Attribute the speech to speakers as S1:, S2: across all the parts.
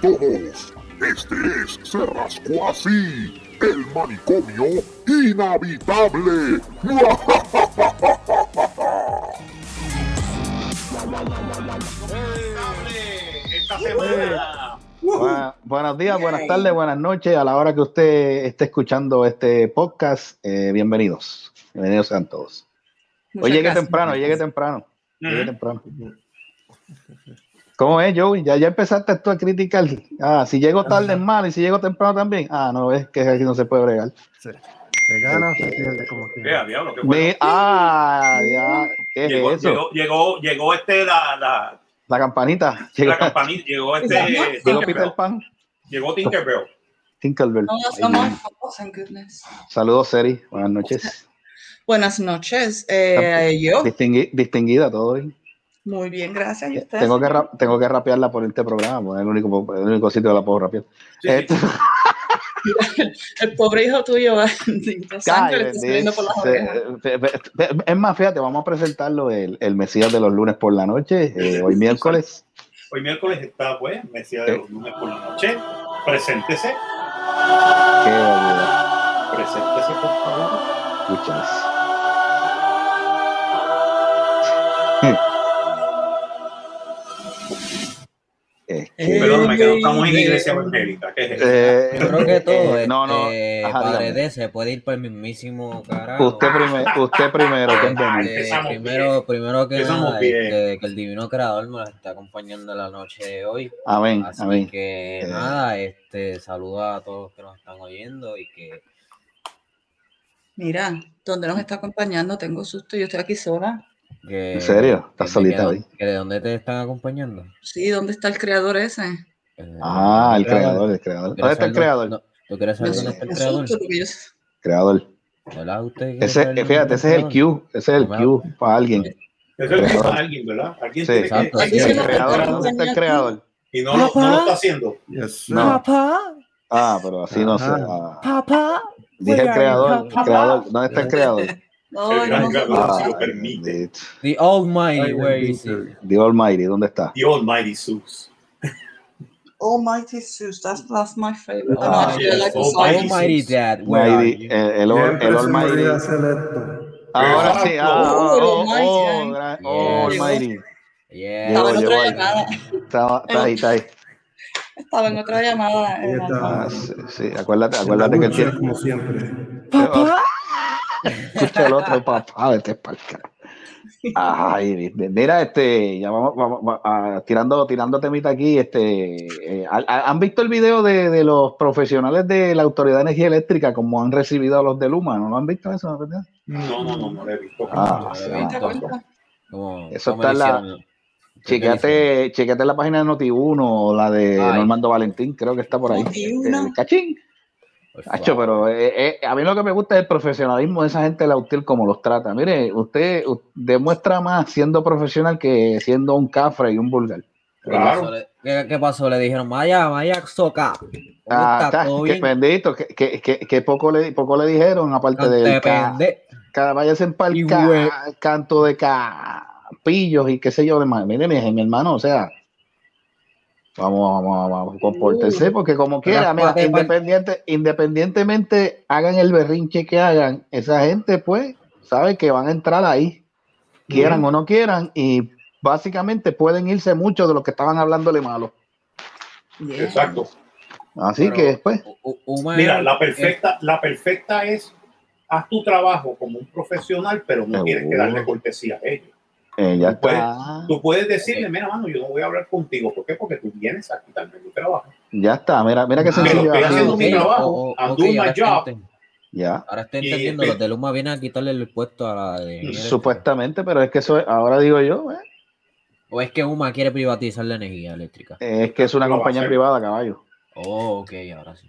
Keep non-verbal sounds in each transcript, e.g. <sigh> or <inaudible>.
S1: todos. Este es Se Rascó Así, el manicomio inhabitable.
S2: Esta semana.
S3: Buena- buenos días, buenas tardes, buenas noches. A la hora que usted esté escuchando este podcast, eh, bienvenidos. Bienvenidos sean todos. Hoy
S4: Muchas
S3: llegué
S4: gracias.
S3: temprano, hoy llegué temprano. Llegué
S2: Ujú.
S3: temprano. ¿Cómo es, Joey? Ya, ya empezaste tú a criticar. Ah, si llego tarde es mal y si llego temprano también. Ah, no, es que aquí no se puede bregar.
S5: Se gana, se pierde, como
S2: Vea,
S5: quiera.
S2: diablo, qué bueno.
S3: Ve- ah, ya. ¿Qué es
S2: Llegó,
S3: eso?
S2: llegó, llegó, llegó este la, la,
S3: La campanita. Llegó,
S2: la campanita, llegó este
S3: llegó
S2: Tinkerbell.
S3: Peter Pan.
S2: Llegó Tinkerbell.
S3: Tinkerbell.
S4: No,
S3: Ahí
S4: somos-
S3: viene.
S4: oh, thank goodness.
S3: Saludos, Seri. Buenas noches.
S4: Buenas noches. eh, yo,
S3: Distingui- distinguida todo hoy.
S4: muy bien, gracias. ¿Y ustedes?
S3: Eh, Tengo que, ra- tengo que rapearla por este programa, porque es el único, el único sitio que la puedo rapear.
S2: Sí,
S3: Este-
S2: sí.
S4: El pobre hijo tuyo, <laughs> bendito, sangre, le está saliendo por las orejas.
S3: Cállate, se- se- es más, fíjate, vamos a presentarlo el, el Mesías de los lunes por la noche, eh, hoy miércoles.
S2: Hoy miércoles está, pues, Mesías
S3: Eh.
S2: de los lunes por la noche. Preséntese,
S3: Qué barbaridad,
S2: preséntese, por favor.
S3: escuchas. Es que-
S2: Perdón, me quedo, estamos en iglesia evangélica. ¿Qué es eso?
S3: eh,
S6: Yo creo que todo.
S3: eh, no, no.
S6: este,
S3: Ajá,
S6: padre
S3: dígame.
S6: D se puede ir para el mismísimo carajo.
S3: Usted, primero usted primero, que es de mí.
S6: Este,
S2: Ah, empezamos
S6: primero, primero que
S2: Empezamos
S6: nada,
S2: bien.
S6: este, que el divino creador nos está acompañando en la noche de hoy.
S3: Amén,
S6: Así
S3: amén.
S6: que
S3: Eh.
S6: nada, este, saluda a todos los que nos están oyendo y que
S4: Mira, donde nos está acompañando, tengo susto, yo estoy aquí sola.
S6: que-
S3: ¿En serio? ¿Estás
S6: que-
S3: solita
S6: que-
S3: hoy?
S6: que ¿De dónde te están acompañando?
S4: Sí, ¿dónde está el creador ese?
S6: Eh,
S3: Ah, el creador, el creador.
S6: ¿Tú
S3: ¿Dónde
S6: quieres
S3: está el
S6: saber
S3: creador?
S6: dónde- no, ¿Tú quieres
S4: Me
S6: saber dónde
S4: asusto,
S6: está el
S4: me
S6: creador?
S4: asusto porque yo...
S3: Creador.
S6: ¿Verdad? ¿Usted quiere
S3: Ese,
S6: saber dónde
S3: fíjate,
S6: está
S3: ese es el
S6: creador?
S3: Q, ese es el Q para alguien.
S2: Eso es lo que hace alguien, ¿verdad? Alguien
S3: Sí,
S2: tiene que-
S6: exacto,
S2: alguien
S4: sí,
S2: tiene
S3: El
S4: no
S2: que-
S3: creador,
S4: está
S3: ¿dónde está el
S4: aquí.
S3: creador?
S2: Y no, lo- no lo está haciendo.
S5: Yes, sir.
S3: No.
S7: Papá,
S3: Ah, pero así no sé.
S7: papá,
S3: ah.
S7: papá.
S3: Dije el creador, el
S7: Papá.
S3: creador. ¿Dónde está el
S2: <laughs>
S3: creador?
S4: No,
S2: El
S4: yo no
S2: gran
S4: sé.
S2: creador.
S3: Ah,
S2: si lo permite.
S3: bendito.
S6: The Almighty, güey. sí.
S3: The Almighty, ¿dónde está?
S2: The Almighty Zeus.
S4: Almighty Zeus, Oh, that's, that's my favorite.
S6: Oh,
S4: No, actually, I
S2: yes,
S4: like the
S2: oh,
S4: song.
S2: Almighty
S6: Almighty
S2: Jesus.
S6: Dad, where are
S3: Mighty, eh,
S6: you?
S3: el, el, el,
S5: Siempre se me
S3: Almighty.
S5: olvida hacer esto.
S3: Ahora sí, ah,
S4: Oh,
S3: oh,
S4: el
S3: oh,
S4: Almighty.
S3: gra- oh,
S6: Yes.
S3: Almighty.
S6: Yeah.
S4: Estaba en
S3: Llegó,
S4: otra
S3: llegó.
S4: llamada.
S3: Está, está ahí, está ahí.
S4: Estaba en otra llamada.
S5: Ahí
S4: eh,
S5: está.
S3: Ah, sí, sí, acuérdate, acuérdate que él tiene.
S5: Como siempre.
S7: Papá,
S3: Escucha el otro papá, vete pa'l carajo. Ay, mi- mi- mira, este, ya vamos, vamos- va- a- tirando, tirando temita aquí, este, eh, ¿ha- ha- ¿han visto el video de, de los profesionales de la Autoridad de Energía Eléctrica, como han recibido a los de Luma? ¿No lo han visto eso? verdad?
S2: No, no, no, no lo he visto.
S3: Ah,
S6: sí.
S4: ¿te das cuenta?
S6: Como-
S3: Eso
S6: como le
S3: está la-
S6: hicieron, ¿no?
S3: Chequeate, chequeate la página de Noti1 o la de
S6: Ay.
S3: Normando Valentín, creo que está por ahí.
S4: Noti1.
S3: Este, cachín.
S6: Por favor.
S3: Hacho, pero eh, eh, a mí lo que me gusta es el profesionalismo de esa gente de la UTIL, como los trata. Mire, usted u- demuestra más siendo profesional que siendo un cafre y un vulgar.
S6: ¿Qué
S2: Claro.
S6: pasó? Le- ¿Qué, qué pasó? Le dijeron, vaya, vaya, soca. ¿Cómo
S3: Ah,
S6: está?
S3: está,
S6: ¿Todo
S3: que
S6: bien?
S3: bendito, que, que, que, que poco, le, poco le dijeron, aparte
S6: Cante
S3: del ca-
S6: pende-
S3: ca- váyase en pa'l
S6: Y
S3: ca-
S6: hue-
S3: canto de capillos y qué sé yo. demás. Mire, mi, mi hermano, o sea, vamos, vamos, vamos,
S2: Uh.
S3: compórtese, porque como quiera, mira,
S6: Ráspate pa'l-
S3: independiente, independientemente hagan el berrinche que hagan, esa gente, pues, sabe que van a entrar ahí, quieran o no quieran, y básicamente pueden irse muchos de los que estaban hablándole malo.
S4: Yeah.
S2: Exacto.
S3: Así
S6: Pero-
S3: que, pues,
S6: U- u- una-
S2: Mira, la perfecta, la perfecta es haz tu trabajo como un profesional, pero
S3: Ah,
S2: no tienes que
S3: Seguro.
S2: darle cortesía a ellos.
S3: eh, ya
S2: Pues,
S3: está.
S2: Tú puedes decirle, mira, mano, yo no voy a hablar contigo. ¿Por qué? Porque tú vienes a quitarme mi trabajo.
S3: Ya está, mira, mira qué
S6: Ah,
S2: Pero
S3: sencillo.
S2: estoy
S3: ha sido.
S2: haciendo mi
S6: ok,
S2: trabajo,
S6: o- o-
S2: I'm
S6: ok,
S2: doing
S6: ahora
S2: my
S6: estoy
S2: job.
S6: enten-
S3: Ya.
S6: Ahora estoy
S2: Y-
S6: entendiendo, los de Luma vienen a quitarle el puesto a la de...
S3: Supuestamente, pero es que eso, ahora digo yo, eh,
S6: ¿O es que Uma quiere privatizar la energía eléctrica?
S3: es que es una
S2: Lo va a
S3: compañía
S2: hacer.
S3: privada, caballo.
S6: Oh, ok, ahora sí.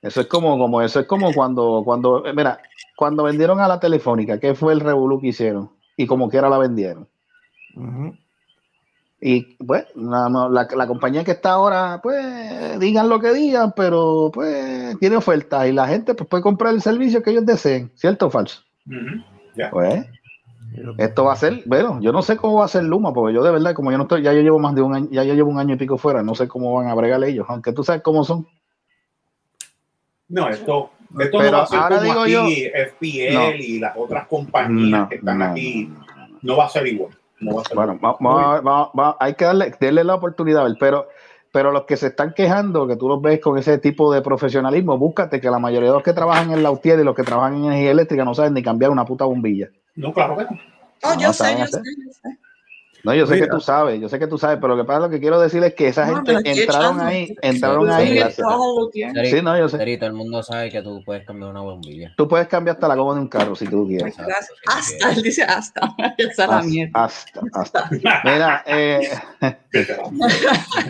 S3: Eso es como, como, eso es como cuando, cuando, eh, mira, cuando vendieron a la telefónica, ¿qué fue el revolú que hicieron? Y como quiera la vendieron.
S5: Ujú.
S3: Y pues, no, no, la, la compañía que está ahora, pues, digan lo que digan, pero pues tiene ofertas y la gente pues, puede comprar el servicio que ellos deseen, ¿cierto o falso?
S2: Ujú.
S3: Pues, Esto va a ser, bueno, yo no sé cómo va a ser Luma, porque yo de verdad, como yo no estoy, ya yo llevo más de un año, ya yo llevo un año y pico fuera, no sé cómo van a bregar ellos, aunque tú sabes cómo son.
S2: No, esto, esto
S3: Pero
S2: no va a ser
S3: ahora
S2: como
S3: digo
S2: aquí,
S3: yo-
S2: FPL
S3: No.
S2: y las otras compañías
S3: No,
S2: que están
S3: no,
S2: aquí. No va a ser igual. No va a ser
S3: Bueno,
S2: igual.
S3: va- va- va- va- hay que darle, darle la oportunidad, a ver, pero, pero los que se están quejando, que tú los ves con ese tipo de profesionalismo, búscate que la mayoría de los que trabajan en la UTIER y los que trabajan en energía eléctrica no saben ni cambiar una puta bombilla.
S2: No, claro
S6: <laughs>
S2: que no.
S4: Oh,
S3: No,
S4: yo
S3: saben
S4: sé, yo sé,
S3: hacer.
S4: yo sé.
S3: No, yo sé
S5: Mira.
S3: que tú sabes, yo sé que tú sabes, pero lo que pasa lo que quiero decir es que esa
S4: No,
S3: gente
S4: me la estoy
S3: entraron
S4: echando.
S3: ahí,
S4: Yo
S3: entraron
S6: Sí,
S4: sé
S3: ahí.
S4: que
S6: gracias.
S4: todo lo tiene.
S6: Seri,
S3: Sí, no, yo sé.
S6: Seri, todo el mundo sabe que tú puedes cambiar una bombilla.
S3: Tú puedes cambiar hasta la goma de un carro si tú quieres.
S4: Gracias. Hasta, él dice hasta. <laughs> Esa es la mierda.
S3: Hasta, hasta. Mira, eh,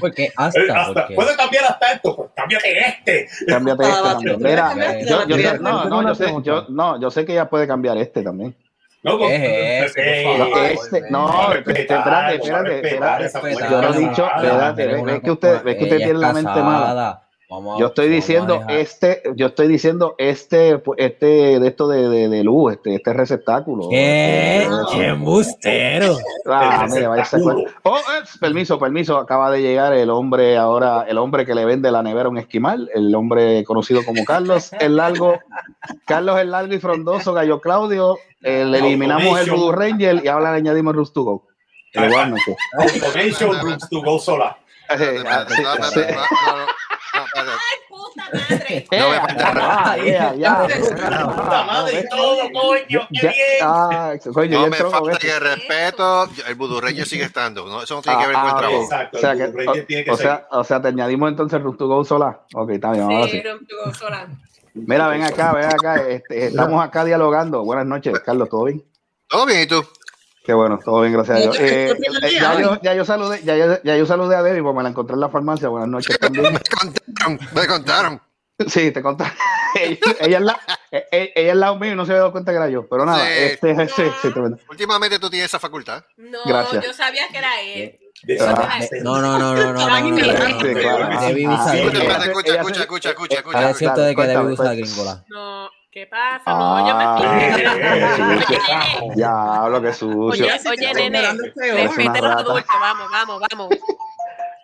S6: Porque
S2: Eh,
S6: hasta,
S2: hasta,
S6: porque
S2: puede cambiar hasta esto, pues cámbiate este.
S3: cámbiate este también. Mira, yo, yo- yo- no, no, yo sé, yo- no, yo sé que ella puede cambiar este también.
S2: No, pues,
S6: ¿Qué es eso, por
S2: eh,
S6: favor?
S2: eh,
S3: Este, no,
S2: vamos a
S3: este,
S2: respetar,
S3: espérate,
S2: vamos a
S3: espérate,
S2: respetar
S3: espérate.
S2: esa
S6: Respetar,
S3: Yo lo he
S2: puerta.
S3: dicho,
S2: Ah,
S3: espérate,
S6: eres
S3: ve-
S6: una
S3: ve que usted- ve que usted
S6: ella
S3: tiene
S6: es
S3: la mente
S6: casada.
S3: mala.
S6: Vamos a-
S3: Yo estoy
S6: vamos a
S3: diciendo
S6: dejar-
S3: este, yo estoy diciendo este, este de esto de, de, de luz, este, este receptáculo. Este,
S6: ¿Qué? ¡Qué embustero!
S3: Ah,
S2: El
S3: mira, vaya a ser
S2: receptáculo.
S3: cual- Oh, eh, permiso, permiso. Acaba de llegar el hombre ahora, el hombre que le vende la nevera a un esquimal, el hombre conocido como Carlos el Largo, Carlos el Largo y Frondoso, Gallo Claudio. eh, le eliminamos el Voodoo Ranger y ahora le añadimos Rustugo. Le voy a meter.
S2: Automation rooms to go sola.
S3: Eh, ah, sí, sí.
S4: puta
S3: <laughs>
S4: madre!
S3: Eh, ah, ya, ya.
S2: Puta madre, y todo, coño, qué
S3: Ah, Ya,
S2: bien.
S3: ah, coño, ya
S7: No me
S3: entró con
S7: falta
S3: esto.
S7: que respeto. yo- El budureño sigue estando. ¿no? Eso no tiene que ver con el
S3: Ah,
S7: trabajo.
S2: Exacto,
S3: O sea,
S2: el
S3: que-
S2: Blu-ray que tiene que
S3: o, o sea, o sea, te añadimos entonces Rustugo sola. Ok, está bien, ahora sí. Mira, ven acá, ven acá. este, estamos acá dialogando. Buenas noches, Carlos, ¿todo bien?
S7: Todo bien, ¿y tú?
S3: Qué bueno, todo bien, gracias a Dios. Eh,
S4: Yo creo que
S3: eh, ya, yo, ya yo saludé, ya, yo- ya yo saludé a Debbie, porque me la encontré en la farmacia. Buenas noches <laughs> también.
S7: <laughs> Me contaron, me contaron.
S3: Sí, te conté. <laughs> ella, ella es la, eh, eh, ella es lado mío y no se había dado cuenta que era yo. Pero nada,
S7: Sí.
S3: este, <laughs> sí, sí, tremendo.
S7: Últimamente tú tienes esa facultad.
S8: No,
S3: Gracias.
S8: yo sabía que era él.
S3: Ah,
S2: Exacto.
S3: eh,
S2: <laughs>
S6: No, no, no, no, no, no, no, no, no,
S3: Sí,
S6: no.
S3: claro. Ah,
S6: Debbie usa
S3: sí,
S7: Escucha,
S3: ella se-
S6: gringola.
S7: escucha, escucha,
S3: ella
S7: escucha,
S3: se-
S7: escucha, escucha, escucha.
S6: Ahora es cierto de que
S3: Cuéntame,
S6: Debbie usa
S3: cuéntame.
S6: gringola.
S8: No, ¿qué pasa? No, yo
S3: Ah.
S8: me
S2: Eh, eh,
S8: estoy...
S2: eh.
S3: Ya, hablo que sucio.
S8: Oye, oye, nene.
S4: este
S3: eres una
S8: Respeten los
S3: rata.
S8: adultos, vamos, vamos, vamos.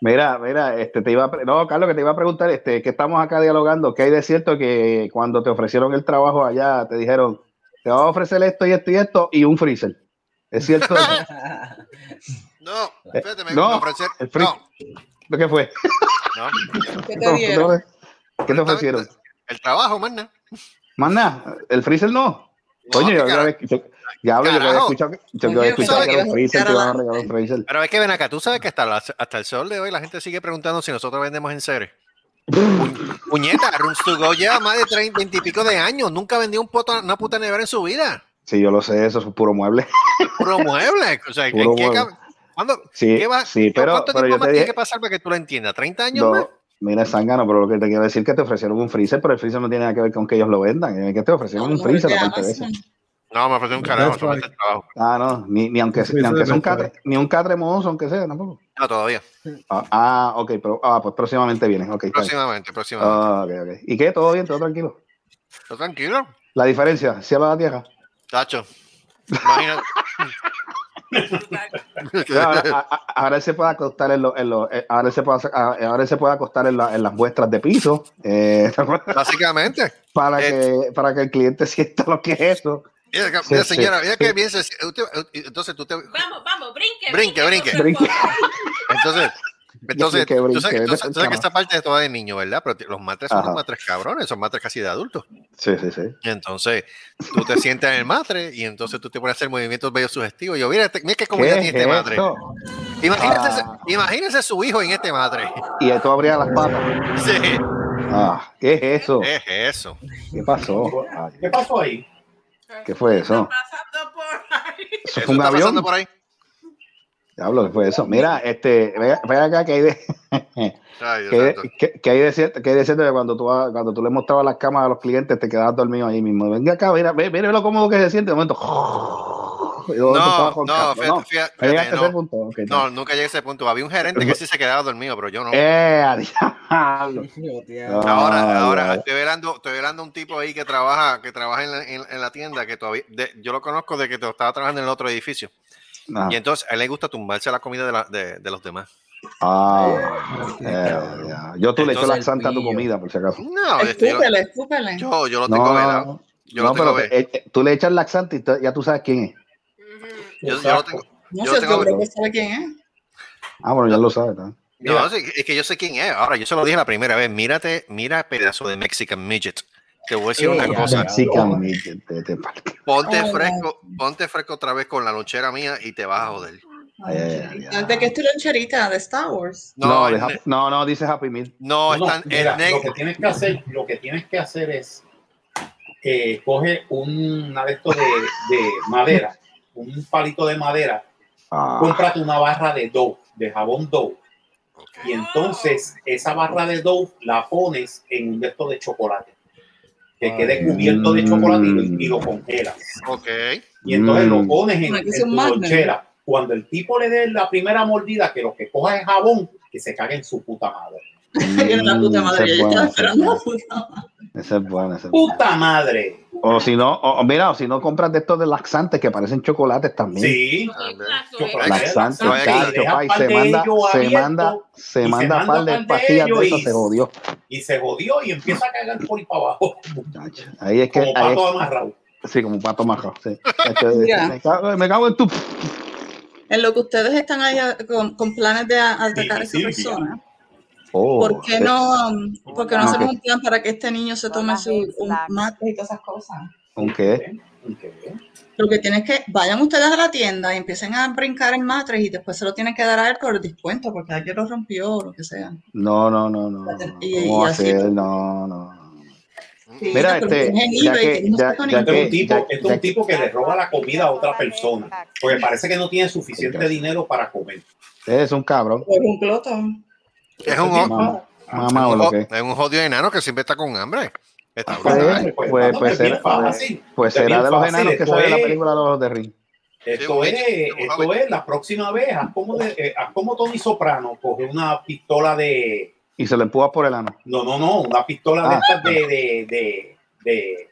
S3: Mira, mira, este te iba a pre- no, Carlos, que te iba a preguntar, este, que estamos acá dialogando, que hay de cierto que cuando te ofrecieron el trabajo allá, te dijeron, te vamos a ofrecer esto y esto y esto y un freezer. ¿Es <laughs> cierto? eso?
S7: No, espérate, me,
S3: Eh, No,
S7: me ofrecieron-
S3: el free-
S7: No,
S3: ¿Qué fue?
S7: no.
S4: ¿Qué te
S3: <laughs> No,
S4: dieron?
S3: no, ¿Qué te ofrecieron?
S7: El trabajo, mana.
S3: Más nada, el freezer no.
S7: No,
S3: Coño, yo
S7: cara-
S3: había, yo- ya hablo, yo que había
S7: Carajo.
S3: escuchado, que- yo que
S4: Oye,
S3: había escuchado
S7: ¿sabes
S3: que
S4: que
S3: era un
S4: ibas a
S3: freezer, te
S4: buscar a
S3: iban a
S4: la-
S3: regalar un freezer.
S7: Pero es que ven acá, tú sabes que hasta, la- hasta el sol de hoy la gente sigue preguntando si nosotros vendemos
S3: <laughs>
S7: en serie. Puñeta, Rooms to Go lleva más de 30, 20 y pico de años. Nunca vendió un puto- una puta nevera en su vida.
S3: Sí, yo lo sé, eso es un puro mueble. <laughs>
S7: Puro mueble. O sea, ¿en
S3: Puro
S7: qué
S3: mueble.
S7: cab- ¿Cuándo?
S3: Sí,
S7: ¿Qué va-
S3: sí,
S7: qué-
S3: pero,
S7: ¿Cuánto
S3: pero
S7: tiempo
S3: yo
S7: más
S3: te
S7: tiene
S3: dije,
S7: que pasar para que tú lo entiendas? ¿30 años
S3: No,
S7: más?
S3: mira, Sangano, pero lo que te quiero decir es que te ofrecieron un freezer, pero el freezer no tiene nada que ver con que ellos lo vendan, es que te ofrecieron un freezer la parte de eso.
S7: No, me ofreció un carajo.
S5: That's
S7: me ofreció el trabajo.
S3: Ah, no, ni, ni aunque,
S5: Un
S3: ni aunque
S5: freezer
S3: sea un
S5: de
S3: catre, ni un catre mohoso, aunque sea, tampoco.
S7: No, todavía.
S3: Ah, ah, ok, pero ah, pues próximamente vienen, ok. está bien.
S7: Próximamente, próximamente.
S3: Ah, ok, ok. ¿Y qué? ¿Todo bien? ¿Todo tranquilo? Ah.
S7: ¿Estás tranquilo?
S3: La diferencia, cielo a la
S7: <laughs>
S3: tierra.
S7: Tacho.
S3: <laughs>
S7: Imagínate.
S3: Ahora, a- a- ahora él se puede acostar en los, en los- eh, ahora él se puede, hacer- ah, ahora él se puede acostar en, la- en las muestras de piso, eh, <laughs>
S7: Básicamente.
S3: para
S7: Eh.
S3: que, para que el cliente <laughs> sienta lo que es eso.
S7: Mira, que-
S3: Sí,
S7: mira,
S3: sí.
S7: señora, mira que bien. se- usted- eh, entonces tú te.
S8: Vamos, vamos, brinque,
S7: Brinque, brinque.
S3: Brinque. <laughs>
S7: Entonces. Entonces,
S3: que
S7: tú
S3: brinque,
S7: sabes, tú sabes- tú sabes que
S3: cama.
S7: esta parte es toda de niño, ¿verdad? Pero los matres son
S3: Ajá.
S7: los matres cabrones, son matres casi de adultos.
S3: Sí, sí, sí.
S7: Entonces, tú te sientas en el matre y entonces tú te pones a hacer movimientos bellos sugestivos. Yo, mira, te- mira qué
S3: ¿Qué
S7: comodidad tiene
S3: es
S7: este madre.
S3: esto?
S7: Imagínese,
S3: Ah.
S7: imagínese su hijo en este madre.
S3: Y tú abrías las patas. <laughs>
S7: Sí,
S3: Ah, ¿qué es eso?
S7: es eso.
S3: ¿Qué pasó? Ay,
S2: ¿Qué pasó ahí?
S3: ¿Qué fue eso?
S8: pasando por ahí.
S3: ¿Eso
S7: Eso
S3: fue un
S7: está pasando
S3: avión?
S7: por ahí.
S3: Diablo, ¿qué fue eso? Mira, este, ve ve acá que hay de,
S7: Ay, Dios
S3: que,
S7: santo.
S3: que- que hay de cierto, que hay de cierto que cuando tú, vas- cuando tú le mostrabas las camas a los clientes te quedabas dormido ahí mismo. Venga acá, mira, ve- mira lo cómodo que se siente. De momento, <laughs> y de momento estabas
S7: No,
S3: con
S7: no,
S3: calma.
S7: fíjate, fíjate,
S3: no, llegaste a ese
S7: no,
S3: punto. ok, está.
S7: no, nunca llegué a ese punto. Había un gerente que sí se quedaba dormido, pero yo no.
S3: Eh, <laughs> adiós. Diablo.
S6: Joteado.
S3: Ay,
S7: Ahora, ahora
S3: ay.
S7: estoy velando, estoy velando a un tipo ahí que trabaja, que trabaja en la, en- en la tienda, que todavía, de- yo lo conozco de que to- estaba trabajando en el otro edificio.
S3: Ah,
S7: Y entonces a él le gusta tumbarse la comida de, la- de- de los demás.
S3: ah, eh, ya. Yo tú le echo
S7: Entonces,
S3: la santa a tu
S6: pillo.
S3: comida, por si acaso.
S7: No, este, yo,
S4: Escúpele, escúpele.
S7: yo, yo lo tengo velado. Yo
S3: no,
S7: lo
S3: pero
S7: tengo velado.
S3: te- eh, eh, tú le echas laxante y tú- ya tú sabes quién es.
S8: Ujú.
S7: Yo, yo lo
S2: Exacto.
S7: tengo.
S4: No
S7: yo
S4: sé,
S7: tengo-
S4: yo creo que sabe quién es.
S3: Ah, bueno, ya lo sabes. ¿no?
S7: No, sí, es que yo sé quién es. Ahora, yo se lo dije la primera vez. Mírate, mira pedazo de Mexican Midget. Te voy a decir
S6: Sí,
S7: una
S6: ya. Ah,
S7: cosa.
S3: Sí, cabrón, te- te- te-
S7: Ponte
S4: Ay,
S7: fresco, ponte fresco otra vez con la lonchera mía y te vas a joder.
S3: Ay, ay, ay, ay.
S4: ¿De qué es tu loncherita? ¿De Star Wars?
S3: No,
S7: No,
S3: de
S7: no,
S3: Happy- no, no, dice
S4: <laughs>
S3: Happy Meal.
S7: no,
S2: No,
S7: están,
S2: mira,
S7: es negro.
S2: lo que tienes que hacer, lo que tienes que hacer es eh, coge un- una de estos de, de madera, un palito de madera,
S3: Ah,
S2: cómprate una barra de dough, de jabón dough,
S7: Ok.
S2: y entonces esa barra de dough la pones en un de estos de chocolate, que
S6: Ay.
S2: quede cubierto de chocolate y lo,
S3: Mm.
S2: y lo congelas.
S7: Ok.
S2: Y entonces
S3: Mm.
S2: lo pones en,
S4: Bueno, que
S2: en
S4: es un
S2: tu
S4: magnet.
S2: lonchera. Cuando el tipo le dé la primera mordida, que lo que coja es jabón, que se cague en su puta madre.
S4: Ay, la puta
S3: mm,
S4: madre,
S3: ese
S4: yo
S3: es
S4: estaba
S3: bueno, ese es
S4: esperando.
S3: bueno, ese es bueno, ese es bueno.
S2: ¡Puta madre!
S3: O si no, o, o mira, o si no compras de estos de laxantes que parecen chocolates también.
S2: Sí.
S3: Laxantes,
S7: Laxante,
S3: cacho,
S2: deja
S3: pa, y
S2: par
S3: se
S2: de
S3: manda,
S2: ellos
S3: se
S2: abiertos,
S3: manda, se
S2: y se
S3: manda
S2: manda
S3: par de
S2: par de
S3: pastillas de
S2: ellos
S3: esas,
S2: y-
S3: se jodió.
S2: y se jodió y empieza a cagar por y para abajo.
S3: <laughs> Chacho, Ahí es que,
S2: Como
S3: ahí
S2: pato amarrado.
S3: es- sí, como un pato majado.
S4: <laughs>
S3: sí. Chacho,
S4: Ya.
S3: me, cago, me cago en tu.
S4: En lo que ustedes están ahí ah, con, con planes de a- atacar a esa
S2: Silvia.
S4: persona,
S3: Oh,
S4: ¿por qué
S3: sí.
S4: no, um, por qué no
S3: Ah,
S4: hacemos
S3: ok.
S4: un plan para que este niño se tome su un mate y todas esas cosas?
S3: ¿Con qué?
S4: Lo que tienen es que vayan ustedes a la tienda y empiecen a brincar en matres y después se lo tienen que dar a él por el descuento porque alguien lo rompió o lo que sea.
S3: No, no, no, no. no, no.
S4: Y- y
S3: ¿Cómo va a
S4: así.
S3: ser? No, no. no.
S4: Sí,
S3: Mira,
S4: pero
S3: este,
S4: tienen
S3: ya
S4: eBay,
S3: que-
S4: tienen
S3: ya-
S4: Amazon
S3: ya
S4: y-
S2: Este es
S3: que-
S2: un tipo,
S3: ya-
S2: este es
S3: ya-
S2: un tipo que le roba la comida a otra persona.
S8: Ah.
S2: Porque parece que no tiene suficiente dinero para comer.
S3: Es un cabrón.
S4: Por un glotón.
S7: Es
S2: Este
S7: un, jo-
S2: tipo-
S3: Mamá, mamá o
S7: es un
S3: lo
S7: jo-
S3: que.
S7: es un jodido enano que siempre está con hambre. Está
S2: Pues,
S7: brutal.
S3: Pues, pues,
S2: no,
S3: pues,
S2: es bien
S3: será-
S2: fácil.
S3: Pues
S2: Es bien
S3: será de los
S2: fácil,
S3: enanos que
S2: esto
S3: sale de la
S2: es-
S3: película Los Ojos de Ring.
S2: Esto es, esto es la próxima vez. Haz como, de- eh, haz como Tony Soprano coge una pistola de.
S3: Y se lo empuja por el ano.
S2: No, no, no, una pistola de
S3: Ah.
S2: estas de. de, de, de-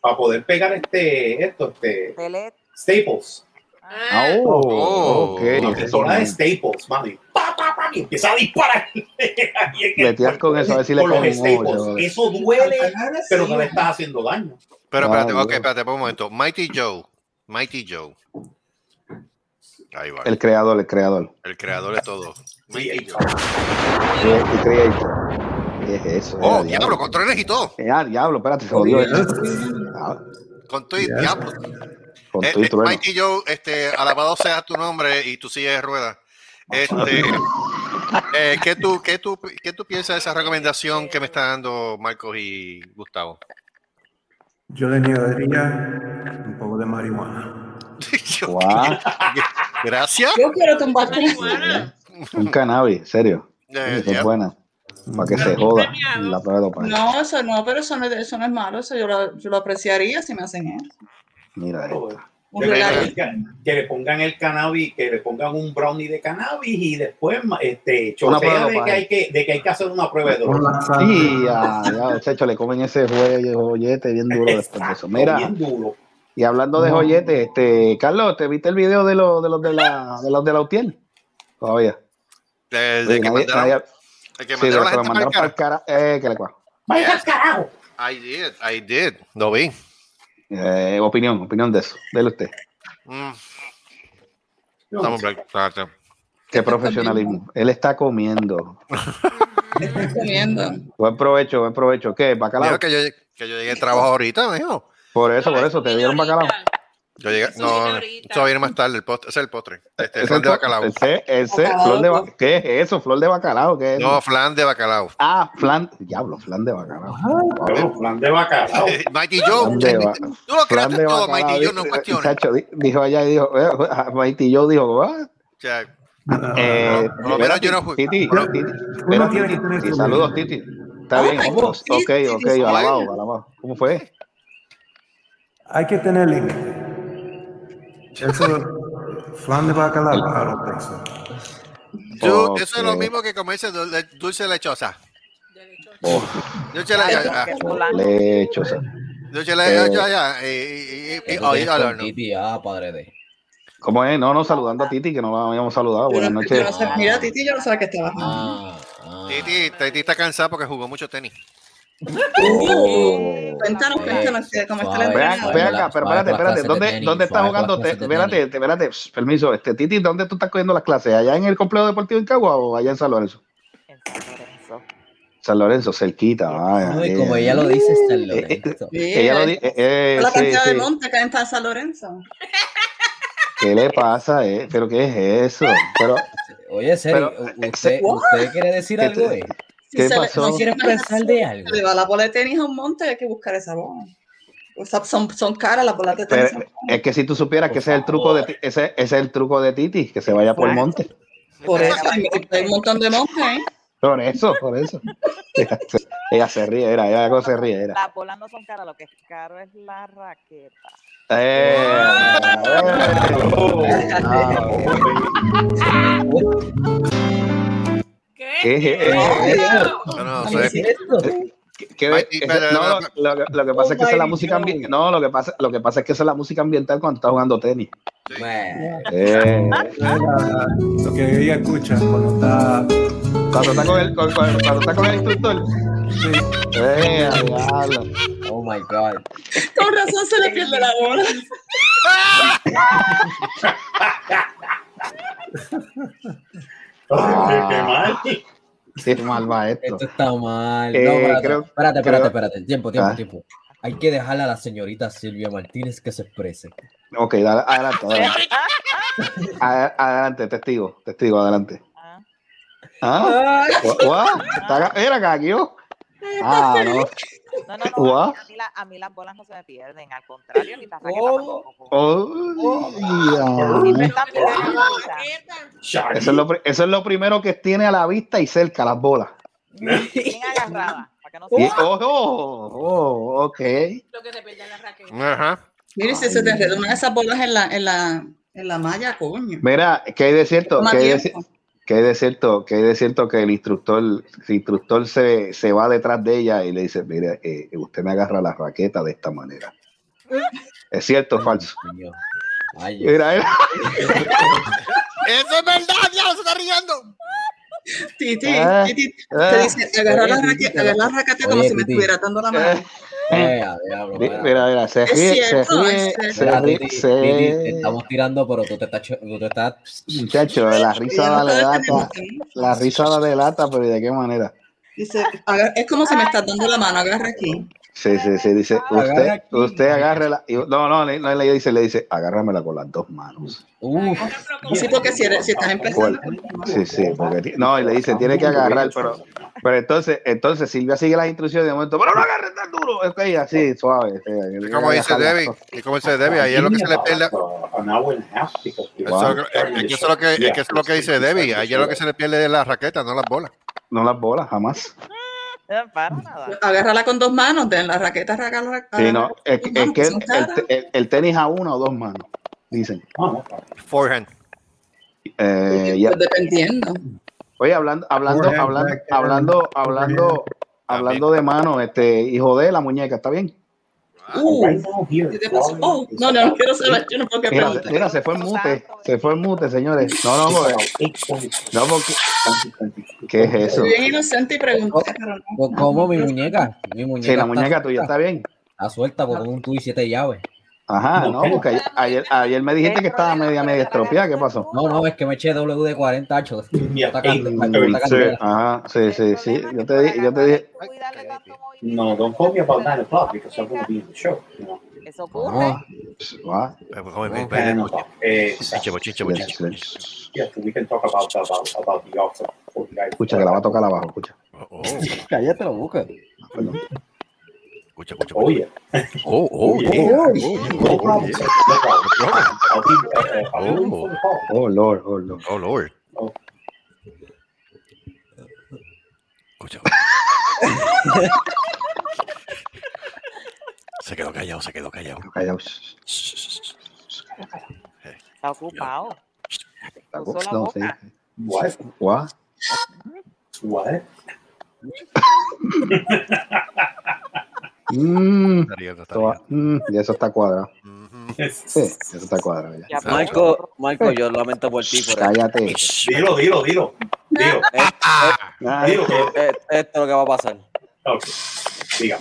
S2: para poder pegar este. Esto, este.
S9: Pellet.
S2: Staples.
S8: Ah,
S3: Ah, oh,
S7: Oh.
S3: ok.
S2: Una persona de Staples, mami. Pa, pa, pa, y empieza a disparar. <laughs> Ahí en el
S3: Metías con eso, a ver si le
S2: cuerpo,
S3: cae
S2: con los
S3: un ojo.
S2: Staples.
S3: chaval.
S2: Eso duele,
S4: Ahora sí.
S2: pero no le estás haciendo daño.
S7: Pero
S3: Ah,
S7: espérate, ok,
S3: Dios.
S7: espérate por un momento. Mighty Joe. Mighty Joe. Ahí va.
S3: El
S7: El,
S3: creador, el creador.
S7: creador de todo. Mighty Joe.
S3: Sí, el creator. ¿Qué es eso?
S7: Oh,
S3: Era
S7: diablo, controles y todo.
S3: Eh, ah, diablo, espérate, se jodió. Ah,
S7: Con tu diablo.
S3: Con
S7: Eh,
S3: tu y
S7: eh,
S3: trueno.
S7: Mighty Joe, este, alabado sea tu nombre y tu silla de ruedas. Este, eh, ¿qué, tú, qué, tú, ¿Qué tú piensas de esa recomendación que me está dando Marcos y Gustavo? <laughs>
S5: Yo le añadiría un poco de marihuana.
S7: Yo-
S3: Guau,
S7: Gracias.
S4: Yo quiero tumbarte.
S8: marihuana.
S3: un cannabis, en serio.
S7: <laughs> Eh,
S3: Esa
S7: ya.
S3: es buena. Para que
S8: Pero
S3: se
S8: bien
S3: joda.
S8: premiado.
S3: La prueba de dopaje.
S4: No, eso no, pero eso no, es- eso no es malo. Eso yo lo, yo lo apreciaría si me hacen eso.
S3: Mira eh. esto.
S4: Un
S2: Que le
S4: regalo.
S2: pongan- que le pongan el cannabis, que le pongan un brownie de cannabis y después ma- este,
S3: Una
S2: chotea
S3: prueba
S2: de que,
S3: para
S2: hay que, de que hay que hacer una prueba de
S5: Con
S2: droga.
S5: laxante.
S3: Sí, ah, ya, chacho, le comen ese joye- joyete bien duro después de eso.
S2: <laughs> Exacto,
S3: Mira,
S2: bien duro.
S3: y hablando de
S5: No.
S3: joyete, este, Carlos, ¿te viste el video de los de los de la de los de la UTIEL? Todavía. Oye,
S7: El de eh, que
S3: nadie-
S7: mandaron,
S3: nadie-
S7: el que
S3: sí,
S7: mandaron
S3: lo
S7: la
S3: que lo
S7: gente para el
S3: mandaron para el
S7: cara.
S3: cara. Eh, que le cuajo.
S2: Vaya al carajo.
S7: I did, I did. Lo vi.
S3: Eh, opinión, opinión de eso. Dele usted.
S7: Mm, estamos black- black-
S3: Qué profesionalismo. Él está comiendo.
S4: Estás comiendo.
S3: Buen provecho, buen provecho. ¿Qué? ¿Bacalao?
S7: Dijo que yo, que yo llegué al trabajo ahorita, me dijo.
S3: Por eso, por eso, te dieron bacalao.
S7: Yo llegué,
S8: Eso
S7: no,
S8: viene
S7: no,
S8: ahorita.
S7: esto viene más tarde, el postre, ese es el postre. Este,
S3: Ese
S7: flan de
S3: fue-
S7: bacalao.
S3: Ese, ese,
S4: Bacalao.
S3: flor de ba- ¿Qué es eso? Flor de bacalao. ¿Qué es eso?
S7: No, flan
S3: <laughs>
S7: de bacalao.
S3: Ah, flan. Diablo, flan de bacalao.
S4: Ah.
S2: Pero, plan de
S7: <laughs>
S2: bacalao.
S7: Eh, Mighty Joe,
S3: Flan de ba-
S7: tú lo
S3: Flan
S7: creaste
S3: de
S7: todo,
S3: bacalao.
S7: Mighty Joe, no
S3: dice-
S7: cuestiones.
S3: Chacho, di- dijo allá y dijo, eh, Mighty Joe dijo, ah,
S7: O sea,
S5: Ah,
S3: eh,
S7: por lo menos yo no fui-
S3: Titi,
S7: por lo-
S3: Titi,
S5: Uno
S3: espera,
S5: tiene que
S3: Titi.
S5: tener
S3: Sí,
S5: su-
S3: saludos, Titi. Está bien,
S4: Ay,
S3: ok, ok,
S4: Titi,
S3: ok,
S4: Titi.
S3: alabado, alabado. ¿Cómo fue?
S5: Hay que tener límite. Eso, flan de bacalao, I don't think so.
S7: yo- eso es lo
S3: Ok.
S7: mismo que comerse dul- eh, dulce lechosa.
S8: de lechón.
S3: Oh.
S7: Yo eché la ya, ya.
S3: Lechosa.
S7: Yo eché la ya, ya, ya. eh, eh, eh,
S6: Eso
S7: Oído
S6: tienes
S7: al
S6: con
S7: horno.
S6: Titi, ah, padre de.
S3: ¿Cómo es? No, no, saludando a Titi, que no la habíamos saludado.
S4: Yo
S3: Buenas
S4: no- yo no
S3: noches.
S4: sé- Mira, Titi, yo no sabía que estabas.
S6: Ah, ah.
S7: Titi, Titi está cansada porque jugó mucho tenis.
S3: Oh.
S4: Cuéntanos,
S6: Eh,
S4: cuéntanos, que- ¿cómo está la
S6: suave,
S3: Vean,
S4: entrenada?
S6: suave.
S3: vean acá, pero espérate, espérate. ¿Dónde, dónde estás
S6: Suave con las
S3: jugando?
S6: clases
S3: te-
S6: de tenis.
S3: espérate, espérate. pss, Permiso, este Titi, ¿dónde tú estás cogiendo las clases? ¿Allá en el complejo deportivo en Cagua o allá en San Lorenzo?
S9: En San Lorenzo.
S3: San Lorenzo, cerquita. vaya,
S6: Ay,
S3: eh.
S6: como ella lo dice, está
S3: Eh,
S6: en
S3: eh,
S6: Lorenzo.
S3: Ella lo dice. eh, eh,
S4: la
S3: sí,
S4: cantidad de
S3: sí.
S4: monte que hay en San Lorenzo.
S3: ¿Qué le pasa? eh? ¿Pero qué es eso? Pero,
S6: Oye, Seri,
S3: Pero, eh,
S6: ¿usted,
S4: ¿what?
S6: ¿usted quiere decir
S3: ¿Qué
S6: algo?
S3: te-
S6: eh?
S4: Si
S3: ¿Qué
S4: se le-
S3: pasó?
S6: ¿No
S4: si
S6: quieres
S4: se
S6: pensar de algo?
S4: Le va la bola de tenis a un monte, hay que buscar esa bola. O sea, son, son caras las bolas de tenis.
S3: pero eh,
S4: son caras.
S3: es que si tú supieras que ese es el truco de ti- ese, ese es el truco de Titi, que se vaya por el monte.
S4: Por eso, hay un montón de montes, ¿eh?
S3: Por eso, por eso. Ella se, ella se ríe, era, ella algo se ríe, era.
S9: Las bolas no son caras, lo que es caro es la raqueta.
S6: <laughs>
S3: Eh, eh, ah, ¿Qué es
S8: ¿Qué?
S3: eso?
S7: No, no,
S6: ¿Qué
S7: eso es-
S6: es esto?
S3: ¿Qué ve- ese- no, lo, lo- lo que pasa es que esa es la música ambiental. No, lo que pasa, lo que pasa es que esa es la música ambiental cuando estás jugando tenis.
S6: Bueno,
S3: Eh,
S5: Era Lo que ella escucha cuando está.
S3: cuando está con el, con- con- cuando está con el instructor. Eh, diablo.
S6: Oh my God.
S4: Con razón se le pierde la bola.
S3: Ah.
S2: Qué mal.
S3: Qué mal va esto.
S6: Esto está mal. No,
S3: Eh,
S6: espérate,
S3: creo-
S6: espérate,
S3: creo-
S6: espérate, espérate. Tiempo, tiempo,
S3: Ah.
S6: tiempo. Hay que dejarle a la señorita Silvia Martínez que se exprese.
S3: Ok, dale, adelante, adelante. Ad- Adelante, testigo, testigo, adelante.
S9: Ah,
S3: Ah, gua- guau, está acá- Era acá, aquí, oh. Ah, no.
S9: No, no, no.
S3: Guau.
S9: A mí, la- a mí las bolas no se me pierden, al contrario, ni las raquetas
S6: ¿Cómo?
S9: tampoco.
S3: Oh,
S9: Siempre
S3: ya.
S9: están
S8: Pero
S9: pegadas a la
S8: no,
S9: raqueta.
S8: raqueta.
S2: Shaggy.
S3: Eso es, lo, pri- eso es lo primero que tiene a la vista y cerca, las bolas.
S9: Bien agarradas, para que no se
S3: Y-
S9: vayan.
S3: oh, oh, oh, ok.
S8: Lo que se pierde en la raqueta.
S7: Ajá.
S4: Mire, si se te redondan esas bolas en la, en la, en la malla, coño.
S3: Mira, ¿qué hay de cierto?
S4: Toma
S3: ¿Qué hay de, ci-
S4: tiempo.
S3: qué hay de cierto? ¿Qué hay de cierto que el instructor, el instructor se, se va detrás de ella y le dice, mire, eh, usted me agarra la raqueta de esta manera? ¿Es cierto o falso?
S6: Dios. Ay,
S3: Mira, era-
S7: Eso es verdad, diablo, se está riendo.
S4: Titi,
S3: Ah,
S4: Titi, te
S3: ah,
S4: dice, agarrar la
S6: Oye,
S4: raqueta,
S6: Titi,
S4: agarrar la raqueta como
S6: Oye,
S4: si me
S6: Titi.
S4: estuviera dando la mano.
S3: eh,
S6: vea, diablo,
S3: mira,
S6: vea.
S3: <laughs> mira, se
S4: Es
S3: ríe, se
S4: cierto,
S3: ríe,
S4: es cierto.
S3: se
S6: Mira,
S3: ríe,
S6: Titi, Titi, te
S3: se
S6: estamos tirando, pero tú te estás. cho- Tú te estás
S3: Muchacho, la
S4: Ella
S3: risada
S4: no
S3: le
S4: sabe que
S3: lata,
S4: me gusta.
S3: la risada le lata, pero ¿y ¿de qué manera?
S4: Dice, agar- es como si me estás dando la mano, agarra aquí.
S3: Sí, sí, sí, dice,
S6: Agarra
S3: usted,
S6: aquí.
S3: usted agárrela. y- No, no, le- no, le dice, le dice, agárramela con las dos manos.
S6: Uf,
S8: Agarra,
S9: <laughs>
S8: pero
S4: Sí,
S8: como-
S4: porque si, eres- si estás empezando.
S3: Sí, sí, porque ti- no, y le dice, tiene que agarrar, pero, pero entonces, entonces Silvia sigue las instrucciones de momento, pero no agarre tan duro, ok, así, suave. sí,
S7: Y como dice
S3: agarrarla.
S7: Debbie, y como dice Debbie, ahí es lo que se le pierde.
S2: An hour and a half, because-
S7: Eso, es- es que eso es lo que, es que eso es lo que dice Debbie, ahí es lo que se le pierde es la raqueta, no las bolas.
S3: No las bolas, jamás.
S9: Eh, Para nada.
S4: Agárrala con dos manos, den la raqueta, agarra-
S3: Sí, no, eh,
S4: agarra-
S3: es, es que el, el- el- el tenis a una o dos manos, dicen.
S2: No, no, no.
S7: Forehand.
S3: Eh, ya-
S4: Pues dependiendo.
S3: Oye, hablando, hablando,
S5: Forehead,
S3: hablando,
S5: backhand,
S3: hablando, hablando, hablando de mano, este hijo de la muñeca, ¿está bien?
S4: Uh,
S2: Right now here,
S4: ¿qué te pasó? Oh,
S2: probably is
S4: no, no, no quiero saber, yo no puedo que
S3: Mira,
S4: pregunte.
S3: mira, se fue en mute, se fue en mute, señores. No, no,
S2: about
S3: porque-
S2: 8.20,
S3: no, porque,
S2: 2022.
S3: ¿qué es eso?
S4: Soy bien inocente y pregunté, pero no.
S6: co- como mi muñeca. Mi muñeca.
S3: Sí, la
S6: está
S3: muñeca tuya
S6: suelta.
S3: está bien.
S6: Está suelta
S4: Ah.
S6: porque un tú y siete llaves.
S3: Ajá, no, porque ayer, ayer, ayer me dijiste que estaba media, media estropeada, ¿qué pasó?
S6: No, no, es que me eché W de
S2: <laughs>
S6: 40, hacho.
S2: Yeah,
S6: Está
S2: eight,
S6: candela,
S2: thirty.
S6: está
S3: Sí,
S6: candela.
S3: ajá, sí, sí, sí.
S9: El problema es que
S3: Yo te dije, yo te dije,
S9: para agarrar y darle tanto
S2: No,
S9: movimiento,
S2: don't call me about 9 o'clock
S9: las
S2: because I'm going to
S9: muñecas,
S2: be in the show. you know.
S9: Eso ocurre.
S6: Ah,
S3: ah,
S7: Eh, pues, joder,
S6: No,
S7: ve- ve-
S2: Nine o'clock. Eh,
S7: Chiche,
S3: silencio,
S7: bochiche, bochiche.
S3: silencio.
S2: yeah, we can talk about, about, about the offer for the guys.
S3: escucha que la va a tocar abajo, escucha.
S7: Oh, oh,
S6: Cállate la boca.
S3: Ah, perdón.
S7: escucha, escucha,
S2: Oh, yeah.
S7: escucha. Oh, oh, yeah.
S2: No problem.
S7: yeah.
S2: No problem. I'll be, uh, uh, I'll be waiting for the call.
S3: Oh, Lord, oh, Lord.
S7: Oh, Lord.
S2: Oh.
S7: Escucha. se quedó callado, se quedó callado.
S3: Callao, shh,
S9: Está ocupado.
S3: la
S9: Puso
S3: boca,
S9: la
S3: No, sí.
S9: boca.
S2: What?
S3: Guau.
S2: What?
S3: Mm,
S7: Está riendo, está
S3: esto va-
S7: riendo.
S3: mm, y eso está cuadrado.
S7: Ujú.
S3: Sí, eso está cuadrado. ya.
S9: Ya,
S7: Exacto.
S6: Marco, Marco, yo lamento por ti. Por esto.
S3: Cállate.
S2: Dilo, dilo, dilo. Dilo.
S6: Eh, eh,
S3: Ah,
S2: Dilo que-
S6: eh, esto es lo que va a pasar.
S2: Ok, diga.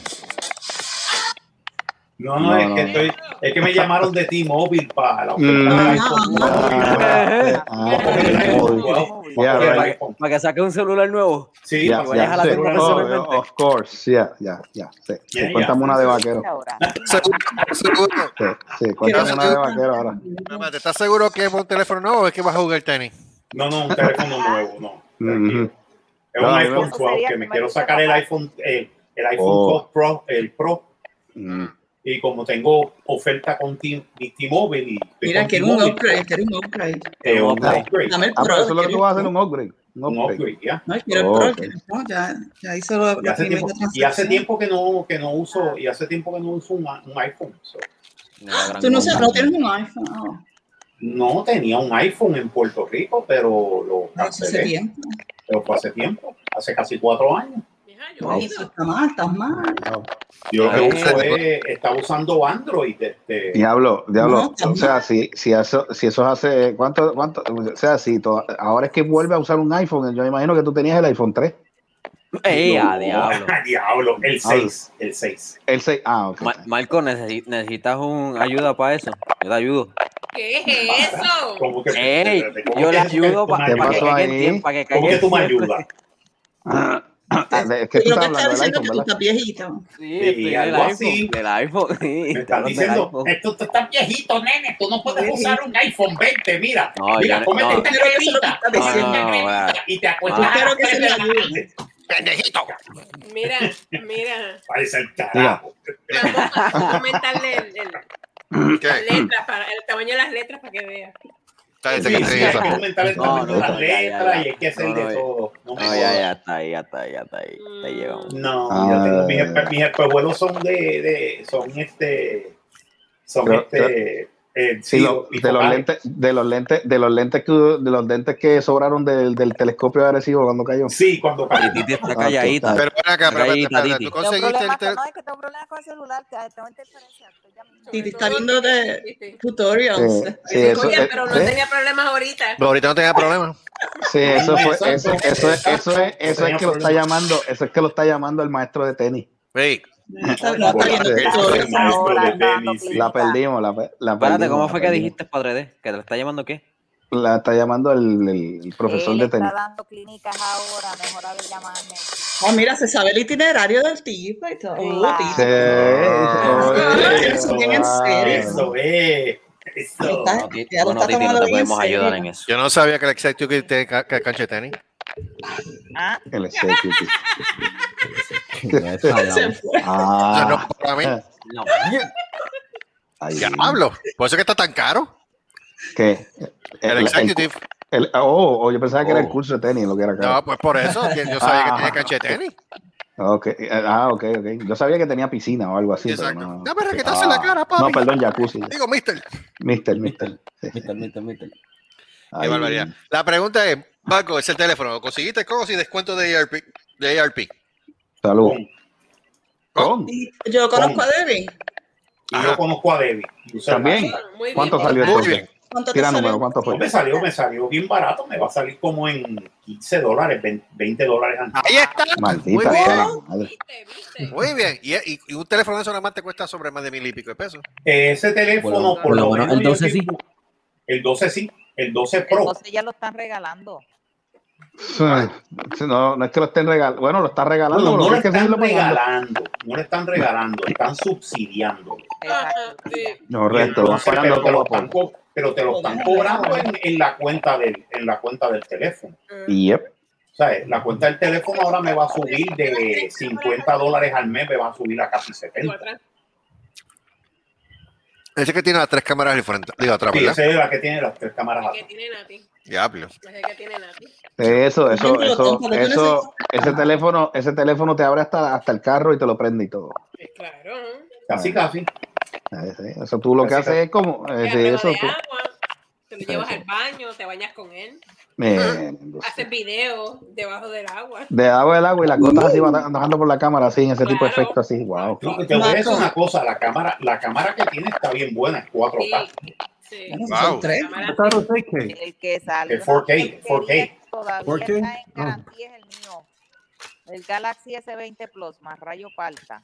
S2: No, no,
S3: No,
S2: es
S3: no.
S2: que estoy, es que me llamaron de T-Mobile para la
S3: Mm.
S2: oferta del iPhone.
S3: ah,
S2: Porque el
S3: oh,
S2: iPhone, wow,
S3: yeah,
S2: porque el
S3: right.
S2: iPhone.
S6: Para que saque un celular nuevo.
S2: Sí,
S3: Ya,
S2: para que
S3: ya,
S2: vayas a la
S3: sí.
S6: tengo
S2: tienda.
S3: Oh,
S6: personalmente.
S3: Of course, ya, ya, ya. sí.
S2: Yeah,
S3: Cuéntame una de vaquero.
S9: Ahora.
S7: Seguro, seguro.
S3: Sí, sí, cuéntame
S7: Quiero
S3: una de vaquero ahora.
S7: Mamá, ¿te ¿Estás seguro que es un teléfono nuevo o es que vas a jugar tenis?
S2: No, no, un teléfono nuevo, no.
S3: Mhm.
S2: Es un
S3: No, no.
S2: iPhone
S9: Eso
S2: 12
S9: sería
S2: que
S9: que
S2: me
S9: me
S2: quiero
S9: gusta
S2: sacar el
S9: papá.
S2: iPhone, el, el iPhone
S3: Oh.
S2: 12 Pro, el Pro,
S3: Mm.
S2: y como tengo oferta con T- mi T-Mobile y estoy
S4: Mira,
S2: con
S4: quiero un
S2: T-Mobile,
S4: upgrade, quiero un upgrade.
S2: eh, un
S6: Upgrade.
S2: upgrade,
S4: Dame el
S3: Ah,
S4: pro.
S3: pero eso es lo que tú
S4: quiero-
S3: vas a hacer, un upgrade. Un
S2: un
S3: upgrade.
S2: upgrade, ya.
S4: No, quiero el
S3: Oh,
S4: pro,
S3: ok.
S4: quiero el pro, ya, ya hice lo,
S2: Y
S4: la
S2: hace, tiempo,
S4: primera
S2: y hace
S4: transacción.
S2: tiempo que no que no
S9: Ah.
S2: uso y hace tiempo que no uso un, un iPhone. so.
S6: Una gran
S4: Tú no, sabes,
S6: cosa.
S4: no tienes un iPhone. ah,
S2: No tenía un iPhone en Puerto Rico, pero lo
S4: No, eso hace
S2: cancelé.
S4: tiempo.
S2: Pero fue hace tiempo, hace casi cuatro años.
S8: Mija, yo
S3: Wow.
S4: Ay,
S8: he
S4: eso
S8: ido.
S4: está mal, estás mal.
S2: Yo lo que
S6: Ah.
S2: uso es, estaba usando Android. Este,
S3: Diablo,
S4: No,
S3: diablo.
S4: está
S3: o sea, si, si eso, si eso hace, ¿cuánto, cuánto? O sea, si to- ahora es que vuelve a usar un iPhone, yo me imagino que tú tenías el iPhone 3.
S6: ¡Ey, a
S2: No,
S6: diablo!
S2: ¡Ah, diablo, el 6, el 6.
S3: El 6. Ah, ok.
S6: Ma- Marco, necesi- necesitas un ayuda para eso. Yo
S2: <laughs>
S6: te ayudo.
S8: ¿Qué es eso?
S2: ¿Cómo que-
S6: Ey,
S2: ¿cómo
S6: yo
S2: que tú
S6: le
S2: me- tú
S6: ayudo
S2: me
S6: para
S3: ¿Qué
S6: que
S3: pasó
S2: ayudas?
S6: caiga en
S3: ahí?
S6: tiempo. Para que
S2: ¿Cómo
S6: caiga
S2: que
S6: en
S2: tú me
S6: tiempo. <laughs>
S2: ayudas?
S3: Ah, es que tú
S4: Yo creo
S3: estás
S4: que estás
S3: hablando
S4: diciendo que
S3: del iPhone,
S4: tú
S3: ¿verdad?
S4: estás viejito.
S6: Sí,
S2: Sí,
S6: estoy del
S2: algo
S6: iPhone.
S2: así.
S6: Del iPhone. Sí,
S2: Me
S6: estoy
S2: están
S6: hablando del
S2: diciendo,
S6: iPhone.
S2: eh, tú, tú estás viejito, nene, tú no puedes usar un iPhone 20, mira,
S6: No, yo
S2: mira,
S6: no-
S2: cómete
S6: no.
S2: esta
S4: Yo creo que eso es lo que
S2: cremita,
S4: estás
S2: cómete
S6: diciendo.
S2: esta
S6: No,
S2: cremita
S6: vea. Ah.
S2: y te acuestas
S6: Yo
S2: a las
S4: creo que
S2: tres de
S4: se le
S2: la
S4: ayude.
S2: tarde. ¡Pendejito!
S8: Mira, mira.
S2: Parece el carajo.
S8: Vamos a aumentarle el, el, las
S7: ¿Qué?
S8: letras para, el tamaño de las letras para que vea.
S7: Cállate,
S2: Sí,
S7: que
S2: sí,
S7: sí,
S2: hay
S7: eso.
S2: que aumentar el
S6: No,
S2: tamaño
S6: no,
S2: de las
S6: no, ya, ya,
S2: letras
S6: ya.
S2: y hay que hacer
S6: No,
S2: de
S6: no, ya.
S2: todo. No, me
S6: No, ya,
S2: jodas.
S6: ya está ahí, ya está ahí, ya está ahí. Te llegamos.
S2: No,
S3: Ah.
S2: yo tengo mis, espe- mis espejuelos son de, de- son este, son
S3: Pero-
S2: este, eh,
S3: Sí,
S2: sí,
S3: lo- de los
S2: bifocales.
S3: lentes, de los lentes, de los lentes que, de los lentes que sobraron del, del telescopio de Arecibo cuando cayó.
S2: Sí, cuando
S6: Y
S2: caí.
S6: Titi está
S3: Ah,
S6: calladita.
S3: total.
S7: Pero ven acá, pero espérate,
S6: Calladita,
S7: espérate,
S6: Titi.
S7: tú
S9: Tengo un
S7: conseguiste
S9: problema
S7: el
S9: con-
S7: tel-
S9: no, es que tengo un problema con el celular, que tengo interferencia. estoy llamando.
S4: Y te
S8: Sobre
S4: está
S8: todo
S4: viendo de
S8: que- sí, sí.
S4: tutorials.
S3: Sí,
S4: de-
S3: sí,
S8: Sí,
S3: eso,
S8: oye,
S3: eh,
S8: pero no
S3: ¿eh?
S8: tenía problemas ahorita.
S7: Pero ahorita no tenía problema.
S3: Sí, eso fue,
S2: Exacto,
S3: eso, eso es, eso es,
S2: exacto.
S3: eso es que lo está
S2: Tenía
S3: llamando, eso es que lo está llamando el maestro de tenis.
S7: Ey,
S4: No está, no está viendo
S3: Sí.
S4: tutorials.
S9: Ahora
S2: maestro de
S9: está dando
S2: tenis, sí.
S9: plinita.
S3: La perdimos, la, pe- la
S6: Espérate,
S3: perdimos.
S6: ¿cómo
S3: la
S6: fue que
S3: perdimos.
S6: dijiste para 3D? ¿Que te lo está llamando qué?
S3: La está llamando el, el- el profesor
S9: Él
S3: de
S9: está
S3: tenis.
S9: dando clínicas ahora, mejor haber llamarme.
S4: Ah, mira, se sabe el itinerario del tipo y todo.
S9: Claro.
S4: tipo.
S3: Sí, oye,
S4: eso bien en
S3: wow.
S4: serio.
S2: Eso es,
S4: Ahí
S2: eso.
S4: está.
S6: No, Titi,
S4: Ya lo
S6: bueno,
S4: Ah, está tomando
S6: Titi, no te
S4: bien en
S6: podemos ayudar en
S4: serio.
S6: eso.
S7: yo no sabía que el exacto que te ca- ca- cancha de tenis.
S9: Ah,
S3: El executive.
S6: <laughs> Ya está,
S4: Se
S6: ya.
S4: fue.
S7: Ah, no,
S3: Ah,
S7: para mí.
S6: No.
S3: ay,
S7: Diablo, por eso que está tan caro.
S3: ¿Qué?
S7: El executive.
S3: el- oh, oh, yo pensaba que era el
S6: Oh.
S3: curso de tenis, lo que era acá.
S7: No, pues por eso. que Yo sabía que
S3: Ah.
S7: tenía cancha de tenis.
S3: Okay. eh, Ah, ok, ok. Yo sabía que tenía piscina o algo así, pero
S7: Exacto.
S3: no.
S7: Dame raquetazo en la
S3: Ah,
S7: cara, papi.
S3: No, perdón, jacuzzi.
S7: Digo, mister. Qué
S3: Mister, mister. Sí, sí.
S6: Mister, mister, mister.
S3: Ay,
S7: barbaridad. La pregunta es, Marco, es el teléfono. ¿Lo conseguiste con o sin descuento de ARP? De E ARP.
S3: Salud.
S2: Con-
S7: Oh.
S3: Con.
S4: Y Yo conozco a Debbie.
S2: y yo conozco a Debbie. Yo sé
S3: También.
S2: la-
S8: Muy bien.
S3: ¿Cuánto salió
S7: Muy
S3: entonces?
S7: bien.
S4: ¿Cuánto te
S3: Tira
S4: salió?
S3: número, ¿cuánto
S2: No
S3: fue?
S2: me salió, me salió bien barato, me va a salir como en 15 dólares, 20, 20 dólares antes.
S7: Ahí está. Muy
S3: Maldita sea
S7: bien.
S3: la madre.
S8: Viste, viste.
S7: Muy bien. Y, y- y un teléfono de eso nada más te cuesta sobre más de mil y pico de pesos.
S2: Ese teléfono,
S6: Por lo-
S2: por lo menos.
S6: el
S2: yo
S6: 12 sí.
S2: siento- El 12 sí, el 12 Pro.
S9: entonces ya lo están regalando.
S3: Sí, No, no es que lo estén regalando. Bueno, lo está regalando.
S2: Bueno,
S3: pero
S2: no lo
S3: es que
S2: están
S3: seguirlo pagando.
S2: regalando, no lo están regalando, están subsidiando.
S8: Ajá,
S9: Exacto.
S8: sí.
S3: Correcto, lo vas
S2: Entonces,
S3: pagando
S2: pero, te
S3: poco
S2: lo
S3: a
S2: están,
S3: poco.
S2: co- pero te lo están cobrando en, en la cuenta del, en la cuenta del teléfono.
S3: Yep.
S2: O sea, la cuenta del teléfono ahora me va a subir de 50 dólares al mes, me va a subir a casi 70.
S8: Otra.
S7: Ese que tiene las tres cámaras al frente. Digo, atrás,
S2: Sí,
S7: Ah, ¿verdad?
S2: esa es la que tiene las tres cámaras
S8: La
S2: atrás.
S8: que tiene Nati.
S7: Diablo.
S8: La que tiene Nati.
S3: Eso, eso,
S4: Siempre lo
S3: eso,
S4: tengo, lo tienes
S3: eso, ese teléfono, ese teléfono te abre hasta, hasta el carro y te lo prende y todo.
S8: Eh, Claro. ¿eh?
S2: Casi, casi.
S3: Eh, sí, Eso tú lo que haces es como, eh,
S8: Te
S3: sí,
S8: arregla
S3: eso
S8: de
S3: tú-
S8: agua. Te lo llevas al baño, te bañas con él.
S3: Eh,
S8: Haces videos debajo del agua.
S3: de agua el agua y las gotas así van bajando por la cámara, así en ese tipo de
S8: Claro.
S3: efecto, así, wow.
S2: No, te voy a decir una cosa, la cámara, la cámara que tiene está bien buena, es 4K.
S8: Sí, sí.
S4: Bueno,
S7: Wow.
S4: Son tres.
S8: Cámara-
S5: Está en 6K.
S9: El que sale.
S2: El 4K, 4K.
S9: Todavía
S5: 4K,
S9: está en
S5: no.
S9: garantía es el mío. El Galaxy S20 Plus más rayo palta.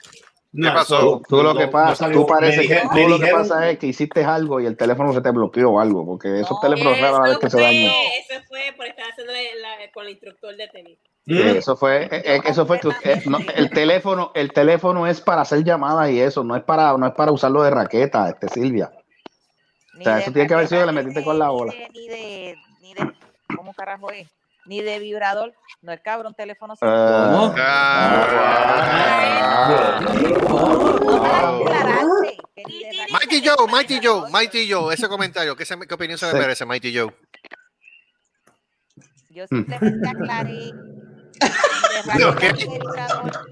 S2: No,
S7: pasó?
S2: eso
S3: Tú lo
S2: no-
S3: que
S2: no
S3: pasa,
S2: salió.
S3: tú parece,
S2: me dije-
S3: tú
S2: me
S3: lo que
S2: dijeron-
S3: pasa es que hiciste algo y el teléfono se te bloqueó o algo, porque esos
S9: No,
S3: teléfonos raros a veces que se
S8: Oh, fue,
S3: dañan.
S8: eso fue por estar haciendo la- con el instructor de tenis.
S3: Sí,
S2: Mm,
S3: Eso fue, eh, eh, eso fue que eh, no, el teléfono, el teléfono es para hacer llamadas y eso, no es para, no es para usarlo de raqueta, este Silvia.
S9: Ni
S3: O sea,
S9: de
S3: eso tiene que haber sido que le
S9: raqueta,
S3: metiste
S9: ni
S3: con la
S9: de-
S3: bola.
S9: Eh, Ni de, ni de, ¿cómo carajo es? Ni de vibrador. No el cabrón teléfono. sin-
S3: Ah,
S7: Ah.
S6: Ah.
S9: Ojalá
S3: Eh,
S9: aclararse, que ni de raqueta,
S7: Mighty
S9: ni de
S7: Joe, Mighty Joe,
S9: vibrador.
S7: Mighty Joe, ese comentario, ¿qué, se- qué opinión se le
S3: Sí.
S7: merece, Mighty Joe?
S9: Yo simplemente aclaré. ni de
S7: No,
S9: raqueta,
S7: ¿qué?
S9: ni de vibrador.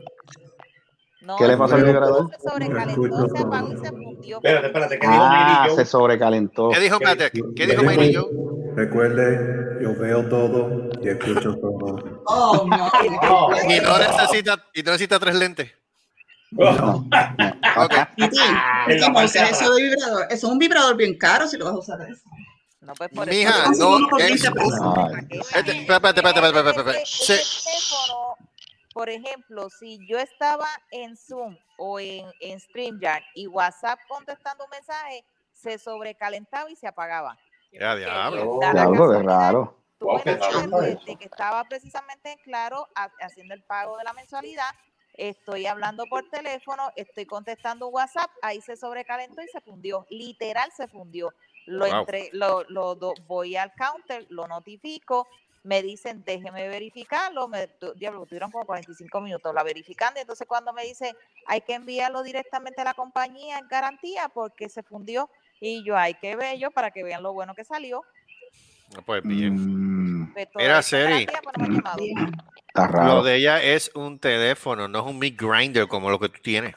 S9: No,
S3: ¿Qué le pasó al
S9: el
S3: vibrador?
S9: Se sobrecalentó, se apagó y se fundió.
S2: Espérate, espérate, ¿qué dijo
S3: Ah,
S2: Mary
S3: se
S2: Joe?
S3: sobrecalentó.
S7: ¿Qué dijo,
S2: ¿Qué
S7: espérate,
S5: dijo?
S7: ¿qué dijo
S5: ¿Qué
S7: Mighty
S5: dijo?
S7: Joe?
S5: Recuerde, yo veo todo y escucho todo.
S4: Oh,
S9: <laughs>
S4: no.
S2: Oh,
S7: Y no necesita, y no necesita tres lentes.
S5: No,
S3: Ah,
S7: Ok.
S4: Y ti,
S2: En la
S4: ¿cómo es
S2: parte de atrás.
S4: eso de vibrador? Eso es un vibrador bien caro si lo vas a usar de eso.
S9: No, pues por
S7: Mija,
S9: eso-
S7: no
S9: Uno por
S7: es-
S9: 15 pesos.
S3: Ay,
S7: Este- espérate, espérate, espérate, espérate, espérate.
S9: Ese- ese
S7: Sí.
S9: teléfono, por ejemplo, si yo estaba en Zoom o en, en StreamYard y WhatsApp contestando un mensaje, se sobrecalentaba y se apagaba.
S7: Ya, diablo.
S9: Da la
S3: diablo, qué
S9: casualidad,
S3: raro.
S9: tuve
S2: Wow, qué
S9: la
S2: raro
S9: suerte
S2: está eso.
S9: de que estaba precisamente en claro ha- haciendo el pago de la mensualidad. Estoy hablando por teléfono, estoy contestando un WhatsApp, ahí se sobrecalentó y se fundió. Literal se fundió. Lo
S7: Wow.
S9: entre, lo, lo do- voy al counter, lo notifico, me dicen déjeme verificarlo. Me, tu- diablo, tuvieron como 45 minutos la verificando. Entonces, cuando me dice hay que enviarlo directamente a la compañía en garantía porque se fundió, y yo hay que bello para que vean lo bueno que salió.
S7: No, Pues bien.
S3: Mm,
S9: Pues, todavía
S7: Era
S9: está
S7: serie.
S9: garantía, pero no me ha llamado.
S3: Está
S7: Lo
S3: raro.
S7: de ella es un teléfono, no es un meat grinder como lo que tú tienes.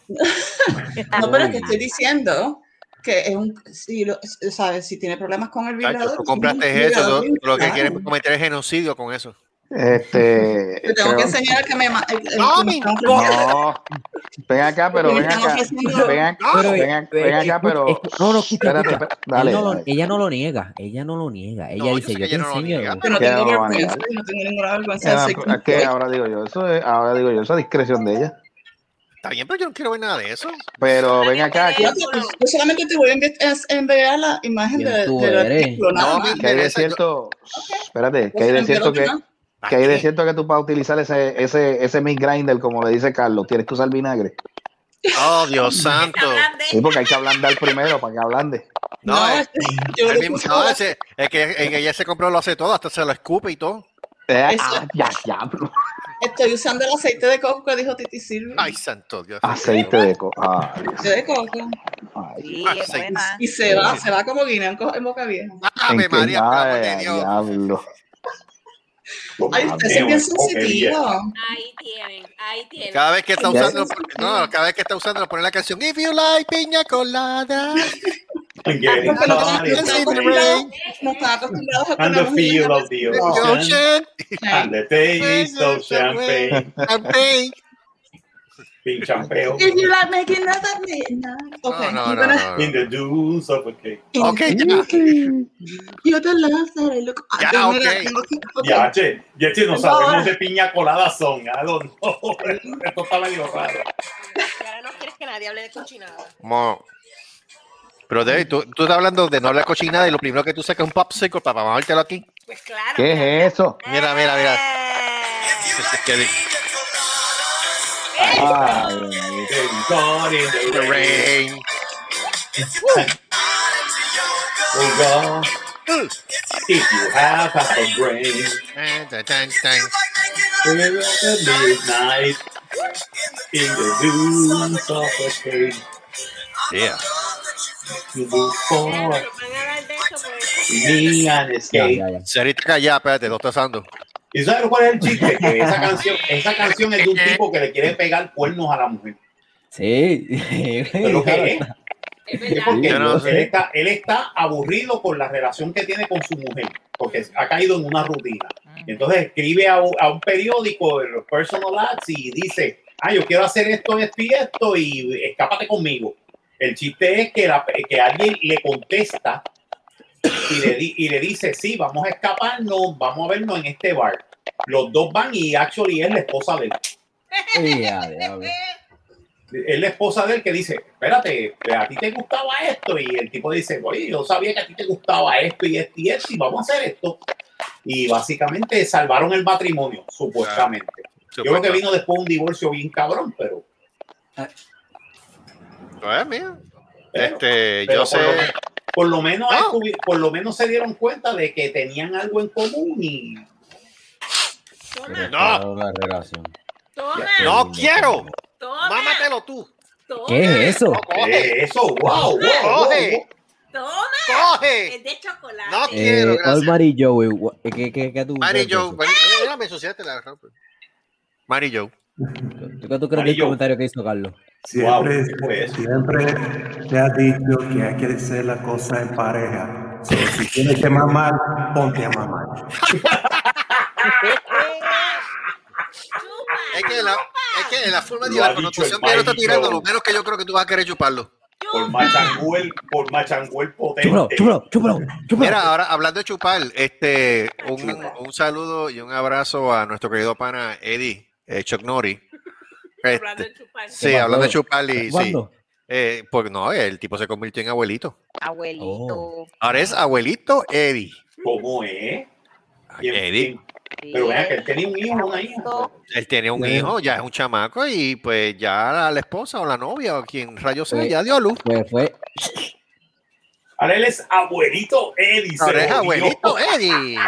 S4: No, pero es que estoy diciendo que es un, si lo, sabes, si tiene problemas con el
S7: Tacho,
S4: vibrador.
S7: tú
S4: es un
S7: compraste eso,
S4: vibrador
S7: tú-
S4: bien
S7: tú lo que
S4: caro.
S7: quieres es cometer es genocidio con eso.
S3: Este,
S4: Te tengo
S3: creo-
S4: que enseñar el que me. ma- El, el que
S7: No,
S4: me
S7: mi-
S4: están ofreciendo.
S3: no, ven acá, pero
S4: Porque me
S3: ven
S4: están
S3: acá,
S4: ofreciendo-
S3: ven acá,
S7: Pero,
S3: ven acá, ven acá, pero
S6: No, no, escucha,
S3: espérate,
S6: escucha.
S3: espérate, dale,
S6: Él no lo-
S3: dale.
S6: ella no lo niega, ella no lo niega. Ella
S7: yo
S6: dice,
S7: sé
S6: yo
S7: que
S6: te
S7: ella no lo
S6: enseño.
S7: niega,
S4: Yo no
S3: ¿Qué
S4: tengo
S3: vamos a
S4: vergüenza,
S3: negar?
S4: yo no tengo ninguna vergüenza de
S3: Ah,
S4: decir
S3: pero
S4: quién
S3: es que
S4: soy.
S3: ahora digo yo, eso es, ahora digo yo, eso es discreción de ella.
S7: Está bien, pero yo no quiero ver nada de eso.
S3: Pero ven acá,
S4: Yo,
S3: ¿qué,
S4: te- yo solamente te voy a envi- es- enviar la imagen
S6: ¿Quién
S4: de-
S6: tú
S4: del
S6: eres?
S4: artículo, nada
S7: No,
S4: más.
S7: mi-
S3: qué hay de
S7: Interesa,
S3: cierto? Espérate,
S4: Yo
S3: ¿qué hay
S4: se la
S3: de
S4: envío
S3: cierto que,
S4: a la
S7: ¿Para
S3: que hay de
S7: qué?
S3: cierto que tú para utilizar ese, ese, ese meat grinder, como le dice Carlos, tienes que usar vinagre?
S7: Oh, Dios santo.
S3: Sí, porque hay que ablandar primero para que ablande.
S7: No,
S4: No,
S7: es-
S4: es- yo
S7: el
S4: lo
S7: mismo-
S4: puse
S7: no,
S4: ahora.
S7: ese- es que, es que ella se compró, lo hace todo, hasta se lo escupe y todo.
S3: Eh,
S4: Eso.
S3: ah, ya, diablo.
S4: Estoy usando el aceite de coco que dijo Titi Silvia.
S7: Ay, santo Dios.
S3: Aceite de co. Ay,
S4: Aceite de coco.
S3: ay.
S9: Sí,
S7: Ah,
S9: es
S7: sí.
S9: buena.
S4: Y se va, se va como guineo en co- en boca vieja.
S7: Ave
S3: ¿En qué?
S7: María, por amor de
S3: Ay,
S7: Dios.
S3: diablo.
S4: Ay, ustedes
S2: Dios, Ah,
S4: son bien
S2: ok, bien.
S4: sensitivos.
S8: Ahí tienen, ahí tienen.
S7: Cada vez que
S4: Ya
S7: está usando,
S4: sé.
S7: no, cada vez que está usando, pone la canción If You Like Piña Colada.
S2: Getting
S4: Porque no están
S2: started,
S4: no están
S7: Dancing in the
S2: baby.
S4: acostumbrados,
S7: rain.
S4: no están acostumbrados a
S2: And the
S4: ponernos
S2: feel of the
S7: The
S2: ocean.
S7: ocean,
S2: And the taste of champagne.
S3: <laughs>
S7: champagne.
S2: Pin champeo.
S4: If you like making love at midnight. Okay,
S7: No,
S4: you're
S7: no, no,
S4: gonna-
S7: no,
S2: In
S7: no.
S2: the dunes of a cake.
S7: Ok, ya.
S4: You're the love that I look.
S7: Ya,
S4: Ah, Yo, mira,
S7: ok.
S4: tengo que- ok.
S2: Ya, che, ya, che, no
S4: Tengo ahora.
S2: sabemos de piña colada son. algo, no, <laughs> esto está medio raro.
S8: Y ahora no quieres que nadie hable de cochinada.
S7: Mo. Pero David, tú, tú estás hablando de no hablar cochinada y lo primero que tú sacas es un popsicle para mamártelo aquí.
S8: Pues claro. Eh,
S3: ¿Qué es eso?
S7: Mira, mira, mira.
S3: Ay, ay,
S2: Getting caught in the rain.
S7: Rain.
S2: Oh, God.
S7: Uh.
S2: If you have half a brain,
S7: Tan, tan, tan.
S2: we're at midnight in the dunes of a cave.
S7: Yeah.
S2: You look for
S8: Bueno, van a hablar de eso, pues.
S2: me and
S6: Ya,
S2: escape.
S6: ya, ya.
S7: Cerita callada, espérate, lo estás usando.
S2: ¿Y sabes cuál es el chiste? Que esa canción, esa canción es de un tipo que le quiere pegar cuernos a la mujer.
S6: Sí. <laughs>
S2: Pero que es, es
S8: Es verdad.
S2: porque
S7: Yo no
S2: él,
S7: sé.
S2: está, él está aburrido con la relación que tiene con su mujer. porque ha caído en una rutina. Entonces escribe a, un- a un periódico de los personal ads y dice, ah, yo quiero hacer esto, esto y esto y escápate conmigo. El chiste es que, la- que alguien le contesta y le, di- y le dice, sí, vamos a escaparnos, vamos a vernos en este bar. Los dos van y actually es la esposa de él.
S6: Ya, diablo.
S8: Eh,
S2: Es la esposa de él que dice, espérate, a ti te gustaba esto. Y el tipo dice, oye, yo sabía que a ti te gustaba esto y esto y esto y vamos a hacer esto. Y básicamente salvaron el matrimonio, supuestamente. Yo creo que vino después un divorcio bien cabrón, pero...
S7: Pues, mira,
S2: pero-
S7: este,
S2: pero por
S7: yo
S2: lo
S7: sé.
S2: menos- Por lo, menos,
S7: No.
S2: descubri- por lo menos se dieron cuenta de que tenían algo en común y
S8: Toma,
S6: Pero
S7: No.
S6: fue Una relación.
S8: toma,
S7: No quiero.
S8: toma.
S7: Mámatelo tú.
S8: Toma,
S6: ¿Qué es eso?
S7: No, coge.
S2: Eh, eso, wow, wow, wow, wow.
S7: Coge.
S8: Toma,
S7: Coge.
S8: es de chocolate.
S7: No
S8: Eh,
S7: quiero,
S6: Eh,
S7: gracias.
S6: Olmary Joey, wha- ¿qué, qué, qué tú
S7: Mari
S6: crees de
S7: Joe.
S6: eso?
S7: bueno, mira, me ensuciaste la ropa. Mari Joe. pues.
S6: ¿Tú ¿Qué tú crees
S2: Mari
S6: del
S2: Joe.
S6: comentario que hizo Carlos?
S2: Wow,
S5: Siempre,
S2: ¿qué fue eso?
S5: siempre te has dicho que hay que hacer la cosa en pareja. So, si tienes que mamar, ponte a mamar.
S2: pues,
S8: chupa,
S7: Es que la, es que la forma de
S2: Lo ha
S7: la
S2: dicho el
S7: connotación que lo está
S2: Mari
S7: tirando,
S2: Joe.
S7: lo menos que yo creo que tú vas a querer chuparlo.
S2: por Machanguel, por Machanguel potente.
S6: Chúpalo, chúpalo, chúpalo, chúpalo.
S7: Mira, ahora hablando de chupar, este, un, un saludo y un abrazo a nuestro querido pana Eddie eh, Chuck Nori.
S2: pues,
S8: <laughs>
S7: Este,
S8: hablando de chupar.
S7: sí, hablando de chupar
S6: ¿Hasta
S7: y sí.
S6: ¿Cuándo?
S7: Eh, pues no, el tipo se convirtió en abuelito.
S9: Abuelito.
S6: Oh.
S7: Ahora es abuelito Eddie.
S2: ¿Cómo es?
S7: Ah,
S2: ¿Quién-
S7: Eddie.
S2: quién- Pero
S9: Sí,
S2: vea que él tenía un hijo, una hija.
S9: abuelito.
S7: Él tiene un
S6: Sí.
S7: hijo, ya es un chamaco y pues ya la, la esposa o la novia o quien rayo sea,
S6: Sí.
S7: ya dio a luz.
S6: Pues fue.
S2: Ahora él es abuelito Eddie. se
S7: Ahora es
S2: jodió.
S7: abuelito Eddie.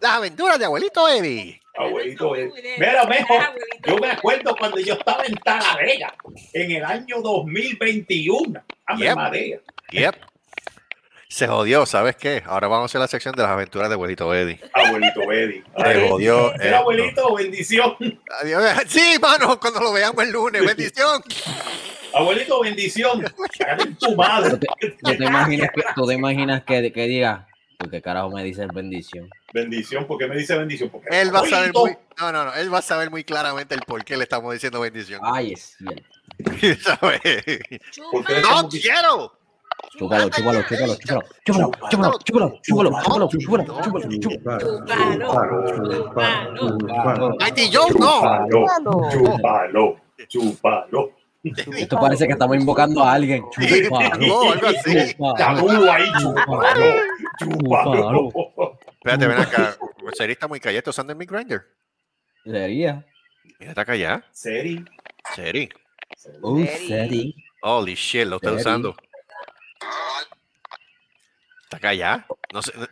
S7: Las aventuras de abuelito Eddie.
S2: Abuelito Eddie.
S8: Abuelito.
S2: Mira, mejor.
S8: Abuelito.
S2: Yo me acuerdo cuando yo estaba en Talavera en el año 2021. A mi
S7: Yep.
S2: madre.
S7: Yep. Se jodió, ¿sabes qué? Ahora vamos a hacer la sección de las aventuras de abuelito Eddie.
S2: Abuelito Eddie.
S7: Se
S2: Ay,
S7: jodió. eh.
S2: mira,
S7: esto.
S2: abuelito, bendición.
S7: Adiós. <laughs> Sí, mano, cuando lo veamos el lunes. Bendición.
S2: Abuelito, bendición. Sácate tu madre.
S6: No te, no te imaginas que, tú te imaginas que, que diga, ¿por qué carajo me dices bendición?
S2: Bendición, ¿por qué me dice bendición? Porque
S7: Él va a saber
S2: abuelito.
S7: muy, no, no, no, él va a saber muy claramente el por qué le estamos diciendo bendición.
S6: Ay, es cierto.
S7: <laughs> ¿Sabes?
S8: Chupa,
S2: Porque-
S7: No quiero.
S6: Chúpalo, chúpalo, chúpalo, chúpalo, chúpalo, chúpalo, chúpalo, chúpalo, chúpalo, chúpalo, chúpalo, chúpalo.
S8: Chupalo, chupalo.
S5: chupalo.
S7: Mighty Joe, no.
S2: Chúpalo,
S9: Chúpalo.
S2: chúpalo, chúpalo.
S6: Esto parece que estamos invocando a alguien.
S7: Sí,
S6: Chupa,
S7: no, algo así.
S6: chupa,
S2: Tabú ahí, chúpalo, chúpalo.
S7: Espérate, ven acá. Seri está muy callado usando el mic grinder.
S6: Sería.
S7: Mira, está callada.
S2: Seri.
S7: Seri.
S6: Un
S9: Seri.
S6: seri.
S7: Holy shit, lo está
S6: Seri.
S7: usando. Está callada. No sé. no-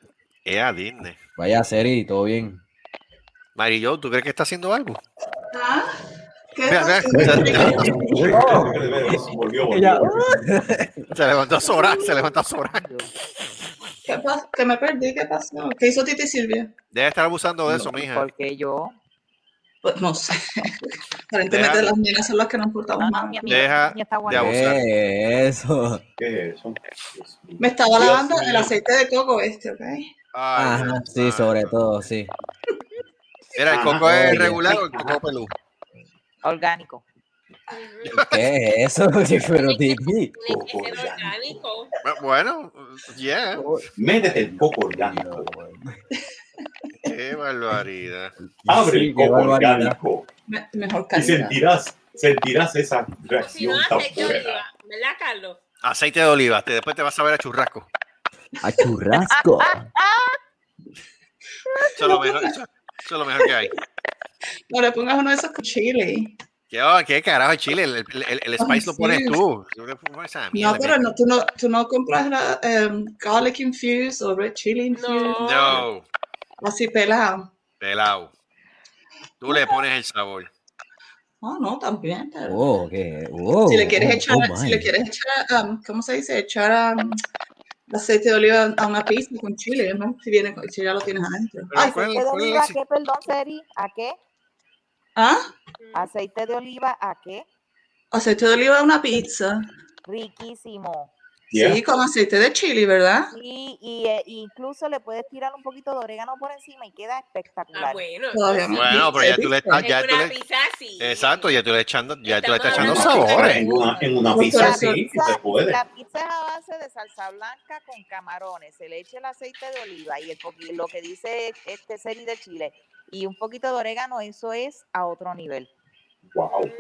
S7: Ea, Disney.
S6: Vaya seri, todo bien.
S7: Mary Jo, ¿tú crees que está haciendo algo?
S4: ¿Ah? ¿Qué
S7: Mira,
S4: pasó?
S7: mira.
S2: Volvió, volvió.
S7: Se levantó a sobrar, se levantó a sobrar.
S4: ¿Qué pasó? Que me perdí, ¿qué pasó? ¿Qué hizo Titi Silvia?
S7: Debe estar abusando de eso, mija.
S9: Porque yo.
S4: Pues no sé. <laughs> Aparentemente
S7: Deja-
S4: las niñas son las que nos portamos
S9: Ah,
S4: mal.
S9: mi- mi-
S7: Deja
S9: mi está
S7: de
S9: guardada.
S7: abusar.
S6: ¿Qué es eso?
S2: ¿Qué es eso? Dios mío.
S4: Me estaba
S2: Dios
S4: lavando el
S2: mío.
S4: aceite de coco este, ¿ok?
S7: Ay,
S6: Ajá,
S7: Dios
S6: sí,
S7: santo.
S6: sobre todo, sí.
S7: Mira, el
S2: Ajá.
S7: coco es
S6: Oye.
S7: regular o el coco pelú.
S9: Orgánico.
S6: ¿Qué es eso? <laughs> Sí, pero Titi.
S8: Tiene que ser orgánico.
S7: Bueno, yeah.
S2: Métete el coco orgánico.
S7: Qué barbaridad.
S2: Abre
S6: Sí,
S2: el
S6: qué
S2: coco
S6: barbaridad.
S2: orgánico
S4: Me- mejor
S2: y
S4: calidad.
S2: sentirás, sentirás esa
S8: O Pues, si no,
S2: reacción tan
S8: aceite de
S2: buena.
S8: oliva. ¿Verdad, Carlos?
S7: Aceite de oliva, te- después te vas a ver a churrasco.
S6: A churrasco.
S7: Eso es lo mejor, eso, eso es lo mejor que hay.
S4: No le pongas uno de esos con chile.
S7: ¿Qué, oh, qué carajo, Chile? El, el- el- el spice lo
S4: sí.
S7: pones tú. Tú le pones esa
S4: No,
S7: mierda,
S4: pero
S7: mira.
S4: no, tú, no, tú no compras la, em, garlic infused o red chili infused.
S8: No.
S7: No,
S4: Así pelado.
S7: pelado. Tú le pones el sabor.
S4: Ah, no, también. pero-
S6: Oh, qué. Oh,
S4: si le quieres
S6: oh,
S4: echar,
S6: oh,
S4: si
S6: my.
S4: le quieres echar, um, ¿cómo se dice? Echar um, aceite de oliva a una pizza con chile, ¿no? Si viene, con- si ya lo tienes adentro.
S7: Pero
S4: Ay,
S7: ¿cuál-
S9: Aceite de
S7: cuál es
S9: oliva, ¿a
S7: el-
S9: qué? Perdón, Seri. ¿A qué?
S4: ¿ah?
S9: Aceite de oliva, ¿a qué?
S4: Aceite de oliva a una pizza.
S9: Riquísimo.
S2: Yeah.
S4: Sí, con aceite de chili, ¿verdad?
S9: Y, y, eh, incluso le puedes tirar un poquito de orégano por encima y queda espectacular.
S8: Ah, bueno.
S4: Todavía no.
S7: Bueno, pero ya tú le estás,
S8: Es
S7: ya tú
S8: una
S7: le,
S8: pizza así.
S7: exacto, ya tú le echando, ya tú le estás echando
S8: Estamos hablando de
S7: sabores.
S2: En una, en una pizza
S9: La
S2: así,
S9: pizza-
S2: se puede.
S9: La pizza es a base de salsa blanca con camarones. Se le echa el aceite de oliva y el poqui- lo que dice este serie de chile y un poquito de orégano, eso es a otro nivel.
S2: Wow.
S8: Mm,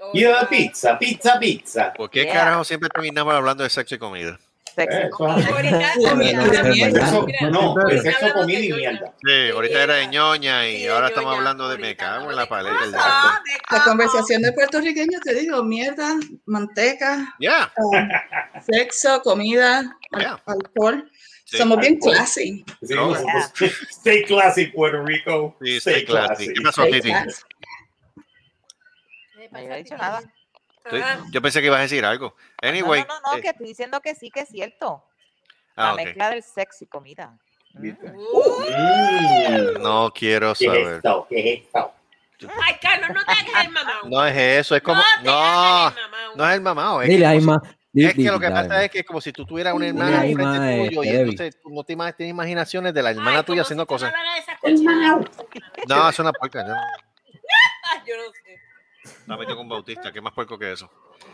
S8: oh,
S2: Y la
S8: no.
S2: pizza, pizza, pizza.
S7: ¿Por qué
S9: Yeah.
S7: carajo siempre terminamos hablando de sexo y comida?
S9: Sexy.
S2: Eh, Eso,
S8: Ahorita-
S4: Uy,
S8: mira,
S4: no,
S8: mira,
S4: no,
S8: mira,
S2: Eso,
S8: mira.
S2: no,
S8: Ahorita
S2: el sexo,
S8: hablamos
S2: comida
S8: de
S2: y
S8: ñoña.
S2: mierda.
S7: Sí, ahorita era de ñoña y
S8: Sí, de
S7: ahora estamos
S8: ñoña,
S7: hablando de me
S8: ahorita
S7: cago en la
S8: hablamos de
S7: paleta. del
S8: cosas.
S7: diablo.
S4: <laughs> La conversación de puertorriqueño, te digo, mierda, manteca,
S7: Ya,
S4: ah, sexo, comida, al-
S7: Yeah.
S4: alcohol.
S7: Sí,
S4: Somos bien
S2: alcohol.
S4: classy.
S2: Sí,
S7: No,
S2: nosotros- <laughs> Stay classy, Puerto Rico.
S7: sí, stay classy. ¿Qué pasó,
S4: Stay
S7: Titi?
S4: classy.
S8: ¿Qué
S9: No
S8: pasa,
S9: había dicho
S8: Titi?
S9: nada.
S7: Sí,
S8: Ah,
S7: Yo pensé que ibas a decir algo. Anyway.
S9: no, no, no, no,
S7: eh,
S9: que estoy diciendo que sí, que es cierto.
S7: ah,
S9: la
S7: ok.
S9: mezcla del sexo y comida.
S7: Mm.
S2: ¿Viste?
S8: uh,
S2: Mm.
S7: No quiero
S2: ¿Qué es
S7: saber.
S2: esto? ¿Qué es esto?
S8: Ay, Carlos, no te hagas el mamá.
S7: No es eso, es como. No, no es el mamado. Es, que
S6: Dile ahí
S7: como si-
S6: más.
S7: es que lo que pasa es que es como si tú tuvieras una
S6: Dile
S7: hermana
S6: ahí más,
S7: enfrente tuyo y
S6: este, Debbie.
S7: entonces tú no te ima- tienes imaginaciones de la hermana tuya haciendo cosas.
S8: Hermano.
S7: No, es una puerca. Yo
S8: Yo no sé.
S7: la metí con Bautista, que más puerco que eso.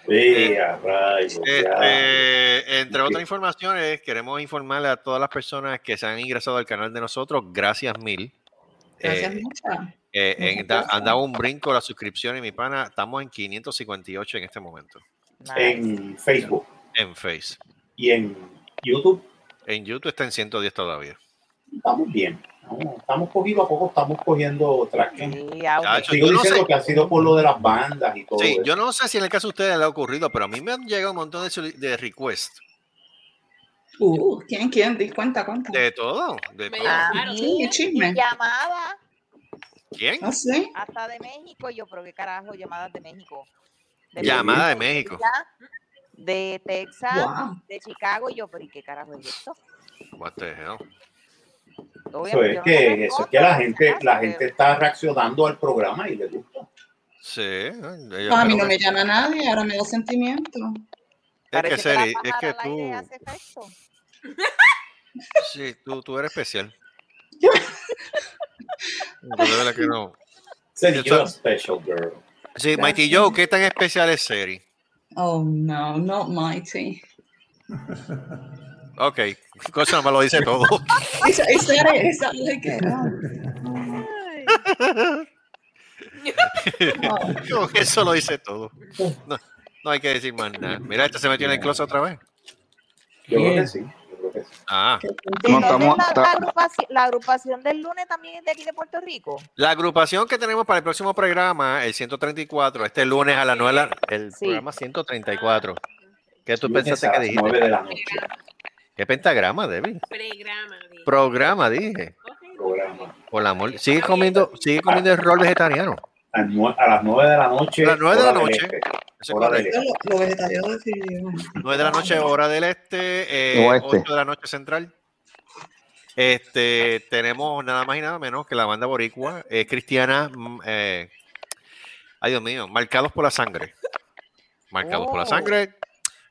S7: Eh,
S2: Sí, a rayos, ya.
S7: Este, entre
S2: Ok.
S7: otras informaciones, queremos informarle a todas las personas que se han ingresado al canal de nosotros. Gracias mil.
S4: Gracias
S7: Eh,
S4: muchas.
S7: eh, en-
S4: muchas
S7: da-
S4: gracias.
S7: han dado un brinco la suscripción y mi pana, estamos en 558 en este momento,
S9: Nice.
S2: En Facebook
S7: en Face.
S2: y en YouTube
S7: En YouTube está en 110 todavía.
S2: estamos bien. Estamos, estamos poquito a poco, estamos cogiendo tracción.
S9: Sí, ah, ok.
S7: Chacho,
S2: Sigo
S7: yo no
S2: diciendo
S7: sé.
S2: que ha sido por lo de las bandas y todo
S7: Sí,
S2: eso.
S7: yo no sé si en el caso de ustedes le ha ocurrido, pero a mí me han llegado un montón de, soli- de requests.
S4: Uh, ¿Quién, quién? Di cuenta, cuenta.
S7: De todo, de
S8: Me
S7: todo.
S9: Ah,
S8: Claro,
S9: y-
S4: sí, chisme.
S9: y llamada
S7: ¿Quién?
S4: Ah, sí.
S9: hasta de México. Yo, pero qué carajo, llamadas de México.
S7: Llamada de México.
S9: De Texas,
S4: Wow.
S9: de Chicago. Y yo, pero ¿y qué carajo es esto?
S7: What the hell?
S2: Eso
S9: Obviamente,
S2: es
S9: yo no
S2: que,
S9: respondo,
S2: eso es que la
S9: pero
S2: gente,
S9: carajo,
S2: la
S9: pero-
S2: gente está reaccionando al programa y le gusta.
S7: Sí. eh, yo
S4: No, a mí no
S7: creo que-
S4: me llama nadie, ahora me da sentimiento.
S7: Es que,
S9: Parece que la
S7: Seri, es
S9: pájara
S7: que
S9: al aire
S7: tú,
S9: hace efecto.
S7: sí, tú, tú eres especial. Yo de verdad que no.
S2: Se dice,
S7: Yo
S2: "You're a
S7: soy-
S2: special girl.
S7: Sí, Mighty
S4: Gracias.
S7: Joe, ¿qué tan especial es Seri?
S4: Oh, no, not mighty.
S7: Ok, cosa me lo dice <laughs> todo.
S4: Is, is that it? Is that like it?
S7: <laughs>
S4: Oh, oh.
S7: Con Eso lo dice todo. No, no hay que decir más nada. Mira, este se metió en el closet otra vez.
S2: Yo creo que
S6: Bien.
S2: sí. Yo creo que sí.
S7: Ah,
S9: Entonces,
S3: estamos-
S9: la, la
S3: ta-
S9: agrupación, la agrupación del lunes también es de aquí de Puerto Rico.
S7: la agrupación que tenemos para el próximo programa, el 134, este lunes a la 9, de la- el
S9: Sí.
S7: programa 134. ¿Qué tú
S2: Lunes
S7: pensaste
S2: a
S7: que
S2: las
S7: dijiste?
S2: nueve de la noche.
S7: ¿Qué pentagrama, David?
S8: Pregrama. dije.
S7: Programa, dije.
S8: Ok,
S2: Programa.
S7: Por la mol- Sigue comiendo, sigue comiendo el rol vegetariano.
S2: A, nue- a las nueve de la noche.
S7: A las nueve de la
S2: hora del
S7: noche.
S2: este.
S7: Eso es
S2: Hora del
S7: correcto.
S4: Yo lo, lo vegetariano definitivamente.
S7: 9 de la noche, hora del este, eh,
S3: Oeste.
S7: 8 de la noche central. Este, tenemos nada más y nada menos que la banda boricua eh, cristiana, mm, eh, ay Dios mío, marcados por la sangre. Marcados por la
S9: Oh.
S7: sangre.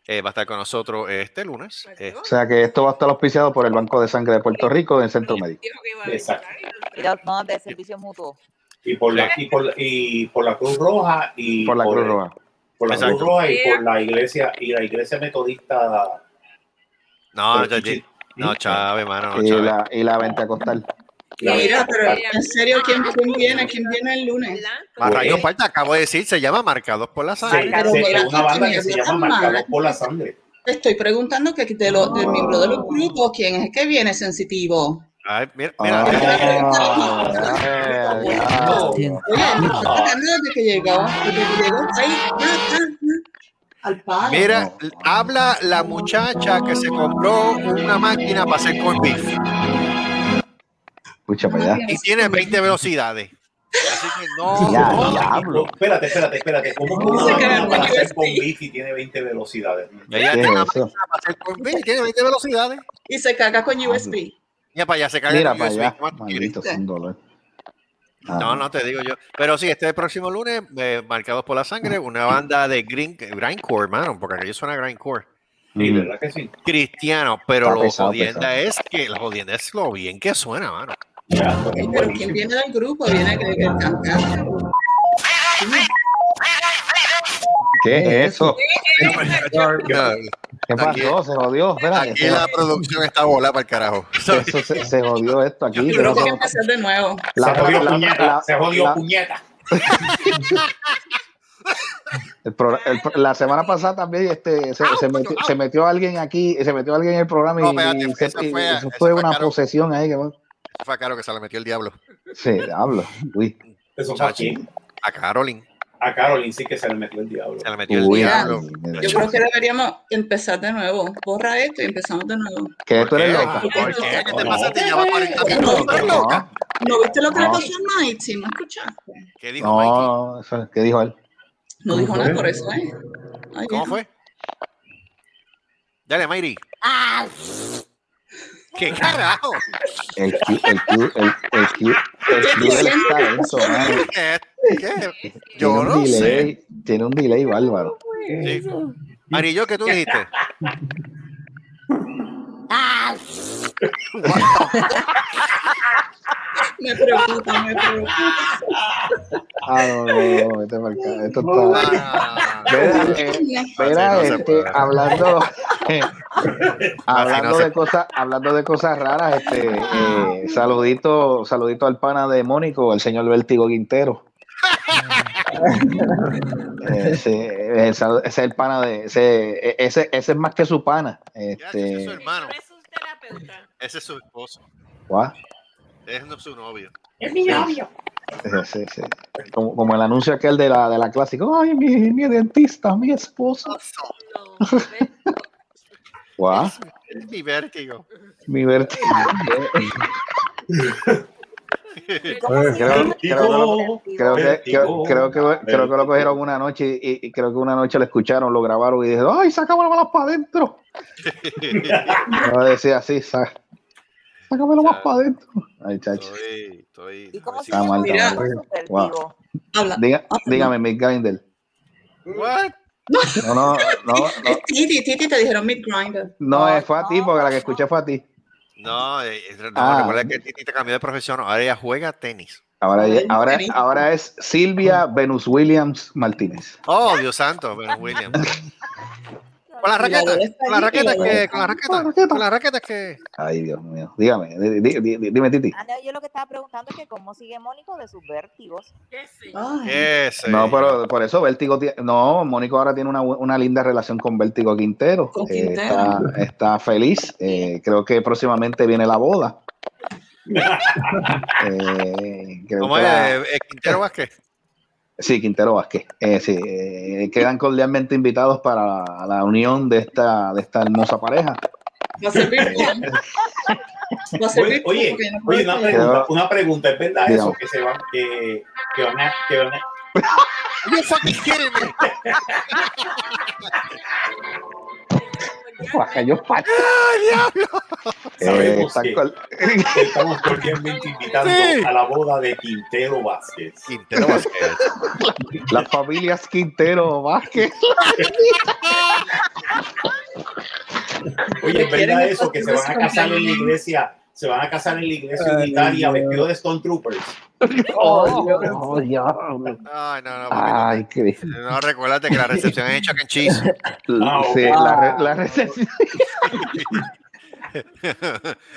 S7: Eh, va a estar con nosotros este lunes.
S8: pues,
S7: Eh,
S3: O sea que esto va a estar auspiciado por el Banco de Sangre de Puerto Rico en el Centro Médico.
S8: Dijo que iba a venir.
S2: Exacto.
S8: Ay,
S9: Y los no, de servicio mutuo.
S2: Y por, la, y, por la, y por la Cruz Roja y
S3: Por la Cruz Roja.
S2: por la Cruz
S7: Exacto.
S2: Roja y por la iglesia y la iglesia metodista
S7: no,
S2: Pero
S7: no,
S2: sí,
S7: Ah, no, Chávez, mano, no,
S3: Y
S7: Chávez.
S3: la, y la Pentecostal.
S2: La-
S4: Mira, pero
S8: mira,
S4: en serio, ¿quién, quién viene? ¿Quién viene el lunes?
S8: blanco.
S7: Más
S2: Pues-
S7: rayón, falta, Ah, acabo de decir, se llama Marcados por la
S2: se-
S7: Sangre.
S9: Marcados
S2: se-
S9: por
S4: la
S2: es una banda que
S4: Sangre,
S2: se
S4: no
S2: llama
S4: tan
S2: Marcados
S4: mal.
S2: por la Sangre.
S4: Te estoy preguntando que de lo, del miembro de los grupos, ¿quién es el que viene sensitivo?
S7: Ay, mira, <laughs>
S3: Ah.
S7: mira,
S4: Yo te
S7: mira,
S4: la preguntaba,
S3: Ah,
S4: Oye,
S3: ah,
S4: me está atacando desde que llegó. Desde que llegó, ahí, ya, ya, ya, ah. al palo.
S7: mira, habla la muchacha que se compró una máquina para hacer corn beef.
S3: Escucha para allá.
S7: y tiene 20 velocidades. Así que
S3: <laughs>
S7: no.
S3: Ya,
S7: no,
S3: diablo.
S2: Espérate, espérate, espérate. ¿Cómo que
S4: Se
S2: una
S4: queda
S2: máquina
S4: en
S2: para hacer
S4: USB.
S2: con beef y tiene 20 velocidades?
S7: Ella
S3: ¿Qué
S7: tiene una
S3: es eso?
S7: máquina para hacer corn beef y tiene 20 velocidades.
S4: Y se carga con USB.
S7: Ya para allá se carga
S3: Mira
S7: con
S3: para
S7: USB,
S3: allá.
S7: ¿qué más tú quieres?
S3: Maldito son dolor. Ah.
S7: No, no te digo yo. Pero sí, este próximo lunes, eh, marcados por la sangre, una banda de green, grindcore, mano, porque aquello suena a grindcore.
S2: Sí, ¿verdad que sí?
S7: Cristiano, pero
S3: Está
S7: lo
S3: pesado,
S7: jodienda
S3: pesado.
S7: es que la jodienda es lo bien que suena, mano.
S2: Ya, pues,
S4: Sí, Pero ¿quién
S2: buenísimo.
S4: viene del grupo? Viene que el cantante.
S3: ¿Qué es eso?
S7: No,
S3: ¿Qué pasó? Se jodió. Espérate.
S7: Aquí la producción está volada para el carajo.
S3: Eso se, se jodió esto aquí.
S4: Yo creo
S3: pero
S4: que hay que
S3: no-
S4: empezar de nuevo.
S3: la-
S2: se jodió
S3: la-
S2: puñeta,
S3: la-
S2: se jodió
S3: la-
S2: puñeta.
S3: el pro- el pro- la semana pasada también este, se, se metió, se metió alguien aquí, se metió alguien en el programa y,
S7: No, espérate,
S3: y
S7: esa
S3: se- y-
S7: fue-
S3: y
S7: esa
S3: fue
S7: fue
S3: una
S7: Carol.
S3: posesión ahí que
S7: Fue a Caro que se le metió el diablo.
S3: se habla. Uy,
S2: Eso fue a
S7: Chachi.
S2: quién?
S7: A Carolyn
S2: A Carolyn sí que se le metió el diablo.
S7: se le metió el
S3: uy,
S7: diablo.
S3: ay, mira,
S4: Yo creo que deberíamos empezar de nuevo. Borra esto y empezamos de nuevo.
S3: que tú eres
S7: ¿Por qué?
S3: loca.
S7: ¿Por qué? ¿Qué te
S2: No.
S7: pasa? Te lleva 40
S3: No,
S7: minutos. ¿Tú eres loca?
S4: ¿No viste lo que le
S3: No.
S4: pasó a Mighty? ¿No escuchaste?
S7: ¿Qué dijo Mikey?
S3: No, eso- ¿qué dijo él?
S4: No dijo nada por eso, ¿eh? Ay,
S7: ¿Cómo
S4: Dios.
S7: fue? Dale, Mayri.
S8: Ah,
S7: ¿Qué carajo?
S3: El Q, el Q, el, el Q, el Q del talento, mano.
S7: ¿Qué? ¿Qué?
S3: Tiene
S7: Yo
S3: un
S7: no sé.
S3: delay, tiene un delay bárbaro.
S7: Sí. Marillo, ¿qué tú dijiste?
S8: ah,
S4: Me preocupa, me preocupa.
S3: Ah, no, no, no, vete para acá. Esto está.
S7: Ah,
S3: Mira, eh, mira,
S7: Así Ah, no se
S3: este,
S7: puede. <laughs> Ah,
S3: hablando, <laughs> hablando
S7: se
S3: de cosas, hablando de cosas raras, este, eh, saludito, saludito al pana de Mónico, el señor Vértigo Quintero.
S7: <laughs>
S3: Eh, ese, ese es el pana de, ese, e, ese, ese es más que su pana.
S7: Ya, ese es su
S3: Este,
S7: hermano.
S8: es un terapeuta.
S7: Ese es su esposo.
S3: guau,
S7: Ese es su novio.
S2: Es mi novio.
S3: ese- ese- como, como el anuncio aquel de la, de la clásica, ay, mi, mi dentista, mi esposo.
S8: No, ¿ves?
S3: Guau.
S7: Es mi vértigo.
S3: Mi vértigo.
S9: Ah.
S3: eh, creo, creo-
S2: Digo,
S3: creo que, creo,
S2: Vértigo.
S3: creo que, creo que lo cogieron una noche y- y, y creo que una noche lo escucharon, lo grabaron y dijeron, ¡ay, sacamos las balas para adentro! No decía así, sa- sácame las balas para adentro. Ay, chacho.
S7: Estoy, estoy.
S9: ¿Y cómo se
S3: Está
S9: llama?
S3: mal,
S9: el
S4: está
S9: otro
S5: mal.
S9: supervivo?
S4: Habla.
S3: Diga-
S9: Ah,
S3: dígame, Mick Grinder.
S7: What?
S3: No, no, no, no,
S4: Es Eh, Titi, Titi, te dijeron Mid Grinder.
S3: no,
S9: No,
S3: es fue a ti,
S9: no,
S3: porque la que
S9: no.
S3: escuché fue a ti.
S7: No, eh, eh, no
S3: Ah.
S7: recuerda que Titi te cambió de profesión. Ahora ella juega tenis.
S3: Ahora,
S4: Ay,
S3: ahora,
S4: buenísimo.
S3: ahora es Silvia Venus Williams Martínez.
S7: Oh, Dios santo, pero William. Con las
S4: Mira,
S7: raquetas.
S4: debe estar
S7: Con las
S4: ahí,
S7: raquetas
S4: debe
S7: que.
S4: estar
S7: Con
S4: ahí.
S7: las raquetas. Con las raquetas que.
S3: Ay, Dios mío. Dígame, di- di- di- dime, Titi.
S9: Ah, no, yo lo que estaba preguntando es que cómo sigue Mónico de sus vértigos.
S8: ¿Qué sé yo?
S4: Ay,
S7: Ese.
S3: No, pero por eso Vértigo tiene. No, Mónico ahora tiene una, bu- una linda relación con Vértigo Quintero.
S4: Con
S3: Eh,
S4: Quintero.
S3: está, está feliz. Eh, creo que próximamente viene la boda. Eh, creo
S7: ¿Cómo
S3: que
S7: es?
S3: la-
S7: Eh, Quintero Vázquez.
S3: sí, Quintero Vázquez. Eh, sí, eh, quedan cordialmente invitados para la, la unión de esta, de esta hermosa pareja.
S4: va a ser
S7: <laughs>
S4: virtual. Va a ser
S2: Oye,
S4: virtual
S2: oye,
S4: porque yo no puedo
S2: oye, una
S4: estar.
S2: pregunta, una pregunta, ¿es verdad eso
S3: Digamos.
S2: que se van, que, que van a, que van a,
S7: You fucking kidding me.
S3: Guacayos pacho. Eh,
S2: Sabemos
S3: están
S2: que-
S3: cor-
S2: que estamos cordialmente invitando
S7: Sí.
S2: a la boda de Quintero Vázquez?
S7: Quintero Vázquez.
S3: Las familias Quintero Vázquez.
S2: Oye, ¿es
S4: Quieren
S2: verdad eso
S4: estos
S2: que se van a
S4: tíos
S2: casar en la
S4: conmigo.
S2: iglesia? Se van a casar en la iglesia unitaria vestido de Stone Troopers.
S3: Oh, Dios.
S7: Ay, no, no. papito.
S3: Ay, qué.
S7: No, recuérdate que la recepción es hecha en cheese.
S2: Ah,
S3: Sí,
S2: ok.
S3: la, re- la recepción.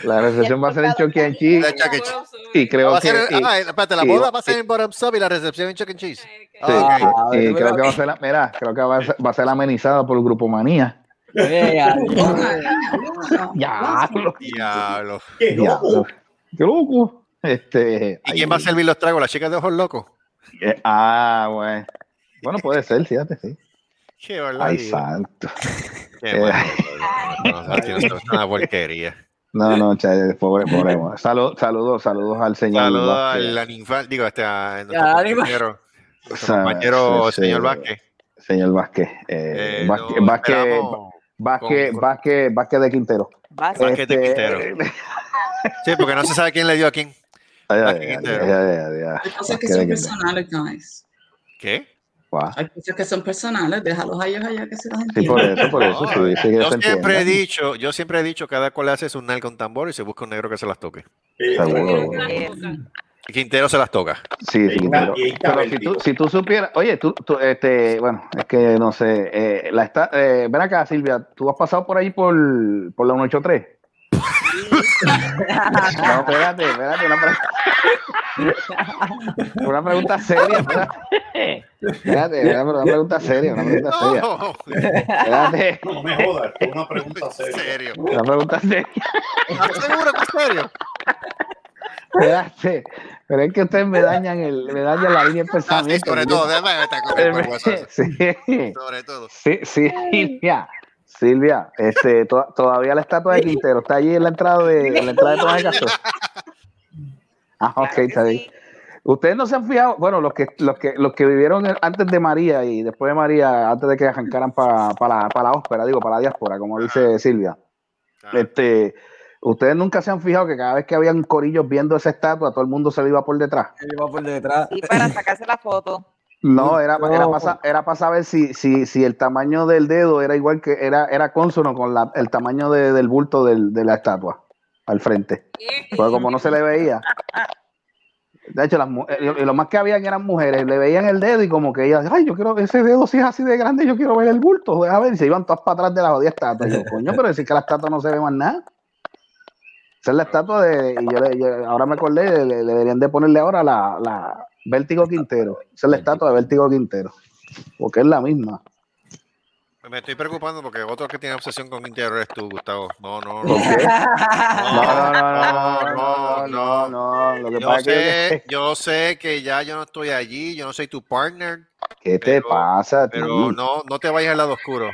S3: la recepción va a ser en Chucky and Cheese
S7: La Chuck E. Cheese.
S3: y creo
S7: Va a
S3: que
S7: ser,
S3: y-
S7: ah, espérate, la
S3: y-
S7: boda va a ser en Bottom Up y la recepción en Chuck E. Cheese.
S3: sí,
S7: Ah,
S3: y creo que va a ser la- mira, creo que va a ser, va a ser amenizada por Grupo Manía.
S6: <laughs> Oh,
S3: Ya, qué lo-
S7: Diablo.
S2: ¡Qué eh, loco!
S3: diablo. Qué loco. Este,
S7: ¿Y
S3: ay,
S7: quién va a servir los tragos? ¿La chica de ojos locos?
S3: eh, ah, bueno. Bueno, puede ser, fíjate, sí.
S7: Qué barbaridad.
S3: Ay, santo.
S7: Qué
S3: Eh.
S7: bueno, no, Martín, esto es una porquería.
S3: No, no, chay, pobre, pobre. Salu- saludos, saludos al señor.
S7: Saludos
S3: Vázquez.
S7: al animal, digo, este, a nuestro
S6: Ya, animal.
S3: <laughs>
S7: compañero, nuestro
S3: Sa-
S7: compañero
S3: sí, sí,
S7: señor Vázquez.
S3: Señor Vázquez.
S7: Eh,
S3: Eh,
S7: lo
S3: Vázquez, Vázquez,
S7: esperamos.
S3: Vázquez,
S7: Con-
S3: Vázquez, Vázquez de Quintero. Este,
S9: Va a ser-
S7: Vázquez de Quintero. Sí, porque no se sabe quién le dio a quién.
S3: Ay, ay,
S7: Vázquez
S3: ay,
S7: Quintero.
S3: ay, ay, ay, ay,
S4: Hay cosas que
S3: Vázquez de
S4: son
S3: Quintero.
S4: personales, guys.
S7: ¿Qué?
S3: Guau.
S4: Hay cosas que son personales, déjalos a ellos allá que se las
S3: Sí, por
S4: entiendan.
S3: eso, por eso.
S7: No,
S3: se dice que
S7: yo
S3: se
S7: siempre he
S3: entienda.
S7: dicho, yo siempre he dicho, cada cual hace su nal con tambor y se busca un negro que se las toque.
S3: Seguro.
S7: Y Quintero se
S3: <laughs>
S7: las toca.
S3: Sí, sí,
S2: Ahí está-
S3: pero,
S2: ahí está
S3: pero
S2: el
S3: si, tú,
S2: tipo.
S3: si tú supieras, oye, tú, tú, este, bueno, es que no sé, eh, la está, eh, ven acá, Silvia, ¿tú has pasado por ahí por, por la 183? <laughs> no, espérate, espérate, una pregunta. una pregunta seria, espérate. Espérate, espérate, una pregunta seria, una pregunta seria.
S7: <laughs> No,
S3: Espérate,
S2: No me jodas, es una pregunta
S7: en
S2: seria.
S7: serio.
S3: una pregunta seria.
S7: ¿Estás seguro
S3: Ah,
S7: que es serio?
S3: Espérate, pero es que ustedes me dañan, el, me dañan la línea de
S7: Ah, sí,
S3: pensamiento.
S7: sobre todo, déjame estar con el cuerpo, eso, eso.
S3: <laughs> Sí.
S7: Sobre todo.
S3: Sí, sí, Silvia. Silvia, este, to- todavía la estatua de Quintero está allí en la entrada de, en la entrada de Tomás de Castro. Ah, ok,
S9: Claro que
S3: está bien.
S9: sí.
S3: Ustedes no se han fijado, bueno, los que, los que, los que vivieron el- antes de María y después de María, antes de que arrancaran para la, pa la ópera, digo, para la diáspora, como dice Silvia.
S7: Ah,
S3: Este, ustedes nunca se han fijado que cada vez que habían corillos viendo esa estatua, todo el mundo se le iba por detrás.
S6: Él va por detrás.
S9: Y para sacarse la foto.
S3: No, era,
S6: No.
S3: era para era pa saber si, si, si el tamaño del dedo era igual que era, era consono con la, el tamaño de- del bulto del- de la estatua al frente. Porque como no se le veía. De hecho, las, mu- eh, lo más que habían eran mujeres, le veían el dedo y como que ellas, ay, yo quiero, ese dedo si es así de grande, yo quiero ver el bulto, deja ver, y se iban todas para atrás de la jodida estatua. Y yo, coño, pero es que la estatua no se ve más nada. Esa es la estatua de, y yo, le- yo- ahora me acordé, le, le deberían de ponerle ahora la, la Vértigo Quintero. Esa es la estatua de Vértigo Quintero, porque es la misma.
S7: Ah, Me estoy preocupando porque otro que tiene obsesión con Quintero eres tú, Gustavo. No, no,
S3: ¿Por
S7: no.
S3: qué?
S4: <laughs>
S3: No, no,
S7: no,
S3: no, no, no, no, no, lo que
S7: Yo
S3: pasa es que-
S7: sé, yo sé que ya yo no estoy allí, yo no soy tu partner,
S3: ¿Qué te
S7: pero-
S3: pasa a ti?
S7: pero no, no te vayas al lado oscuro.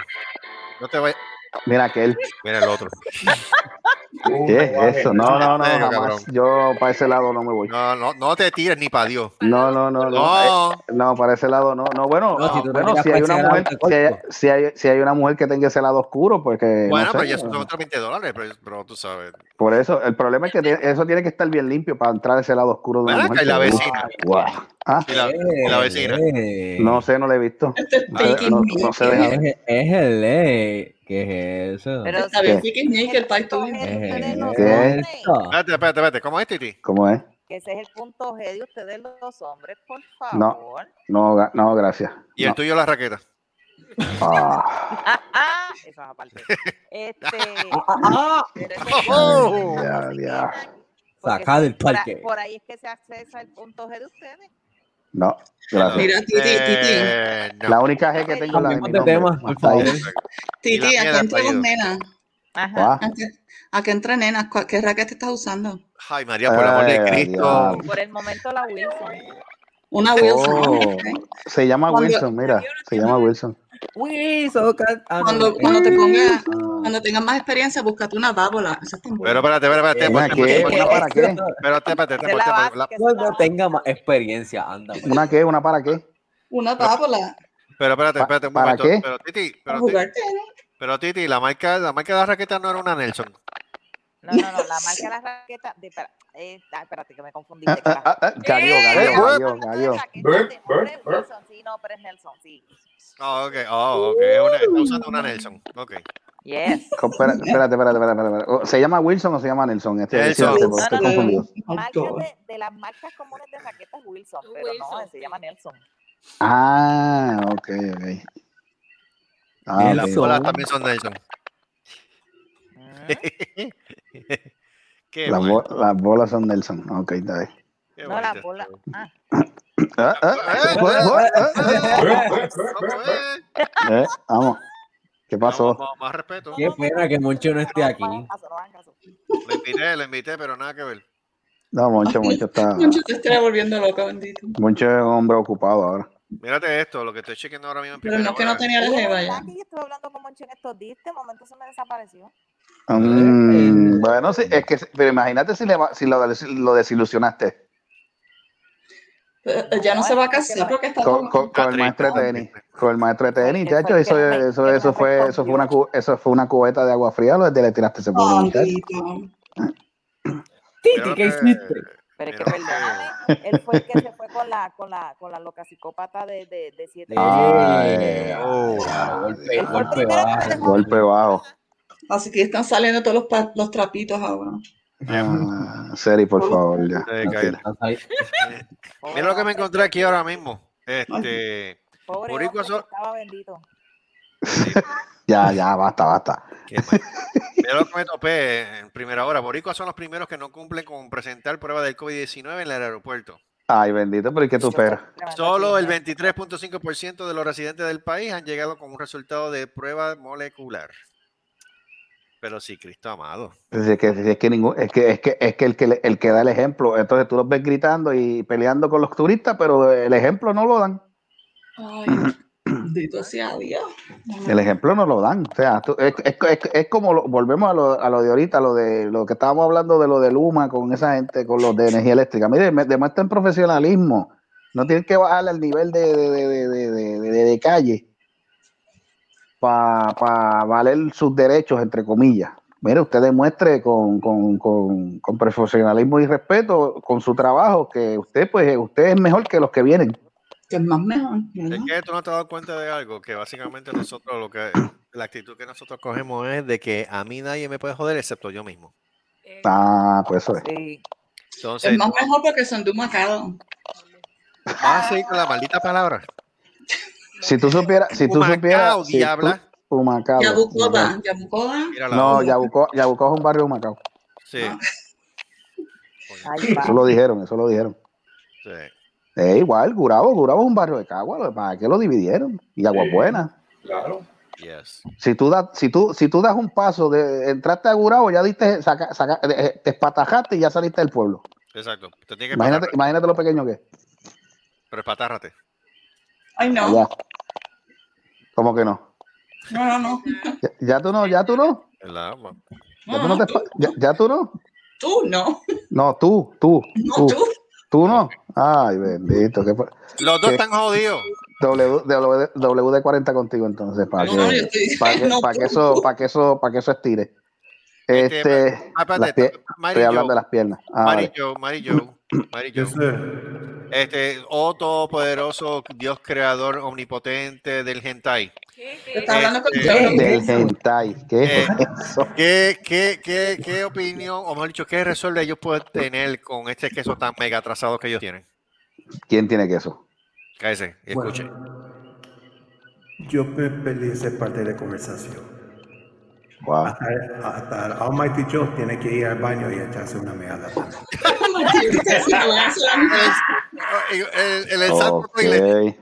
S7: No te vayas.
S3: Mira aquel.
S7: Mira el otro.
S3: ¿Qué es eso? No, no, no,
S7: En serio,
S3: jamás. Yo para ese lado no me voy.
S7: No, no, no te tires ni para Dios.
S3: No, no, no, no. Eh,
S7: No,
S3: No, para ese lado no. No, bueno,
S6: No, si tú no
S3: bueno,
S6: miras
S3: si hay
S6: para
S3: una
S6: ese lado,
S3: mujer,
S6: te
S3: si hay,
S6: corto.
S3: si hay- si hay una mujer que tenga ese lado oscuro, porque
S7: bueno,
S3: no
S7: pero
S3: sé,
S7: ya son otros 20 dólares, pero, pero tú sabes.
S3: por eso, el problema es que tiene- eso tiene que estar bien limpio para entrar ese lado oscuro de una
S7: Ven acá,
S3: mujer.
S7: y la
S3: seguro.
S7: vecina.
S3: Guau. Ah,
S7: Y la,
S4: Eh.
S7: y la vecina.
S6: Eh,
S3: no sé, no la he visto. No,
S4: Taking
S3: no-
S4: me.
S3: no se deja ver.
S6: Es, es el E. ¿Qué es eso? E.
S9: Pero
S4: Está
S9: si
S4: bien,
S3: ¿Qué?
S4: Piqui Sneaker, el país tuyo.
S7: Eh,
S9: Pero-
S6: ¿Qué
S9: ustedes
S3: no
S6: es
S3: saben.
S6: esto?
S7: Espérate, espérate, espérate. ¿Cómo es, Titi?
S3: ¿Cómo es?
S9: que ese es el punto G de ustedes los hombres, por
S3: No.
S9: favor.
S3: No, ga- no, gracias.
S7: Y
S3: No.
S7: el tuyo, la raqueta.
S3: Ah,
S9: Ah, ah, eso es aparte. Este, pero eso es-
S7: Oh,
S3: ya, ya.
S9: porque
S6: Sacá del
S9: por a-
S6: parque.
S9: Por ahí es que se accesa el punto G de ustedes.
S3: no, gracias.
S4: Mira, Titi, Titi,
S7: Eh, no.
S3: La única G que tengo es la de mi
S6: Cambiemos de
S3: nombre.
S6: tema, por
S3: Hasta ahí.
S6: favor.
S7: Y
S4: Titi,
S7: la
S4: aquí entre
S7: mierda,
S4: las
S7: fallido.
S4: nenas.
S9: Ajá.
S3: Guau.
S4: Aquí, aquí entre nenas, ¿cuál- ¿qué raquete estás usando?
S7: Ay, María, por el amor
S3: Ay,
S7: de Cristo.
S3: adiós.
S9: Por el momento la Wilson.
S4: Una Wilson.
S3: Oh,
S4: <laughs> ok.
S3: se llama
S4: Cuando-
S3: Wilson, mira, se llama Wilson.
S6: Wilson, can- ah, no,
S4: Cuando,
S6: eh,
S4: cuando te pongas,
S6: ah.
S4: cuando tengas más experiencia, búscate una bábola. Eso está
S7: Pero
S4: bueno.
S7: espérate, espérate,
S6: Eh,
S7: tiempo,
S3: ¿Una
S7: tiempo,
S3: qué?
S7: tiempo.
S3: ¿Una para qué?
S7: Pero espérate,
S9: Esa es
S7: tiempo,
S9: la
S7: tiempo.
S9: base,
S7: La-
S9: que esa es la
S6: Cuando
S9: base.
S6: tenga más experiencia, anda. pues.
S3: ¿Una qué? ¿Una para qué?
S4: Una bábola.
S7: Pero espérate,
S3: Pa-
S7: espérate un
S3: ¿para
S7: momento.
S3: qué?
S7: Pero Titi,
S4: Para
S7: pero Titi,
S4: jugar tenis.
S7: pero Titi, la marca, la marca de la raqueta no era una Nelson.
S9: No, no, no, la marca de la raqueta. De, espera, eh, ah, espérate, que me confundí.
S3: Ah,
S9: de
S3: ah,
S9: carajo.
S3: ah, ah, Cayó,
S7: Eh,
S3: cayó, cayó,
S9: Hablando de
S3: cayó.
S9: raquetas,
S2: Burp,
S9: de-
S2: burp,
S9: no es
S2: burp.
S9: Wilson, sí, no, pero es Nelson, sí.
S7: Oh, ok, oh, ok. es una- está usando una Nelson. Ok.
S9: Yes.
S3: Co- espera- Espérate, espérate, espérate, espérate, espérate. Oh, ¿Se llama Wilson o se llama Nelson? Este,
S7: Nelson.
S3: decídete, porque estoy
S9: No, no, no.
S3: confundido.
S9: Marcas de, de las marcas comunes de raquetas Wilson, pero no,
S8: Wilson,
S9: se llama Nelson.
S3: Ah, ok, ok. Ah,
S7: Y las
S3: ok.
S7: bolas también son Nelson. <laughs>
S9: Mm.
S7: Qué
S3: Las,
S7: bueno,
S3: bo- las bolas son Nelson. Ok, está bien.
S7: qué
S9: No, la
S7: bonito.
S9: bola. Ah,
S3: Ah, ah,
S7: Eh,
S3: ah, ah, ah,
S7: ¿Cómo es?
S3: ah. Eh, Vamos. ¿Qué pasó?
S7: Vamos, más respeto.
S6: Qué pena que Moncho no esté aquí.
S9: no hagan caso, no hagan caso.
S7: Lo invité, lo invité, pero nada que ver.
S3: No, Moncho, Moncho está.
S4: Mucho te estoy volviendo loca, bendito.
S3: Moncho es un hombre ocupado ahora.
S7: Mírate esto, lo que estoy chequeando ahora mismo en
S4: Pero
S7: primera
S4: no que no
S7: hora.
S4: tenía la
S9: Oye,
S4: jeva
S9: ¿verdad
S4: ya.
S9: que yo estuve hablando con Moncho en estos días? Este momento se me desapareció.
S3: Mm,
S6: Eh.
S3: bueno, sí, es que, pero imagínate si, le va- si lo, si lo desilusionaste
S4: Eh, Ya no se va a casar porque está
S3: con, con- con el
S7: Está
S3: maestro de
S7: triste.
S3: tenis, con el maestro de tenis,
S9: Porque
S3: chacho,
S9: fue
S3: eso,
S9: que no me-
S3: eso,
S9: que no
S3: eso
S9: me
S3: fue, eso fue una,
S9: respondió.
S3: cu- eso fue una cubeta de agua fría, lo de le tiraste ese pobre muchacho.
S4: Bendito.
S6: Titi,
S7: Mira
S6: ¿qué
S7: lo que-
S6: hiciste?
S9: Pero es que perdóname, él fue el que se fue con la, con la, con la loca psicópata de, de, de siete
S3: Ay,
S7: Oh,
S3: golpe,
S9: Él fue el primero que se dejó
S3: golpe bajo.
S4: Así que están saliendo todos los, pa- los trapitos ahora.
S3: Ah, Seri, por favor, ya.
S7: Ay,
S3: tranquila.
S9: Pobre
S7: Mira lo que me
S9: hombre,
S7: encontré aquí ahora mismo. Este.
S9: pobre hombre
S7: Boricua
S9: que
S7: so-
S9: estaba bendito.
S3: Ya, ya, basta, basta.
S7: qué mal. Mira lo que me topé en primera hora. Boricuas son los primeros que no cumplen con presentar prueba del COVID-19 en el aeropuerto.
S3: Ay, bendito, pero ¿y qué tú esperas?
S7: Solo el 23.5% de los residentes del país han llegado con un resultado de prueba molecular. Pero sí, Cristo amado.
S3: Si Es que, si es que, ningún- es que, es que, es que el, que le- el que da el ejemplo, entonces tú los ves gritando y peleando con los turistas, pero el ejemplo no lo dan. <clears throat>
S4: Ay, bendito sea Dios.
S3: El ejemplo no lo dan. O sea, tú- es, es- es- es como lo- volvemos a lo, a lo de ahorita, lo de lo que estábamos hablando de lo de Luma con esa gente, con los de energía eléctrica. Mire, me- demuestren profesionalismo. No tienen que bajar al nivel de, de, de, de- de- de- de- de- de calle para valer sus derechos, entre comillas. Mire, usted demuestre con, con- con- con profesionalismo y respeto con su trabajo que usted, pues, usted es mejor que los que vienen.
S4: Que es más mejor. ¿verdad?
S7: Es que tú no te has dado cuenta de algo, que básicamente nosotros lo que la actitud que nosotros cogemos es de que a mí nadie me puede joder excepto yo mismo.
S8: Eh,
S3: Ah, pues eso es.
S9: Sí.
S7: Entonces,
S4: Es más mejor porque son de un macado.
S7: vas a seguir con la maldita palabra.
S3: Si tú supieras, si tú
S7: Humacao,
S3: supieras, si tú-
S7: diabla.
S3: Humacao,
S4: Yabucoba,
S3: Humacao.
S4: Yabucoba.
S7: Mira la
S3: No,
S7: otra.
S3: Yabucoa, Yabucoa es un barrio de Humacao.
S7: Sí.
S4: Ah.
S7: Coño,
S9: Ay,
S3: Eso
S9: padre.
S3: lo dijeron, eso lo dijeron.
S7: sí.
S3: Eh, igual, Gurabo, Gurabo es un barrio de Cagua, lo- ¿para qué lo dividieron? Y Agua
S2: Sí.
S3: Buena.
S2: Claro.
S7: Yes.
S3: Si tú, das, si, tú, si tú das un paso, de, entraste a Gurabo, ya diste, saca- saca- eh, te espatajaste y ya saliste del pueblo.
S7: Exacto. Te tiene que
S3: Imagínate,
S7: patar-
S3: imagínate lo pequeño que es.
S7: pero espatárrate.
S4: Ay, no.
S3: Allá. ¿Cómo que no?
S4: No, no, no.
S3: Ya, ya tú no, ya tú no.
S7: ¿verdad? Ma-
S3: Ya tú no, te espa- ya- ya tú no.
S4: Tú no. <laughs>
S3: No, tú, tú,
S4: No,
S3: tú,
S4: tú.
S3: tú no. Ay, bendito. qué pa-
S7: Los dos
S3: ¿Qué?
S7: están jodidos.
S3: W, de 40 contigo entonces para
S4: No,
S3: que,
S4: no, yo estoy-
S3: para que,
S4: <laughs> no,
S3: para que
S4: tú,
S3: eso
S4: tú.
S3: para que eso para que eso estire.
S7: Este,
S3: Este,
S7: Ah,
S3: las
S7: espérate,
S3: pie-
S7: to- Mary
S3: estoy hablando de
S7: Jo,
S3: las piernas. Ah,
S7: Mary
S3: vale.
S7: Jo, Mary Jo, Mary
S5: Yo
S7: Jo.
S5: sé.
S7: Este, oh todopoderoso Dios creador omnipotente del hentai.
S8: ¿qué, qué?
S4: Está hablando con
S7: Este,
S4: Cholo. <laughs>
S3: Del hentai, ¿qué es
S7: Eh,
S3: eso?
S7: ¿Qué, qué, qué, qué opinión, o mejor dicho, qué resuelve ellos pueden tener con este queso tan mega atrasado que ellos tienen?
S3: ¿Quién tiene queso?
S7: Cállese y
S5: Bueno,
S7: escuche.
S5: Yo pe- perdí esa parte de la conversación.
S3: Wow.
S5: Hasta, hasta el Almighty Joe tiene que ir al baño y echarse una meada.
S4: Si no voy a hacer "Ah, la mujer,
S7: El, el, el, santo
S3: Ok.
S7: toilet.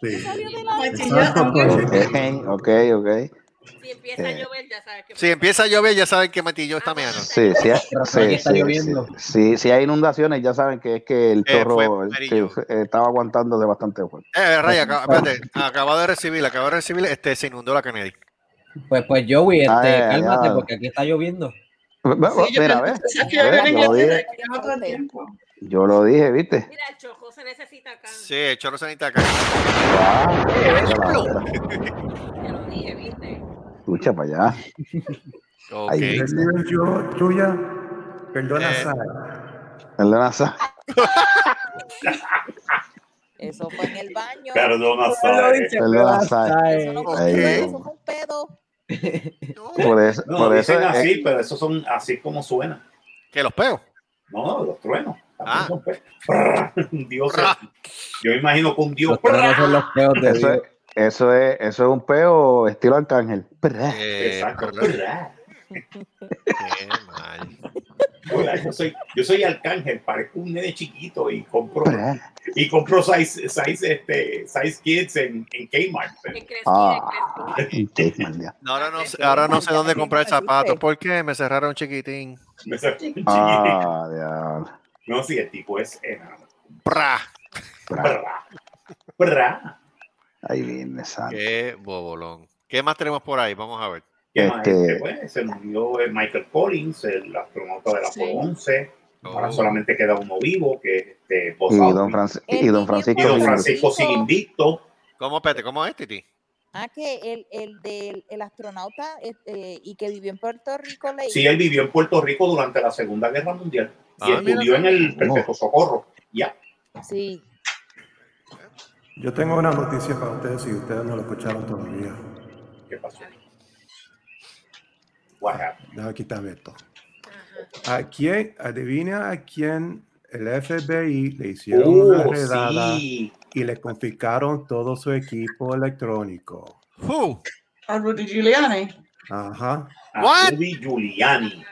S5: Sí.
S4: machilla,
S5: Exacto,
S9: pues.
S4: aunque-
S3: Ok, ok, ok.
S8: Si empieza a
S3: Eh,
S8: llover, ya sabes que
S7: Si empieza a llover, ya saben que Matillo está meando.
S3: Sí, sí, sí,
S6: está
S3: sí,
S6: lloviendo.
S3: sí. Sí, si hay inundaciones, ya saben que es que el
S7: Eh, fue
S3: chorro el-
S7: amarillo.
S3: que, eh, estaba aguantando de bastante fuerte.
S7: Eh, Ray, acá- espérate, acabo de recibir, acabo de recibir, este, se inundó la Kennedy.
S6: Pues, pues Joey, este,
S3: Ay, ay,
S6: cálmate
S3: ay.
S6: porque aquí está lloviendo.
S4: Sí, yo-
S3: Mira, ve.
S4: tú sabes que yo
S3: Mira,
S4: vivo en
S3: yo lo
S4: Inglaterra,
S3: dije,
S4: que yo no todo el tiempo.
S3: yo lo dije, ¿viste?
S8: Mira, el choco se necesita acá.
S7: Sí, el chorro se necesita acá.
S3: Ah, mira la
S7: diablo.
S3: otra.
S8: Te lo dije, ¿viste?
S3: Escucha para allá.
S7: Ok.
S3: Ay,
S5: ¿Te sirve yo, tuya? Perdona,
S7: Eh.
S5: Sara.
S3: Perdona, Sa-
S7: Ah,
S9: Eso fue en el baño.
S2: Perdona, Sara. eh.
S3: perdona, Sa-
S9: Eso no fue
S3: Ahí
S9: un pedo,
S3: vamos.
S9: eso fue un pedo.
S3: Por eso,
S2: No,
S3: por eso
S2: dicen
S3: es- eh.
S2: así, pero esos son así como suena.
S7: Que los peos.
S2: No, los truenos.
S7: Ah.
S2: Son pe- <laughs> Dios, yo imagino que un Dios.
S6: Los perros son los peos de
S3: eso, es,
S6: Dios.
S3: eso es, eso es un peo estilo arcángel. Prá.
S7: Eh,
S2: Ah, Exacto.
S7: qué mal.
S2: Hola, yo soy, yo soy arcángel, parezco un nene chiquito y compro
S3: Prá.
S2: y compro size, size, este, size kids en, en Kmart.
S8: En Crespi,
S3: Ah.
S8: en Crespi.
S3: Qué maldad.
S7: Ahora no, sé- ahora no sé dónde comprar zapatos. ¿Por qué? Me cerraron chiquitín.
S2: Me sale un chiquito.
S3: Ah, diablo.
S2: No, si el tipo es enano.
S7: ¡Pra!
S3: Prá.
S2: Bra, bra.
S3: Ahí viene Santa.
S7: Qué bobolón. ¿Qué más tenemos por ahí? Vamos a ver.
S2: ¿Qué más?
S3: Este-
S2: Este, bueno, se murió eh, Michael Collins, el astronauta de la
S4: Sí.
S2: Apolo 11. Ahora
S7: Oh.
S2: solamente queda uno vivo, que es este, Buzz
S3: Y don,
S2: Aldrin.
S3: Franci-
S9: El
S3: y don
S9: niño
S3: Francisco.
S2: Y
S9: Francisco.
S2: don
S3: Jiménez.
S2: Francisco sigue invicto.
S7: ¿Cómo, espérate, cómo es, Titi?
S9: Ah, que el, el del el astronauta este, y que vivió en Puerto Rico leí.
S2: Sí, él vivió en Puerto Rico durante la Segunda Guerra Mundial. y estudió en el Perfecto Socorro. Ya.
S9: Sí.
S5: Yo tengo una noticia para ustedes si ustedes no la escucharon todavía.
S2: ¿Qué pasó?
S5: Déjame quitarme esto. ¿A quién? Adivina a quién el FBI le hicieron
S2: Oh,
S5: una redada
S2: sí.
S5: y le confiscaron todo su equipo electrónico.
S7: Who?
S4: A Rudy Ah, Giuliani.
S5: Ajá.
S2: A
S7: What?
S2: Rudy Giuliani.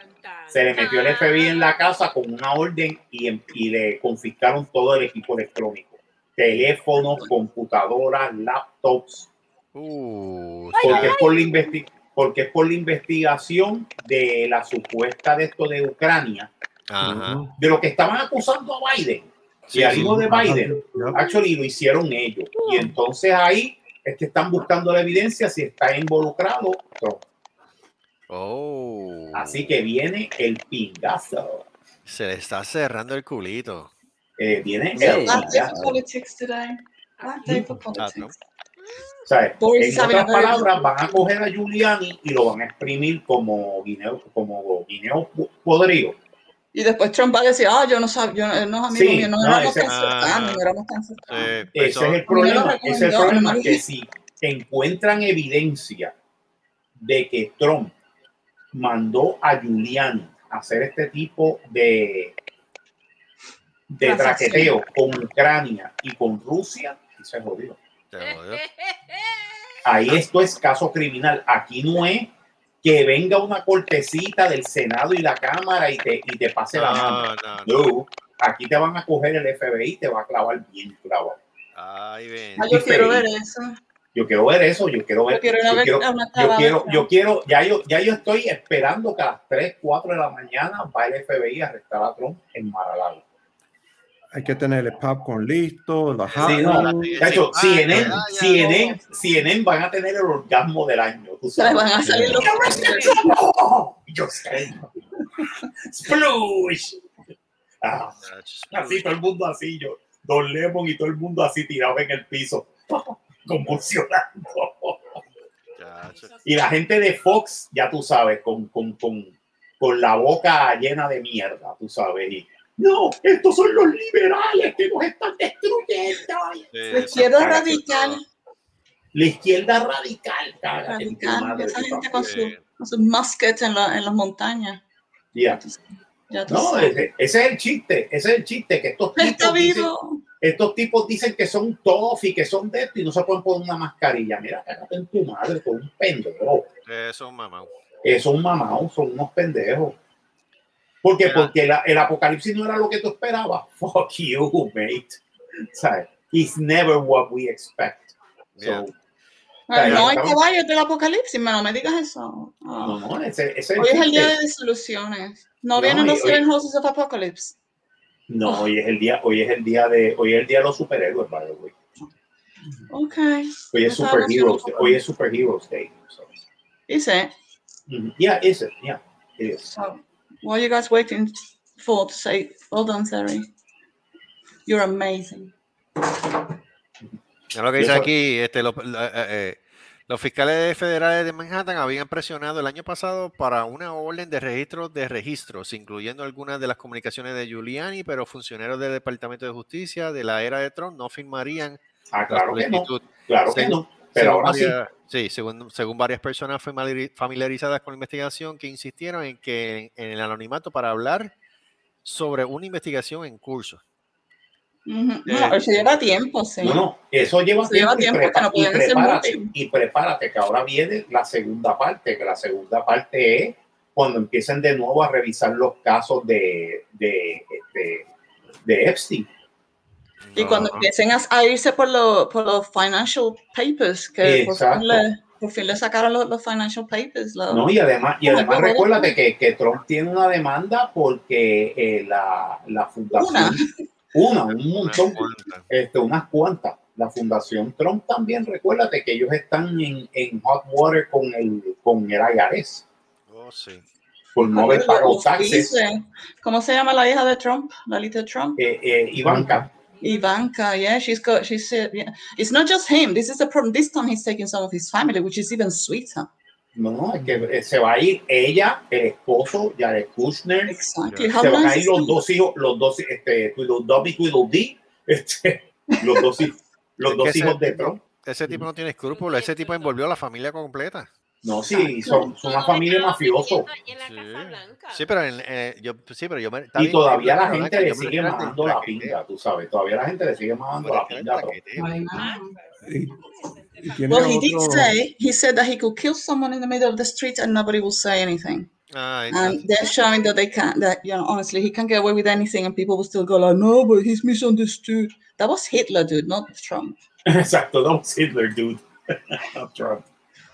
S2: Se le metió el FBI en la casa con una orden y, em- y le confiscaron todo el equipo electrónico. Teléfonos, computadoras, laptops.
S7: Uh,
S2: Porque es por la, investi- porque es por la investigación de la supuesta de esto de Ucrania,
S7: ajá.
S5: Ujú.
S2: de lo que estaban acusando a Biden.
S7: Sí,
S2: y al hijo de
S5: Ajá.
S2: Biden.
S5: Ya.
S2: Actually, lo hicieron ellos. Y entonces ahí es que están buscando la evidencia si está involucrado Trump.
S7: Oh.
S2: Así que viene el pingazo.
S7: Se le está cerrando el culito.
S2: Eh, viene
S6: Sí.
S2: el
S4: Black day
S2: pingazo.
S4: for Ah, politics today. Black day for
S2: Ah,
S4: politics.
S2: O sea,
S4: Boy,
S2: en
S4: sabe
S2: otras
S4: la verdad.
S2: palabras, van a coger a Giuliani y lo van a exprimir como guineo, como guineo po- podrido.
S4: Y después Trump va a decir, ah, yo no sabía, yo no, él no es amigo
S2: Sí,
S4: mío, no,
S2: no,
S4: éramos
S2: ese-
S4: tan cercanos,
S7: ah,
S4: no éramos tan cercanos.
S7: Eh,
S2: Ese
S7: eso-
S2: es el problema.
S4: Primero
S2: Ese es el
S4: recomendó,
S2: problema
S4: primero
S2: que si encuentran evidencia de que Trump mandó a Giuliani a hacer este tipo de de
S4: Transacción.
S2: traqueteo con Ucrania y con Rusia, y se jodió.
S7: oh, te jodió.
S2: Ahí esto es caso criminal. Aquí no es que venga una cortecita del Senado y la Cámara y te, y te pase
S7: Ah.
S2: la mano.
S7: No, no, no.
S2: No, aquí te van a coger el FBI y te va a clavar bien clavado.
S7: Ay, ven.
S4: Ah, yo quiero ver
S2: diferente.
S4: eso.
S2: Yo quiero ver eso, yo quiero ver.
S4: Yo quiero ir a
S2: yo
S4: ver
S2: quiero-
S4: a una
S2: yo
S4: clavada.
S2: quiero, yo quiero, ya yo, ya yo estoy esperando que a las 3, 4 de la mañana va el FBI a arrestar a Trump en Maralago.
S5: Hay que tener el popcorn listo, la
S2: Sí, no,
S5: hot dog.
S7: Sí,
S2: De hecho,
S7: sí. Ah,
S2: CNN,
S7: medalla,
S2: CNN, CNN van a tener el orgasmo del año. ¿tú
S4: Se les
S2: sabes?
S4: van a salir los
S2: ¡Oh! <laughs> Yo sé. ¡Splush! Ah, así todo el mundo así, yo. Don Lemon y todo el mundo así tirado en el piso, <laughs> convulsionando.
S7: Chacho.
S8: <laughs>
S2: Y la gente de Fox, ya tú sabes, con, con, con, con la boca llena de mierda, tú sabes. Y, no, estos son los liberales que nos están destruyendo.
S7: Sí,
S4: la
S7: sí.
S4: izquierda radical,
S2: La izquierda radical, cágate en tu
S4: radical,
S2: madre,
S4: esa
S2: tú
S4: gente
S2: sabes.
S4: con, su,
S7: Eh.
S4: con sus muskets en, la, en las montañas.
S2: Ya.
S4: Ya tú
S2: No,
S4: sabes.
S2: ese, ese es el chiste, ese es el chiste, que estos
S4: Él está
S2: tipos, dicen,
S4: vivo.
S2: estos tipos dicen que son tough y que son de esto y no se pueden poner una mascarilla. Mira, cágate en tu madre, con un pendejo.
S7: Eso, mamá.
S2: Eh, son mamados, son unos pendejos. Porque,
S7: Mira.
S2: porque la- el apocalipsis no era lo que tú esperabas. <laughs> Fuck you, mate. ¿Sabes? It's never what we expect. So, está
S7: Yeah.
S2: bien,
S4: no hay
S2: estamos-
S4: caballos del apocalipsis, me no me digas eso. Ah.
S2: no, no, ese, ese
S4: Hoy es el día
S2: chiste.
S4: de disoluciones. No,
S2: No,
S4: vienen
S2: y
S4: los
S2: hoy-
S4: Seven Houses of Apocalypse.
S2: No, hoy es el día, hoy es el día de, hoy es el día de los superhéroes, by the way.
S4: Ok.
S2: Hoy es
S4: No estaba
S2: superheroes,
S4: emocionada.
S2: hoy es superheroes day. So,
S4: Dice,
S2: mhm. Yeah, is it? Yeah, it is.
S4: so, what are you guys waiting for to say, well done, Sari? You're amazing.
S7: Es lo que
S2: Y
S7: dice
S2: eso-
S7: aquí, este, lo- la- eh, eh, los fiscales federales de Manhattan habían presionado el año pasado para una orden de registro de registros, incluyendo algunas de las comunicaciones de Giuliani, pero funcionarios del Departamento de Justicia de la era de Trump no firmarían
S2: Ah,
S7: la
S2: claro que no,
S7: solicitud.
S2: claro que
S7: Según-
S2: no. Pero
S7: según
S2: ahora sí.
S7: varias- sí, según, según varias personas familiari- familiarizadas con la investigación que insistieron en que en el anonimato para hablar sobre una investigación en curso.
S4: Ujú. Bueno, eso lleva tiempo, sí.
S2: Eh, No, no, eso lleva
S4: Eso
S2: tiempo,
S4: lleva
S2: y,
S4: tiempo,
S2: prepa-
S4: que no
S2: y
S4: pueden hacer
S2: prepárate,
S4: mucho.
S2: y prepárate, que ahora viene la segunda parte, que la segunda parte es cuando empiecen de nuevo a revisar los casos de, de, este, de Epstein.
S4: Y cuando
S7: Ajá.
S4: empiecen a, a irse por, lo- por los financial papers, que por
S2: Exacto.
S4: fin, le, por fin le sacaron los, los financial papers. los-
S2: ¿no? Y además, y
S4: Como
S2: además
S4: todo esto.
S2: recuérdate que, que Trump tiene una demanda porque eh, la, la fundación, una, un
S7: Una
S2: montón,
S7: cuanta.
S2: este, unas cuantas. La Fundación Trump también, recuérdate que ellos están en, en hot water con el, con el IRS
S7: Oh, sí.
S2: por no haber pagado
S4: los
S2: taxes.
S4: dice. ¿Cómo se llama la hija de Trump? La little Trump.
S2: eh, eh, Ivanka.
S4: Ivanka, yeah, she's got, she's, uh, yeah. It's not just him. This is the problem. This time he's taking some of his family, which is even sweeter.
S2: No, es que eh, se va a ir ella, el esposo, Jared Kushner.
S4: Exacto.
S2: Se van a ir los dos hijos, los dos, este, Tweedledum y Tweedledee, este, los dos, hij- los
S7: <laughs> Es
S2: dos
S7: que
S2: hijos
S7: ese
S2: de
S7: tipo-
S2: Trump.
S7: Ese tipo no tiene escrúpulos, ese tipo envolvió a la familia completa.
S2: No, sí, son, son una familia mafiosa.
S8: Y en la
S7: Sí.
S8: Casa Blanca.
S7: Sí, pero, en- eh, yo, sí, pero yo me. está
S2: Y
S7: bien,
S2: todavía la
S7: pero
S2: gente
S7: que
S2: le
S7: yo me
S2: sigue
S7: refiero al
S2: mamando la
S7: traqueteo.
S2: pinga, tú sabes. Todavía la gente le sigue mamando la
S7: Hombre, el
S2: pinga. bro.
S7: traqueteo.
S5: Y, y tiene
S4: Well, he did
S5: otro-
S4: say he said that he could kill someone in the middle of the street and nobody will say anything.
S7: Ah,
S4: And
S7: entonces,
S4: they're showing that they can that you know honestly he can get away with anything and people will still go like no but he's misunderstood. That was Hitler, dude, not Trump.
S2: Exacto, don't Hitler, dude. Not Trump.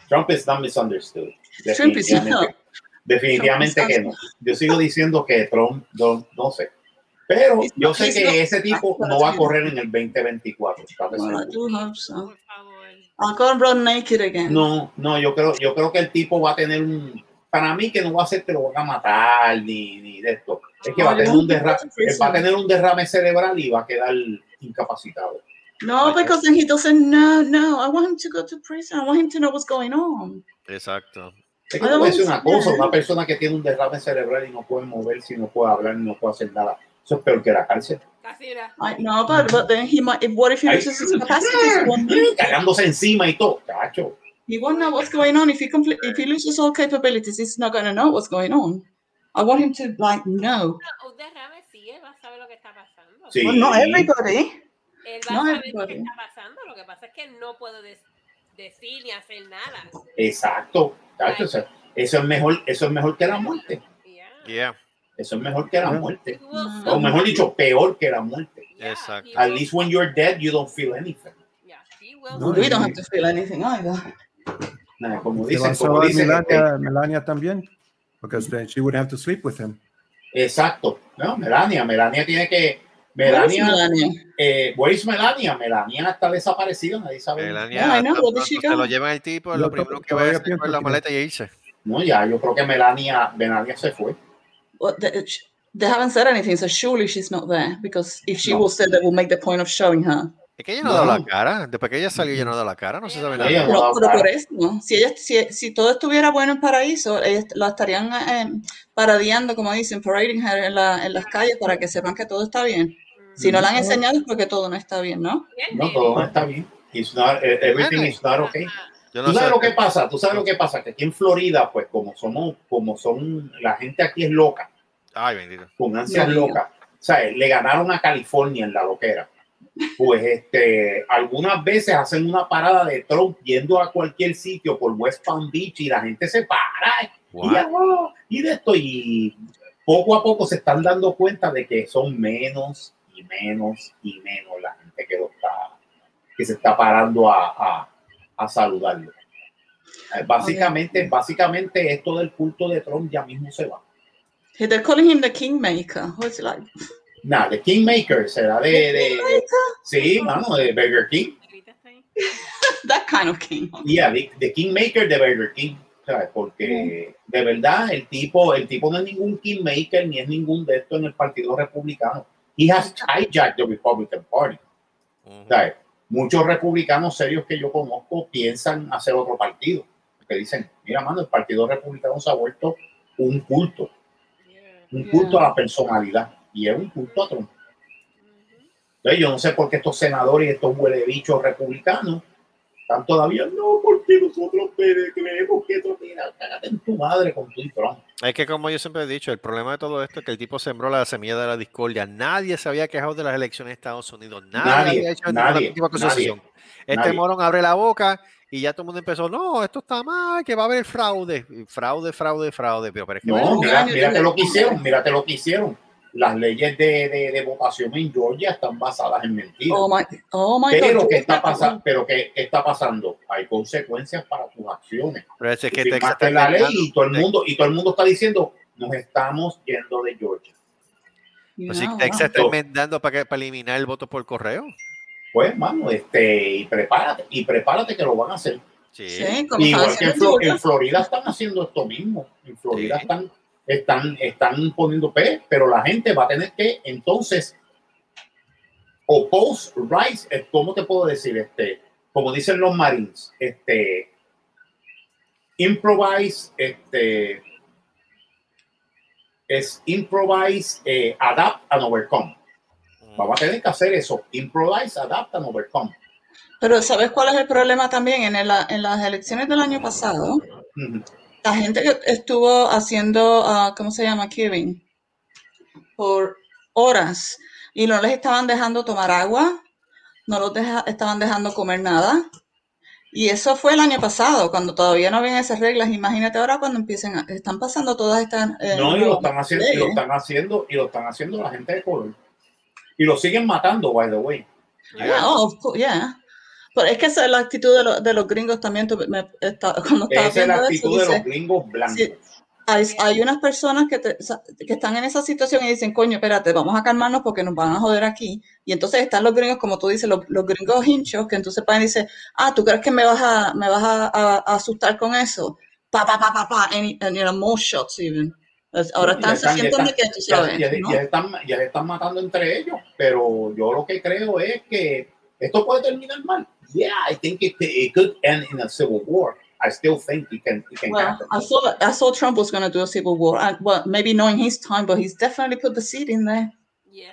S2: Trump is not misunderstood.
S4: Trump is
S2: Definitivamente,
S4: not.
S2: definitivamente
S4: Trump
S2: que
S4: is
S2: no. Yo sigo diciendo que Trump, no, no sé. Pero
S4: He's
S2: yo
S4: not-
S2: sé
S4: he's
S2: que
S4: not-
S2: ese tipo no va a correr en el 2024. está de
S4: Well, I
S2: seguro.
S4: do hope so.
S8: Por favor.
S4: I'll go run naked again.
S2: No, no, yo creo, yo creo que el tipo va a tener un. Para mí que no va a ser que lo van a matar ni, ni de esto. Es que va a tener un derrame, va a tener un derrame cerebral y va a quedar incapacitado.
S4: No,
S2: Okay.
S4: because then he doesn't know. No, I want him to go to prison. I want him to know what's going on.
S7: exacto.
S2: Es que
S4: Ah,
S2: te voy a decir una
S4: sí.
S2: cosa, una persona que tiene un derrame cerebral y no puede moverse, y no puede hablar, y no puede hacer nada, eso es peor que la cárcel.
S8: Casi era.
S4: I know, but but then he might. If, what if he
S2: Ay.
S4: loses his capacity? He won't, know.
S2: Cagándose encima y todo, cacho.
S4: he won't know what's going on. If he complete, if he loses all capabilities, he's not going to know what's going on. I want him to like know.
S8: No, un derrame sí, él va a saber lo que está pasando.
S2: Sí.
S4: Well, not everybody.
S8: Él va
S4: Pues No,
S8: a saber lo
S4: everybody.
S8: que está pasando. Lo que pasa es que no puedo des- decir ni hacer nada.
S2: Exacto, cacho. o sea, eso es mejor, eso es mejor que la muerte.
S8: Yeah.
S7: Yeah,
S2: Eso es mejor que la muerte.
S8: He will
S4: No.
S2: O
S8: suffer.
S2: mejor dicho, peor que la muerte.
S8: Yeah,
S7: Exacto.
S8: he
S2: At
S8: will-
S2: least when you're dead, you don't feel anything.
S8: yeah, he will
S5: No,
S4: We
S8: suffer.
S4: don't have to feel anything either.
S2: Nada, como
S5: Se va a
S2: dicen, como
S5: salvar
S2: dicen, este,
S5: Melania, Melania también. Because then she would have to sleep with him.
S2: exacto. No, Melania, Melania tiene que.
S4: Where is
S2: Melania,
S4: Melania?
S2: eh, where is Melania? Melania está desaparecida, nadie sabe.
S7: Melania,
S4: Yeah, I know,
S7: tan
S4: what did
S7: pronto
S4: she
S7: se
S4: go?
S7: lo llevan el tipo,
S5: Yo
S7: lo
S5: to-
S7: primero que va a
S5: todavía
S7: hacer es
S5: pienso
S7: la
S5: que-
S7: maleta y irse.
S2: No, ya, yo creo que Melania, Melania se fue.
S4: What the, sh- they haven't said anything, so surely she's not there. Because if she
S2: No.
S4: was there, they will make the point of showing her.
S7: Es que ella no ha dado
S2: No.
S7: la cara. Después que ella salió, ella no ha dado la cara, no se sabe
S8: No,
S7: nada.
S2: ella-
S4: Pero,
S2: Wow,
S4: pero
S2: claro.
S4: por eso, ¿no? si, ellas- si, si todo estuviera bueno en paraíso, ellas la estarían eh, paradeando, como dicen, parading her en, la- en las calles para que sepan que todo está bien.
S8: Mm.
S4: Si no la
S2: Mm.
S4: han enseñado es porque todo no está bien, ¿no?
S2: No, todo está bien. It's not- eh, everything is not okay.
S7: Yo no
S2: Tú sabes
S7: sé.
S2: lo que pasa, tú sabes lo que pasa, que aquí en Florida, pues como somos, como son, la gente aquí es loca,
S7: Ay, bendito.
S2: con ansias
S4: No.
S2: locas. O sea, le ganaron a California en la loquera. Pues este, algunas veces hacen una parada de Trump yendo a cualquier sitio por West Palm Beach y la gente se para y, ya,
S7: What?
S2: oh, y de esto, y poco a poco se están dando cuenta de que son menos y menos y menos la gente que, lo está, que se está parando a, a, a saludarlo. Eh, Básicamente, básicamente esto del culto de Trump ya mismo se va.
S4: They're calling him the kingmaker. Who's like,
S2: Nada, de Kingmaker será de, de- de- sí, mano, de Burger King.
S4: that kind of king.
S2: Yeah, de, de Kingmaker de Burger King. ¿sabes? Porque de verdad el tipo, el tipo no es ningún Kingmaker ni es ningún de estos en el Partido Republicano. He has hijacked the Republican Party.
S7: Ujú.
S2: ¿sabes? Muchos republicanos serios que yo conozco piensan hacer otro partido. Que dicen, mira, mano, el Partido Republicano se ha vuelto un culto, un
S4: Yeah.
S2: culto a la personalidad y es un culto a Trump. Entonces, yo no sé por qué estos senadores y estos huelebichos republicanos están todavía, no, porque nosotros cre- creemos que eso, mira, cágate en tu madre con tu y Trump.
S7: Es que como yo siempre he dicho, el problema de todo esto es que el tipo sembró la semilla de la discordia. Nadie se había quejado de las elecciones de Estados Unidos. Nadie,
S2: Nadie,
S7: había hecho
S2: nadie,
S7: ningún tipo de acusación.
S2: nadie,
S7: Este
S2: nadie.
S7: morón abre la boca y ya todo el mundo empezó, no, esto está mal, que va a haber fraude. Y Fraude, fraude, fraude. Pero, pero es que
S2: No,
S7: bueno,
S2: mira, mírate lo que hicieron, mírate lo que hicieron. Las leyes de, de- de votación en Georgia están basadas en mentiras.
S4: Oh my, oh my God.
S2: pero
S4: George
S2: que está
S4: Floyd.
S2: pasando, pero que ¿qué está pasando, hay consecuencias para tus acciones.
S7: pero es que
S2: Que
S7: Texas está
S2: la ley
S7: inventando.
S2: y todo el mundo y todo el mundo está diciendo, nos estamos yendo de Georgia.
S4: You
S7: Pues sí,
S4: know,
S7: Texas
S4: wow.
S7: está enmendando para, que- para eliminar el voto por correo.
S2: Pues, mano, este, y prepárate, y prepárate que lo van a hacer.
S7: Sí.
S4: Sí, como estaba
S2: Igual que en,
S4: haciendo
S2: Flo- en
S4: Georgia.
S2: Florida están haciendo esto mismo. En Florida
S7: Sí.
S2: están, están, están poniendo P, pero la gente va a tener que entonces oppose rights. eh, ¿Cómo te puedo decir? Este, como dicen los Marines, este improvise, este, es improvise, eh, adapt and overcome.
S7: Mm.
S2: Vamos a tener que hacer eso, improvise, adapt and overcome.
S4: Pero ¿sabes cuál es el problema también? En, el- en las elecciones del año pasado,
S2: Ujú.
S4: la gente que estuvo haciendo, ah, ¿cómo se llama? Queuing por horas y no les estaban dejando tomar agua, no los deja- estaban dejando comer nada. Y eso fue el año pasado, cuando todavía no habían esas reglas. Imagínate ahora cuando empiecen, a- están pasando todas estas... eh,
S2: No, y lo
S4: nuevas
S2: están haciendo, y lo
S4: leyes.
S2: están haciendo, y lo están haciendo la gente de color. Y lo siguen matando, by the way.
S4: Yeah, oh, of course, yeah. Pero es que esa es la actitud de, los- de los gringos también. tú me- está- cuando estaba
S2: Esa es
S4: viendo
S2: la
S4: eso,
S2: actitud de
S4: dices,
S2: los gringos blancos.
S4: Sí, hay, hay unas personas que, te- sa- que están en esa situación y dicen, coño, espérate, vamos a calmarnos porque nos van a joder aquí. Y entonces están los gringos, como tú dices, los, los gringos hinchos, que entonces van y dicen, ah, ¿tú crees que me vas a, me vas a, a- a asustar con eso? Pa, pa, pa, pa, pa, and, and, you know, more shots even. Pues Ahora
S2: No, ya
S4: están, se sienten de que tú
S2: ya-
S4: sabes,
S2: ya-
S4: ¿no?
S2: ya están, ya se están matando entre ellos, pero yo lo que creo es que esto puede terminar mal. Yeah, I think it, it could end in a civil war. I still think it can, it can
S4: Well,
S2: happen.
S4: I saw, I saw Trump was going to do a civil war. And, well, maybe knowing his time, but he's definitely put the seed in there.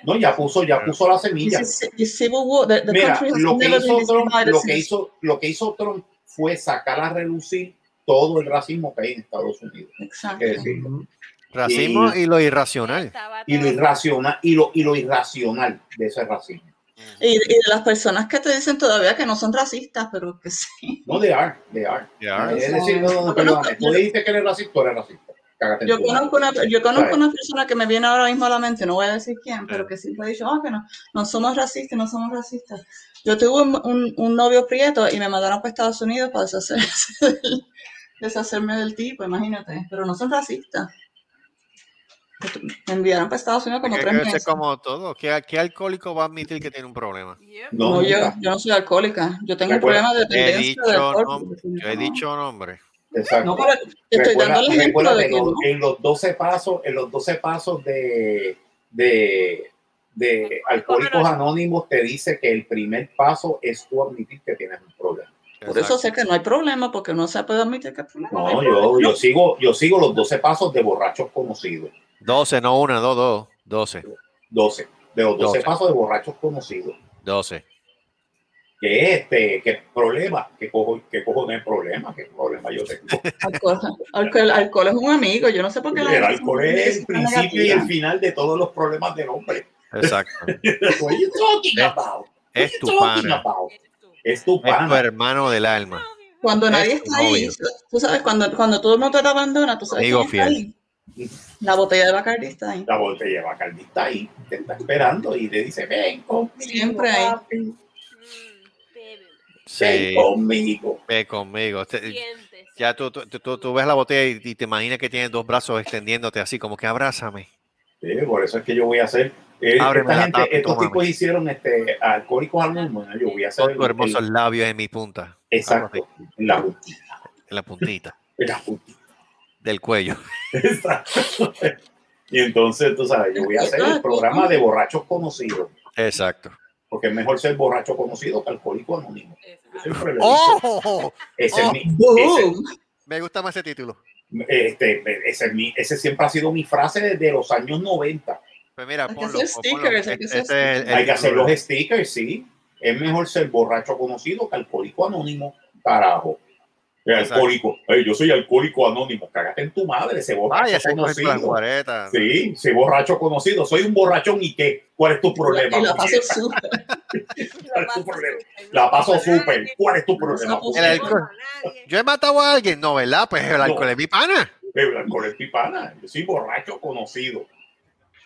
S2: No, ya puso, ya puso la semilla.
S4: This is this civil war. The, the
S2: Mira,
S4: country has
S2: lo que,
S4: never been
S2: hizo
S4: this
S2: Trump,
S4: divided
S2: lo, que
S4: since-
S2: hizo, lo que hizo Trump fue sacar a relucir todo el racismo que hay en Estados Unidos. Hay que
S4: Exactly.
S2: decirlo.
S7: Racismo y lo irracional.
S2: Y lo irracional, y lo, y lo irracional de ese racismo.
S4: Y, y de las personas que te dicen todavía que no son racistas, pero que sí.
S2: No, they are, they are.
S7: They are.
S2: Es decir, no, no, no, perdóname, tú dijiste que eres racista, tú eres racista. Cágate en
S4: Yo
S2: tu madre.
S4: conozco, una, yo conozco
S2: Right.
S4: una persona que me viene ahora mismo a la mente, no voy a decir quién, pero que siempre ha dicho, ah, que no, no somos racistas, no somos racistas. Yo tuve un, un- un novio prieto y me mandaron para Estados Unidos para deshacer- <laughs> deshacerme del tipo, imagínate, pero no son racistas. Me enviaron para Estados Unidos como
S7: Hay que
S4: tres
S7: ser
S4: meses.
S7: como todo. ¿Qué, qué alcohólico va a admitir que tiene un problema?
S2: No,
S4: No, yo,
S2: nunca.
S4: yo no soy alcohólica, yo tengo un
S2: Recuerda,
S4: problema de
S7: He
S4: dependencia de
S7: dicho
S4: alcohol.
S7: nombre. Yo he dicho nombre.
S2: Exacto.
S4: No, pero te estoy
S2: Recuerda-
S4: dando el ejemplo
S2: recuerda
S4: de
S2: que
S4: que
S2: lo-
S4: no.
S2: en los 12 pasos, en los 12 pasos de, de, de Alcohólicos Anónimos te dice que el primer paso es tú admitir que tienes un problema.
S4: Por eso sé que no hay problema, porque no se puede admitir que pues, hay problema.
S2: No, yo, yo sigo, yo sigo los 12 pasos de borrachos conocidos.
S7: 12, no una, dos, dos. 12,
S2: 12. De los 12
S7: 12.
S2: pasos de borrachos conocidos.
S7: 12.
S2: Que este, que problema, que cojo, que cojo de problema, que problema yo tengo.
S4: Alcohol, alcohol- alcohol es un amigo, yo no sé por qué la
S2: El
S4: gente
S2: alcohol
S4: siempre
S2: es
S4: dice
S2: el
S4: que
S2: principio y
S4: negativa.
S2: el final de todos los problemas del hombre.
S4: <laughs>
S2: Pues,
S7: Exacto.
S2: What are you talking
S7: Es-
S2: about?
S7: es
S2: What
S7: tu
S2: you talking
S7: pana.
S2: about? Es tu
S7: Es tu
S2: pana.
S7: hermano del alma.
S4: Cuando nadie
S7: es tu
S4: está ahí,
S7: novio.
S4: tú sabes, cuando, cuando todo el mundo te abandona, tú sabes
S7: Amigo
S4: quién está
S7: fiel.
S4: ahí. La botella de Bacardi está ahí.
S2: La botella de Bacardi está ahí, te está esperando y te dice, ven conmigo,
S4: Siempre ahí.
S2: papi, ven
S8: Mm,
S7: Sí.
S4: Oh.
S2: conmigo.
S7: Ve conmigo. Te- Ya tú, tú, tú- tú ves la botella y, y te imaginas que tienes dos brazos extendiéndote así, como que abrázame.
S2: Sí, por eso es que yo voy a hacer, eh,
S7: Ábreme
S2: esta
S7: la
S2: gente-
S7: tapa y
S2: estos
S7: tómame.
S2: tipos hicieron este alcohólicos anónimos, ¿no? yo voy a hacer
S7: Con
S2: el-
S7: tus hermosos
S2: el-
S7: labios en mi punta.
S2: exacto,
S7: Algo
S2: en la justicia,
S7: así, En la puntita
S2: en la justicia,
S7: del cuello.
S2: exacto. Y entonces, tú sabes, yo voy a hacer el programa de borrachos conocidos,
S7: Exacto.
S2: porque es mejor ser borracho conocido que alcohólico anónimo. Yo siempre le digo,
S7: ¡Oh!
S2: ese es
S7: Oh.
S2: mi, ese-
S4: ¡Boom!
S7: Me gusta más ese título.
S2: Este, ese, es mi- ese siempre ha sido mi frase desde los años 90.
S7: Pues mira,
S4: Hay que
S7: ponlo.
S4: hacer
S7: ponlo.
S4: stickers, hay que
S7: Este-
S4: hacer
S7: este es el- el
S2: Hay que hacer
S7: título.
S2: los stickers, sí. Es mejor ser borracho conocido que alcohólico anónimo, carajo. El
S7: Exacto.
S2: alcohólico. Ey, yo soy alcohólico anónimo. Cágate en tu madre, ese borracho
S7: Vaya, se coge las
S2: conocido.
S7: guaretas.
S2: Sí, ese borracho conocido. Soy un borrachón y qué. ¿Cuál es tu problema?
S4: Y la
S2: muñeca?
S4: paso súper.
S2: ¿Cuál es tu problema? La paso súper. ¿Cuál es tu problema?
S4: paso
S7: <laughs> El alcohol. Yo he matado a alguien. No, ¿verdad? Pues el alcohol es mi pana.
S2: El alcohol es pipana. Yo soy borracho conocido.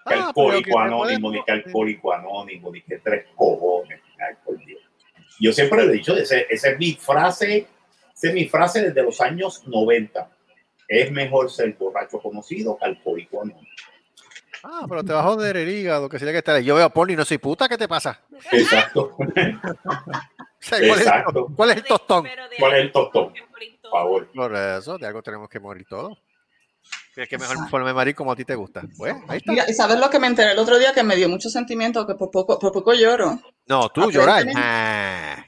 S2: Que
S7: Ah, pero que te
S2: alcohólico
S7: puedes-
S2: anónimo, ni que alcohólico anónimo, ni que tres cojones. Ay, por Dios. Yo siempre lo he dicho, ese- esa es mi frase, esa es mi frase desde los años 90. Es mejor ser borracho conocido que alcohólico anónimo.
S7: Ah, pero te vas a joder el hígado, que sería que está. Yo veo porno y no soy puta, ¿qué te pasa? <laughs>
S2: Exacto.
S7: O sea, ¿cuál, es el,
S2: Exacto.
S7: to- cuál es el tostón?
S2: ¿Cuál es el tostón? Por favor.
S7: Por eso, de algo tenemos que morir todos. Que Es que mejor
S4: Exacto.
S7: forme marir como a ti te gusta. Pues, ahí está.
S4: Mira, ¿y sabes lo que me enteré el otro día? Que me dio mucho sentimiento, que por poco, por poco lloro.
S7: No, tú llorar.
S4: Aparentemente-
S7: Ah,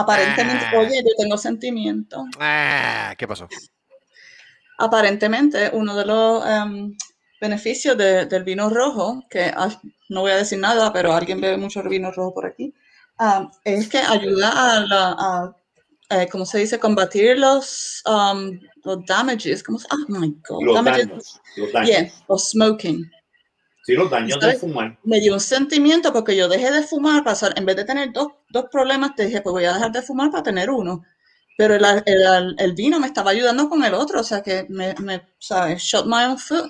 S4: Aparentemente,
S7: Ah.
S4: oye, yo tengo sentimiento.
S7: ah, ¿Qué pasó?
S4: aparentemente uno de los em, beneficios de- del vino rojo, que ah, no voy a decir nada, pero alguien bebe mucho vino rojo por aquí, ah, es que ayuda a, la, a, eh, ¿cómo se dice? Combatir los, um, los damages. ¿Cómo se- Oh, my God.
S2: Los
S4: damages.
S2: daños. Los daños.
S4: Yeah, o smoking.
S2: Sí, los daños de
S4: ¿Sabes?
S2: fumar.
S4: Me dio un sentimiento porque yo dejé de fumar, pasar, en vez de tener dos, dos problemas, te dije, pues voy a dejar de fumar para tener uno. Pero el, el- el vino me estaba ayudando con el otro, o sea que me, me ¿sabes? Shot my own foot.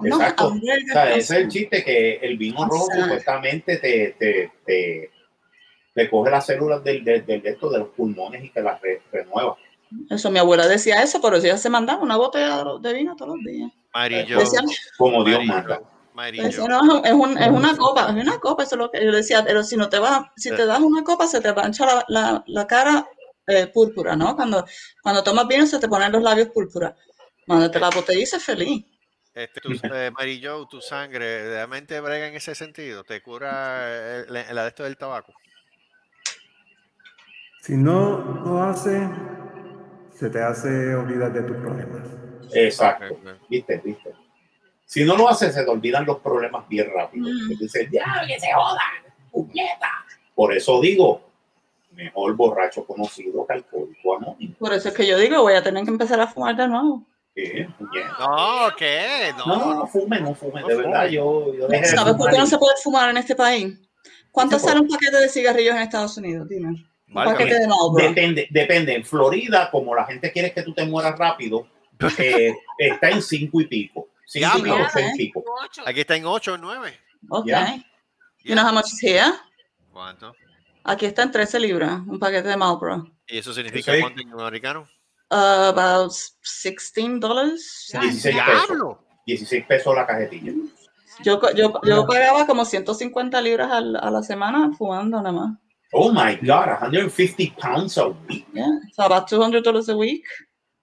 S4: No,
S2: Exacto.
S4: I'm very
S2: O sea, ese es el
S4: responsible.
S2: chiste que el vino
S4: O
S2: rojo
S4: sea.
S2: supuestamente te, te, te, te coge las células del, del, del- de esto de los pulmones y te las re- renueva.
S4: Eso, mi abuela decía eso, pero ella se mandaba una botella de- de vino todos los días.
S7: Amarillo.
S4: Decía-
S2: Como Dios
S7: Amarillo.
S2: manda.
S7: Amarillo.
S4: Decía, Pues no, es, un- es una copa, es una copa, eso es lo que yo decía, pero si no te va, si
S2: Eh.
S4: te das una copa, se te va a hinchar la, la- la cara eh, púrpura, ¿no? Cuando, cuando tomas vino se te ponen los labios púrpura. Mándate la botella y sé feliz.
S7: Este, tu, eh, Mary Jo, tu sangre, ¿realmente brega en ese sentido? ¿Te cura eh, el, el adicto del tabaco?
S5: Si no lo hace, se te hace olvidar de tus problemas.
S2: Exacto.
S7: Ok, ok.
S2: Viste, viste. Si no lo haces, se te olvidan los problemas bien rápido.
S4: Mm.
S2: Entonces, ya, que se joda, puñeta. Por eso digo, mejor borracho conocido que alcohólico anónimo.
S4: Por eso es que yo digo, voy a tener que empezar a fumar de nuevo.
S2: ¿Qué? Puñeta.
S7: No, ¿qué? No,
S2: No, no fume, no fume,
S7: No
S2: de
S7: fume.
S2: verdad. Yo, yo dejé de
S4: ¿Sabes por
S2: fumar
S4: qué no
S2: y-
S4: se puede fumar en este país? ¿Cuánto
S2: Sí, pues. por-
S4: sale un paquete de cigarrillos en Estados Unidos? Dime. Un
S7: Válgame.
S4: paquete de Marlboro.
S2: Depende, depende. En Florida, como la gente quiere que tú te mueras rápido, eh, está en cinco y pico. Cinco y
S7: Diablo.
S2: pico, seis y pico.
S8: Ocho.
S7: Aquí está en 8 o 9.
S4: Ok.
S2: Ya.
S4: You know how much is here?
S7: ¿Cuánto?
S4: Aquí está en 13 libras, un paquete de Marlboro.
S7: ¿Y eso significa
S2: Eso es-
S7: cuánto en americano?
S4: Uh, about $16
S2: 16 pesos. 16 pesos la cajetilla.
S4: Yo, co- yo, yo pagaba como 150 libras al- a la semana fumando nada más.
S2: Oh my God, 150 pounds a week.
S4: Yeah. So about $200 a week.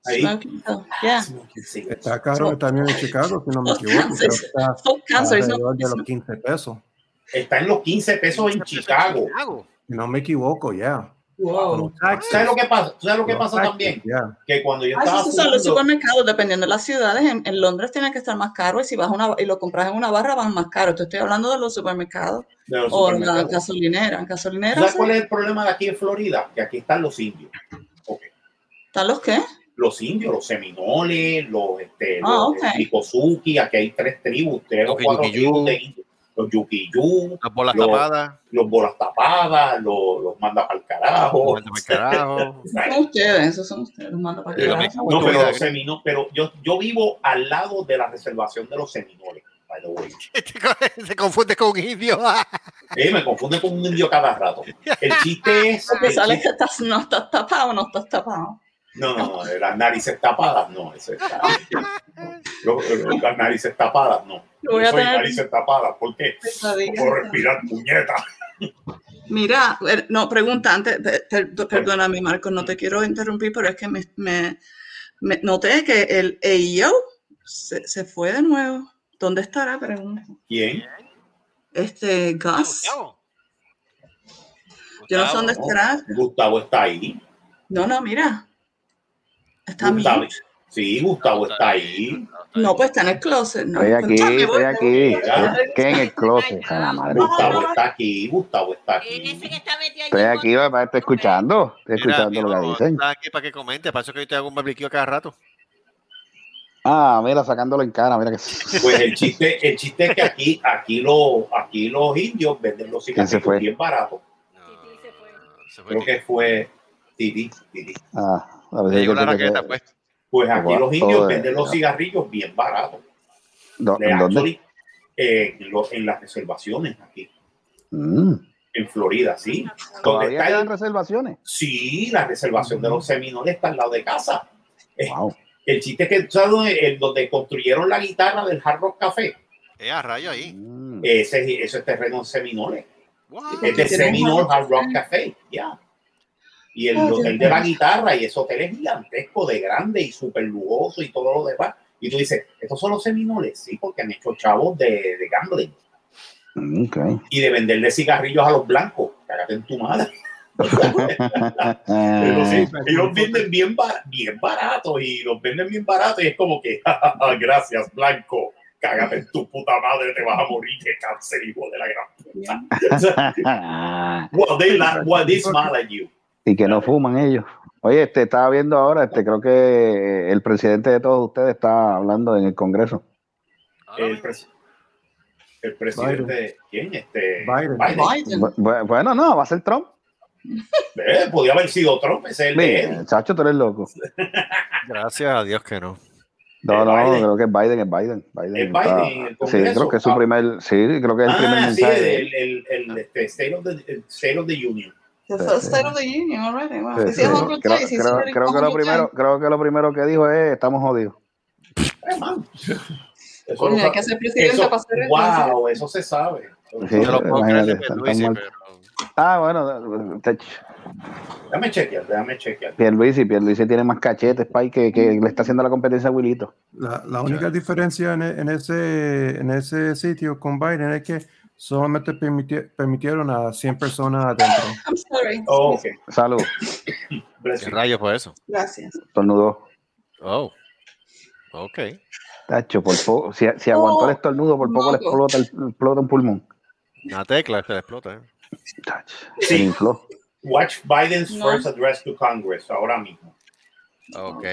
S2: Ahí.
S4: Smoking. So, yeah.
S5: Está caro también en Chicago, si no
S4: <laughs>
S5: me
S4: Los
S5: equivoco. Creo que
S4: cánceres.
S5: está
S4: So cancer is not-
S5: alrededor de
S4: it's
S5: los
S4: not-
S5: 15 pesos.
S2: Está en los 15 pesos en Chicago.
S5: Si no me equivoco, ya. Con
S4: Wow.
S5: los taxes.
S2: Oh. ¿Sabes lo que pasa? ¿Sabes lo que
S5: Los
S2: pasa
S5: taxes,
S2: también?
S5: ya.
S2: Que cuando yo
S4: Ah,
S2: estaba
S4: eso se usa en los
S2: fumando,
S4: supermercados, dependiendo de las ciudades. En, en Londres tiene que estar más caro y si vas a una, y lo compras en una barra van más caro. Te estoy hablando de los supermercados
S2: de los
S4: o la
S2: supermercados.
S4: gasolinera. En gasolineras
S2: ¿Sabes cuál es el problema de aquí en Florida? Que aquí están los indios. Ok.
S4: están los qué?
S2: los indios, los seminoles, los este,
S4: Ah,
S2: los
S4: ok.
S2: eh, Micosuki, aquí hay tres tribus, tres o
S7: Los
S2: cuatro
S7: Yukiyú.
S2: tribus de indios. Los yukiyú,
S7: Las bolas
S2: Lo-
S7: tapadas.
S2: los bolas tapadas, los, los manda para el carajo.
S7: Jugando pa'l carajo.
S4: Son ustedes, esos son ustedes. Los mando para
S7: Pero
S4: allá.
S7: me-
S2: No,
S7: Pues,
S2: pero
S7: mira,
S2: los semino- pero yo, yo vivo al lado de la reservación de los seminoles, by the way.
S7: Te co- Se confunde con un indio.
S2: Eh, me confunden con un indio cada rato. El
S4: <laughs>
S2: chiste es.
S4: Porque
S2: el
S4: sale que
S2: chiste-
S4: estás, no estás tapado, no estás tapado.
S2: no, no, no, de las narices tapadas, no. Eso es, Yo- yo- las narices tapadas, no.
S4: Yo voy a
S2: Yo soy
S4: tener-
S2: narices tapadas, ¿por qué?
S4: Pesadilla.
S2: No puedo respirar puñetas.
S4: Mira, eh, no, pregunta antes, per- per- perdóname Marcos, no te quiero interrumpir, pero es que me, me- me noté que el AIO se, se fue de nuevo. ¿Dónde estará? Pregunto.
S2: ¿Quién?
S4: Este, Gus,
S7: <laughs>
S2: Oh,
S7: Gustavo.
S4: yo no sé dónde
S7: Gustavo.
S4: estará.
S2: Gustavo está ahí.
S4: No, no, mira. Está
S2: Gustavo.
S4: mute.
S2: Sí, Gustavo está ahí.
S4: No, pues está en el closet, ¿no?
S3: Estoy aquí,
S4: Chao, me voy,
S3: estoy
S4: me voy.
S3: aquí.
S2: Ya.
S3: ¿Qué en el closet? A la madre.
S2: Gustavo está aquí. Gustavo está
S8: Ese que
S2: aquí.
S8: está metido allí.
S3: Estoy aquí, papá, estoy escuchando. Estoy
S7: Mira,
S3: escuchando lo que
S7: mijo,
S3: dicen.
S7: está aquí para que comente. Para eso que yo te hago un barbiqueo cada rato.
S3: Ah, mira, sacándolo en cara, mira que.
S2: Pues el chiste, el chiste es que aquí, aquí, lo, aquí los indios venden los
S3: ¿Quién se fue?
S2: cigarrillos bien baratos.
S8: Titi se fue.
S7: Se fue
S2: Creo que fue Titi, Titi.
S3: <laughs> Ah, a
S7: Le
S3: veces
S7: llegó
S3: yo
S7: la
S3: creo que-
S7: raqueta, pues.
S2: Pues aquí
S3: Guau,
S2: los indios
S3: joder,
S2: venden los
S3: ya.
S2: cigarrillos bien baratos.
S3: ¿Dó-
S2: De
S3: ¿En dónde?
S2: actually, eh, en, lo- en las reservaciones aquí,
S3: Mm.
S2: en Florida, sí. Donde
S3: Todavía
S2: está
S3: quedan
S2: el,
S3: reservaciones.
S2: sí, la reservación de los seminoles está al lado de casa. Eh,
S3: Wow.
S2: El chiste es que tú sabes dónde, el- donde construyeron la guitarra del Hard Rock Café,
S7: Eh, a rayo ahí.
S3: Mm.
S2: ese, eso es terreno en Seminole.
S7: What?
S2: Es de
S4: Porque tienen
S2: Seminole
S4: Hard
S2: Hard Rock Café, ya. Y el
S4: Ay,
S2: hotel
S4: Dios
S2: de la
S4: mío.
S2: guitarra, y ese hotel es gigantesco, de grande y súper lujoso y todo lo demás. Y tú dices, estos son los Seminoles, sí, porque han hecho chavos de, de gambling
S3: Mm, ok.
S2: Eh, y de venderle cigarrillos a los blancos. Cágate en tu madre. Pero Ah. sí, y los venden bien, ba- bien barato y los venden bien barato y es como que, <laughs> gracias, Blanco. Cágate en tu puta madre, te vas a morir de cáncer, hijo de la gran puta. <laughs> O sea, what, they la- what they smile at you.
S3: <laughs> y que no fuman ellos. Oye, este, estaba viendo ahora, este, creo que el presidente de todos ustedes está hablando en el Congreso.
S2: El, pres- el presidente, ¿quién? Este, Biden.
S4: Biden.
S3: Bu- bu- Bueno, no, va a ser Trump.
S2: Eh, podía haber sido Trump, ese es el de él.
S3: Mira, Chacho, tú eres loco.
S7: Gracias a Dios que no.
S3: No,
S2: Es
S3: no,
S2: Biden.
S3: creo que es Biden, es Biden. Biden
S2: Es
S3: está-
S2: Biden, el
S3: sí,
S2: Congreso.
S3: creo que es su
S2: Ah.
S3: primer, sí, creo que es el primer
S2: Ah, sí,
S3: mensaje.
S2: el, el, el, este, State of the, el State of the Union.
S4: The
S3: Sí,
S4: first
S3: sí.
S4: state of the union already. Wow.
S3: Sí,
S4: This
S3: sí.
S4: is Uncle
S3: Creo,
S4: Tice, he's
S3: creo-
S4: already
S3: creo que lo
S4: Uncle
S3: primero, creo que lo primero que dijo es estamos jodidos.
S2: Eh,
S4: <laughs>
S2: man,
S4: Tice.
S2: Eso, no
S4: Coño, hay
S2: sa-
S4: que ser presidente
S2: eso,
S4: para hacer eso.
S2: wow, eso se sabe.
S3: Sí,
S7: No lo puedo creer,
S3: imagínate,
S7: Pierluisi,
S3: están mal.
S7: pero
S3: Ah, bueno, te-
S2: Déjame chequear, déjame chequear.
S3: Pierluisi, Pierluisi tiene más cachetes, Pai, que, que le está haciendo la competencia a Wilito.
S5: La, la única diferencia en, e- en ese, en ese sitio con Biden es que solamente permiti- permitieron a 100 personas adentro.
S4: I'm sorry.
S2: Oh, ok.
S3: Salud,
S2: Bless
S7: ¿qué
S2: you.
S7: rayos fue eso?
S4: Gracias.
S3: estornudó.
S7: Oh. Ok.
S3: Tacho, por poco, si, si aguantó el estornudo, por poco le
S4: Oh, Mago.
S3: explota, el- explota un pulmón.
S7: Una tecla se le explota. ¿eh?
S3: Tacho, se
S2: Sí.
S3: infló.
S4: <laughs>
S2: Watch Biden's
S4: No.
S2: first address to Congress ahora mismo.
S7: Ok.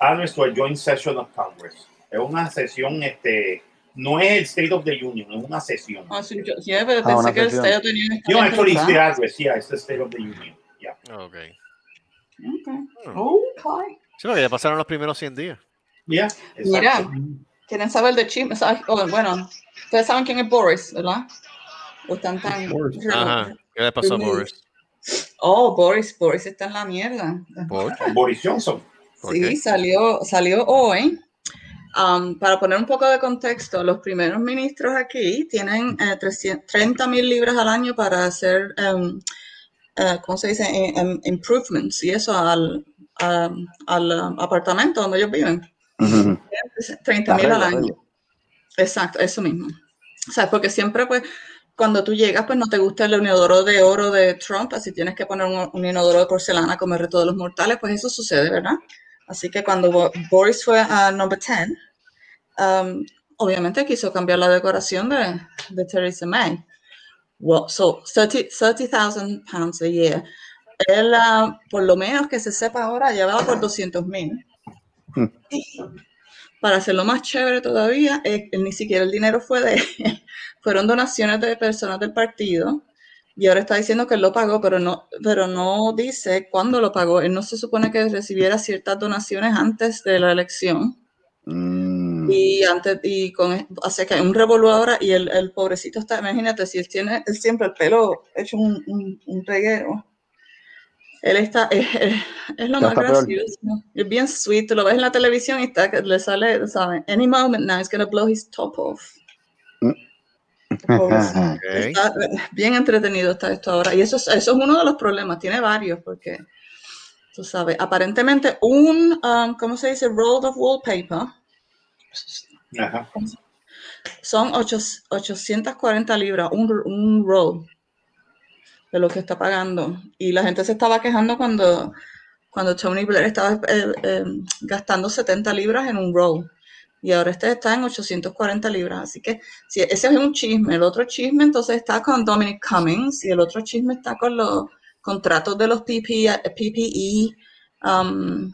S2: Address to a joint session of Congress. Es una sesión, este, no es el State of the Union, es una sesión.
S4: Ah, sí, yo, yeah, pero
S3: Ah, una
S4: pensé que el
S3: sesión.
S4: state of the union
S2: You know,
S4: estaba
S2: actually, it's the
S4: empezando.
S2: address, yeah, it's the State of the Union. Yeah.
S7: Ok.
S4: Ok. Ok.
S7: Sí, porque ya pasaron los primeros 100 días.
S2: Yeah,
S4: Mira,
S2: exacto.
S4: quieren saber de chisme. Sa- oh, bueno, ustedes saben quién es Boris, ¿verdad? O están tan.
S5: Boris.
S7: Ajá. ¿Qué le pasó a Boris?
S4: Oh, Boris, Boris está en la mierda.
S7: ¿Por?
S2: Boris Johnson.
S7: ¿Por
S4: Sí,
S7: qué?
S4: salió, salió hoy. Am, para poner un poco de contexto, los primeros ministros aquí tienen eh, 300 30 mil libras al año para hacer, em, eh, ¿cómo se dice? Em- em- improvements y eso al, am, al am, apartamento donde ellos viven.
S3: Ujú.
S4: 30 mil al
S3: Arreglo,
S4: año.
S3: arreglo.
S4: Exacto, eso mismo. O sea, porque siempre, pues, cuando tú llegas, pues no te gusta el inodoro de oro de Trump, así tienes que poner un, un inodoro de porcelana como el resto de los mortales, pues eso sucede, ¿verdad? Así que cuando Bo- Boris fue a Number 10, um, obviamente quiso cambiar la decoración de, de Theresa May. Well, so, 30 30,000 pounds a year. Él, ah, por lo menos que se sepa ahora, llevaba por 200 mil.
S3: Hmm.
S4: Para hacerlo más chévere todavía, eh, él ni siquiera el dinero fue de <laughs> él. Fueron donaciones de personas del partido. Y ahora está diciendo que él lo pagó, pero no, pero no dice cuándo lo pagó. Él no se supone que recibiera ciertas donaciones antes de la elección.
S3: Mm.
S4: Y antes, y con, o sea que hay un revolú ahora y el, el pobrecito está, imagínate, si él tiene él siempre el pelo hecho un, un, un reguero. Él está, es, es- es lo
S3: Ya
S4: más
S3: está peor.
S4: gracioso. Es bien sweet, tú lo ves en la televisión y está, que le sale, ¿sabes? Any moment now he's gonna blow his top off.
S3: Mm. <laughs>
S4: Pobrecito.
S7: Ok.
S4: Está eh, bien entretenido está esto ahora. Y eso es, eso es uno de los problemas, tiene varios, porque tú sabes, aparentemente un, um, ¿cómo se dice? Roll of wallpaper
S2: Ajá.
S4: son ocho- 840 libras, un, un roll de lo que está pagando. Y la gente se estaba quejando cuando, cuando Tony Blair estaba eh, eh, gastando 70 libras en un roll. Y ahora este está en 840 libras. Así que si ese es un chisme. El otro chisme entonces está con Dominic Cummings y el otro chisme está con los contratos de los PPE, PPE E, um,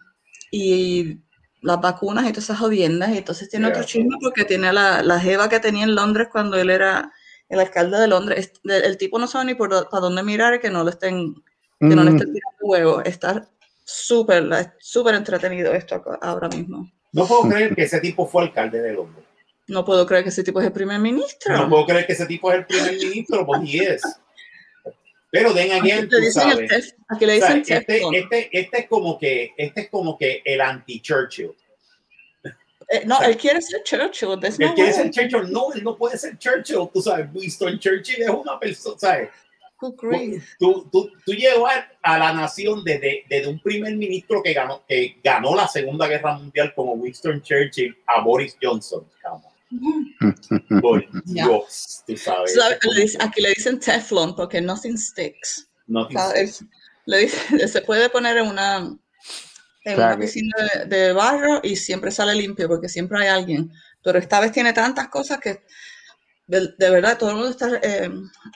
S4: y las vacunas y todas esas jodiendas. Y entonces tiene otro
S2: Yeah.
S4: chisme porque tiene a la, la jeva que tenía en Londres cuando él era el alcalde de Londres. Es- El, el tipo no sabe ni por dó- para dónde mirar y que no lo estén, que no le
S3: Mm.
S4: estén tirando huevos. Está súper, la- súper entretenido esto acá- ahora mismo.
S2: No puedo creer que ese tipo fue alcalde de Londres.
S4: No puedo creer que ese tipo es el primer ministro.
S2: No puedo creer que ese tipo es el primer ministro, pues y es. Pero den
S4: Aquí
S2: again,
S4: le
S2: tú
S4: dicen el
S2: sabes.
S4: test- aquí le
S2: O sea,
S4: dicen
S2: este,
S4: Teflon.
S2: este, este es como que este es como que el anti Churchill.
S4: Eh, no,
S2: o sea,
S4: él quiere ser Churchill. there's
S2: Él
S4: no
S2: quiere
S4: way.
S2: ser Churchill, no, él no puede ser Churchill. Tú sabes, Winston Churchill es una persona, ¿sabes?
S4: Good grief.
S2: Tú, tú, tú llevar a la nación desde, desde un primer ministro que ganó, que ganó la Segunda Guerra Mundial como Winston Churchill a Boris Johnson. chamo. Por
S4: Ya.
S3: Mm.
S2: Dios, tú sabes.
S4: So, le dice- aquí le dicen Teflon porque nothing sticks. Está- es- le dice- <laughs> se puede poner en una, en
S3: O sea
S4: una
S3: que-
S4: piscina de, de barro y siempre sale limpio porque siempre hay alguien. Pero esta vez tiene tantas cosas que de, de verdad todo el mundo está eh,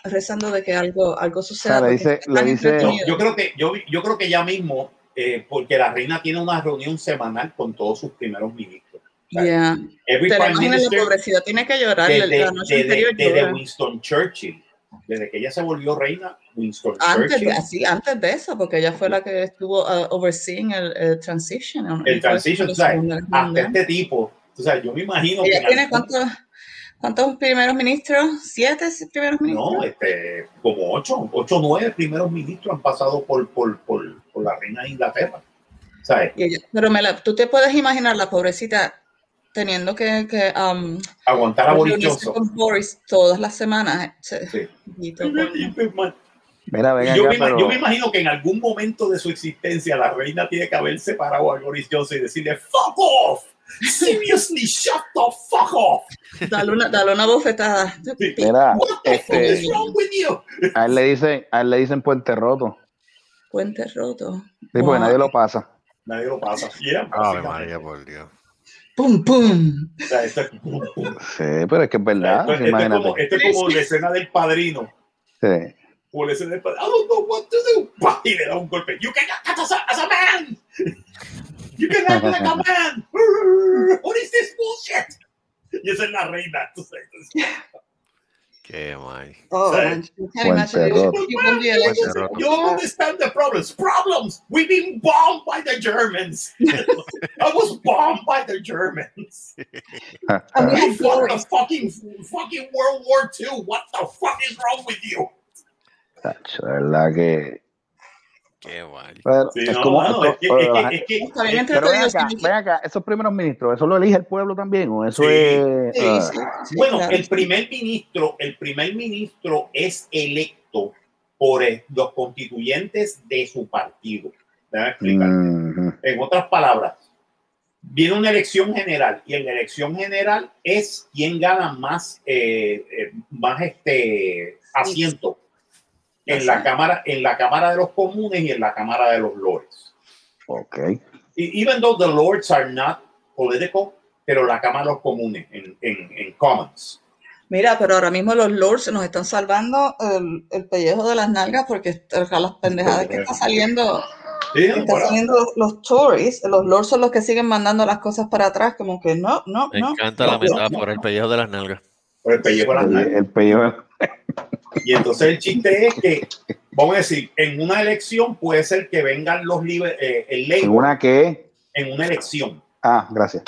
S4: rezando de que algo, algo suceda.
S3: le
S4: porque
S3: dice-
S4: están
S3: le dice-
S4: entretenidos.
S2: Yo creo que yo, yo creo que ya mismo, eh, porque la reina tiene una reunión semanal con todos sus primeros ministros.
S4: Yeah.
S2: Every
S4: Pero
S2: prime
S4: imagínate la
S2: minister
S4: pobrecida, tiene que llorar
S2: desde,
S4: la noche
S2: desde-
S4: anterior.
S2: desde
S4: llora.
S2: Winston Churchill, desde que ella se volvió reina, Winston
S4: Antes de,
S2: Churchill.
S4: así, antes de eso, porque ella fue la que estuvo ah, overseeing el, el transition. ¿no?
S2: el transition, tú
S4: Fue
S2: sabes,
S4: segunda guerra
S2: hasta
S4: mundial.
S2: este tipo, tú sabes, yo me imagino que
S4: Ella
S2: en
S4: tiene
S2: algún-
S4: cuántos, cuántos primeros ministros? ¿Siete primeros ministros?
S2: no, este, como ocho, ocho o nueve primeros ministros han pasado por, por, por, por la reina de Inglaterra, ¿sabes?
S4: Y ella- pero me la- tú te puedes imaginar la pobrecita teniendo que, que, um,
S2: Aguantar a Boris
S4: reunirse
S2: Johnson.
S4: con Boris todas las semanas. eh, Se-
S2: Sí.
S4: y todo.
S2: Y me ima-
S3: Mira, ven
S2: Yo
S3: acá,
S2: me, ima-
S3: pero-
S2: yo me imagino que en algún momento de su existencia la reina tiene que haber separado a Boris Johnson y decirle ¡Fuck off! Seriously, shut the fuck off!
S4: Dale, una, dale una bofetada.
S3: Mira,
S2: What the fuck
S3: este,
S2: is wrong with you?
S3: a él le dicen, a él le dicen puente roto.
S4: Puente roto.
S3: Sí, porque
S4: Wow.
S3: nadie lo pasa.
S2: Nadie lo pasa.
S3: Ah,
S2: Yeah,
S7: Ave
S2: básicamente.
S7: María, por Dios.
S4: ¡Pum, pum!
S2: O sea, esto es- esto es-
S3: Sí, pero es que es verdad. sí,
S2: esto es
S3: imagínate.
S2: como- eh, esto es como la escena del padrino.
S3: Sí. <laughs>
S2: por ese de- I don't know what to do. <laughs> ¡Pah! Y le da un golpe. You cannot act as a, as a man. You cannot act like a man. <laughs> What is this bullshit? Y esa es la reina. tú sabes.
S7: Qué mal.
S4: Oh,
S2: Sí.
S4: man, you can't imagine
S3: Puente
S4: this.
S3: roto.
S4: You won't be elected.
S7: Puente roto.
S2: You don't understand the problems. Problems. We've been bombed by the Germans. <laughs> I was bombed by the Germans.
S4: And we
S2: You
S4: had
S2: fought
S4: glory.
S2: the fucking fucking World War II. What the fuck is wrong with you?
S3: Tacho, de verdad que.
S7: Qué mal.
S3: pero
S2: Sí,
S3: es
S2: no,
S3: como.
S2: mano,
S3: es
S2: es que-
S3: como-
S2: es que-
S3: ajá.
S2: es <laughs> que-
S4: Está bien
S3: pero ven
S4: entretenido.
S3: acá,
S4: sí.
S3: ven acá, esos primeros ministros, ¿eso lo elige el pueblo también? ¿O eso
S2: Sí,
S3: es.?
S4: Sí,
S3: ah,
S4: sí, sí,
S2: Bueno,
S4: claro.
S2: el primer ministro, el primer ministro es electo por eh, los constituyentes de su partido. Déjame explicar.
S4: Mm.
S3: ujú.
S2: En otras palabras, viene una elección general y en la elección general es quien gana más, eh, eh, más este asiento en la cámara, en la cámara de los comunes y en la cámara de los lores.
S3: Ok.
S2: E- Even though the lords are not political, pero la cámara de los comunes en, en, en commons.
S4: Mira, pero ahora mismo los lords nos están salvando el, el pellejo de las nalgas porque está- las pendejadas que está saliendo,
S2: Sí,
S4: que están
S2: bueno.
S4: saliendo los Tories, los lords son los que siguen mandando las cosas para atrás, como que no, no,
S7: Me
S4: no.
S7: encanta
S2: No,
S7: la
S2: no,
S7: metáfora, el pellejo de las nalgas.
S2: por el pellejo de las
S3: El,
S2: nalgas.
S3: el peor.
S2: Y entonces el chiste es que, vamos a decir, en una elección puede ser que vengan los liber, eh, el
S3: ¿En
S2: Labour
S3: una que
S2: en una elección.
S3: Ah, gracias.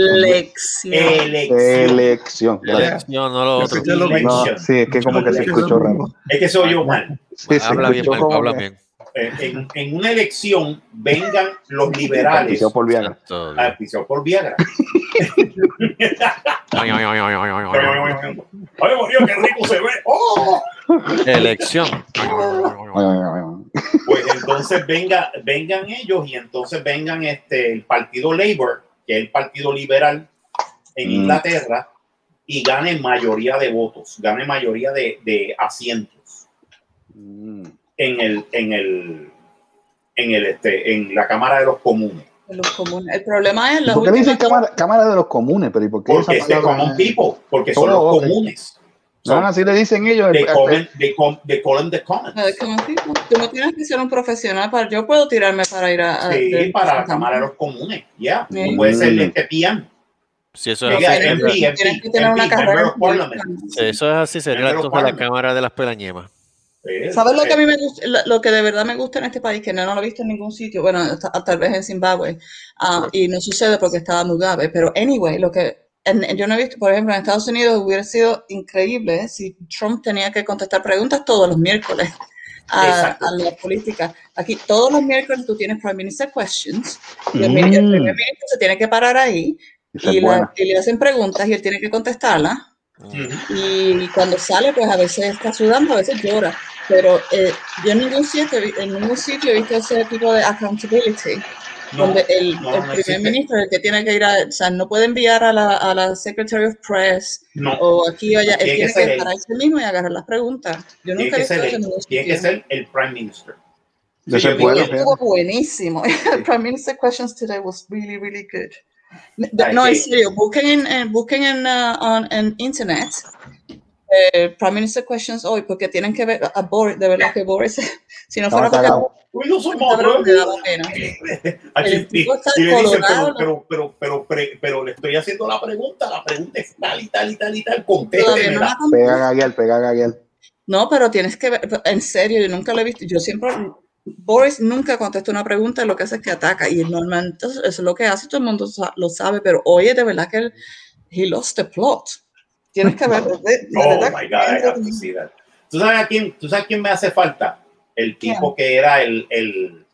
S4: Elección.
S2: Elección.
S3: Elección. Gracias.
S7: Elección, no lo
S5: Yo
S7: otro.
S5: escuché lo mismo.
S3: No, sí, es que como que se escuchó raro.
S2: es que se oyó mal.
S3: Sí, se
S7: habla bien,
S3: escuchó
S7: Marco,
S3: como
S7: habla
S3: que-
S7: bien.
S2: Eh, En, en una elección vengan los liberales
S3: Auspiciado por Viagra.
S7: Santo Dios.
S2: auspiciados por Viagra.
S7: Ay, ay, ay, ay, ay, ay, ay,
S2: ¡Ay, María, qué rico se ve! ¡Oh!
S7: ay. Elección. Ay, ay, ay, ay, ay.
S3: Ay, ay, ay, ay.
S2: Pues entonces venga, vengan ellos y entonces vengan este, el partido Labour, que es el partido liberal en
S3: Mm.
S2: Inglaterra, y gane mayoría de votos, gane mayoría de, de asientos
S3: Mm.
S2: en el, en el, en el, este, en la Cámara de los Comunes.
S4: Los comunes. El problema es
S3: ¿Y
S4: los
S3: ¿Por qué le dicen
S4: últimos-
S3: cámara, cámara de los comunes? Pero ¿y por qué
S2: Porque
S3: esa
S2: es de
S3: palabra?
S2: common people, porque son
S3: Oh,
S2: los
S3: ok.
S2: comunes.
S3: No,
S2: Son-
S3: así le dicen ellos.
S2: they,
S3: este,
S2: common- they com- they call them the commons.
S4: Ah, ¿cómo así? Tú no tienes que ser un profesional para. Yo puedo tirarme para ir a. a-
S2: Sí,
S4: de-
S2: para la Cámara de los Comunes, ya.
S4: Sí.
S2: Tú puedes ser
S3: Mm.
S2: este PM.
S7: Si eso es
S2: Venga,
S7: así,
S4: Tienes
S2: MP,
S7: sería-
S4: que- tienes que tener
S2: MP,
S4: una
S2: Member
S4: carrera.
S2: of Parliament.
S7: si eso es así, sería
S2: Primero
S7: entonces la
S2: Parliament.
S7: cámara de las pelañemas.
S2: Sí,
S4: ¿Sabes lo
S2: sí.
S4: que a mí me gusta, lo- lo que de verdad me gusta en este país, que no, no lo he visto en ningún sitio, bueno, ta- tal vez en Zimbabue, ah, y no sucede porque estaba Mugabe, pero anyway, lo que en- en- yo no he visto, por ejemplo, en Estados Unidos hubiera sido increíble si Trump tenía que contestar preguntas todos los miércoles a,
S2: Exacto.
S4: a la política. Aquí todos los miércoles tú tienes Prime Minister Questions, y el, mini- el
S3: Mm.
S4: primer ministro se tiene que parar ahí
S3: Esa es
S4: y, la-
S3: buena.
S4: y le hacen preguntas y él tiene que contestarlas.
S2: Ujú.
S4: Y cuando sale, pues a veces está sudando, a veces llora. Pero eh, yo en ningún, sitio, en ningún sitio he visto ese tipo de accountability
S2: No,
S4: donde el,
S2: no,
S4: el
S2: no
S4: primer
S2: existe.
S4: ministro es el que tiene que ir a, o sea, no puede enviar a la, a la Secretary of Press
S2: No.
S4: o aquí o allá, él
S2: Tiene que
S4: tiene
S2: ser
S4: que
S2: él.
S4: parar él mismo y agarrar las preguntas. Yo
S2: Tiene
S4: nunca
S2: que
S4: he visto
S2: ser
S4: eso en
S2: él.
S4: ningún
S2: Tiene que
S4: sitio.
S2: ser el Prime Minister.
S3: No
S2: Sí,
S3: se
S2: yo vi
S3: puede,
S2: que-
S4: Y estuvo buenísimo. <laughs> El
S2: Sí.
S4: Prime Minister Questions today was really, really good.
S2: Ah,
S4: No, en
S2: sí.
S4: serio, busquen en, en- busquen en, ah, on- en internet eh, Prime Minister Questions hoy, porque tienen que ver a Boris, de verdad que Boris, <laughs> si no
S3: Estaba
S4: fuera porque
S3: cagado.
S2: Uy, no somos
S4: cabrón, me daba
S2: brothers.
S4: pena.
S2: Ah,
S4: El
S2: sí, sí.
S4: tipo está
S2: Y le dicen, pero,
S4: colorado.
S2: pero, pero, pero, pre- pero le estoy haciendo la pregunta, la pregunta es tal y tal y tal y tal,
S4: Todavía no
S2: contéstemela.
S4: la
S3: Pega Gaguel, pega Gaguel.
S4: No, pero tienes que ver, en serio, yo nunca lo he visto. Yo siempre, Boris nunca contesta una pregunta, lo que hace es que ataca. Y normalmente eso es lo que hace, todo el mundo sa- lo sabe, pero oye, de verdad que él, he lost the plot. Tienes que ver, de, de
S2: Oh
S4: verdad.
S2: my
S4: que
S2: God, I have to see that. ¿Tú sabes a quién, tú sabes quién me hace falta? El tipo que era el, el,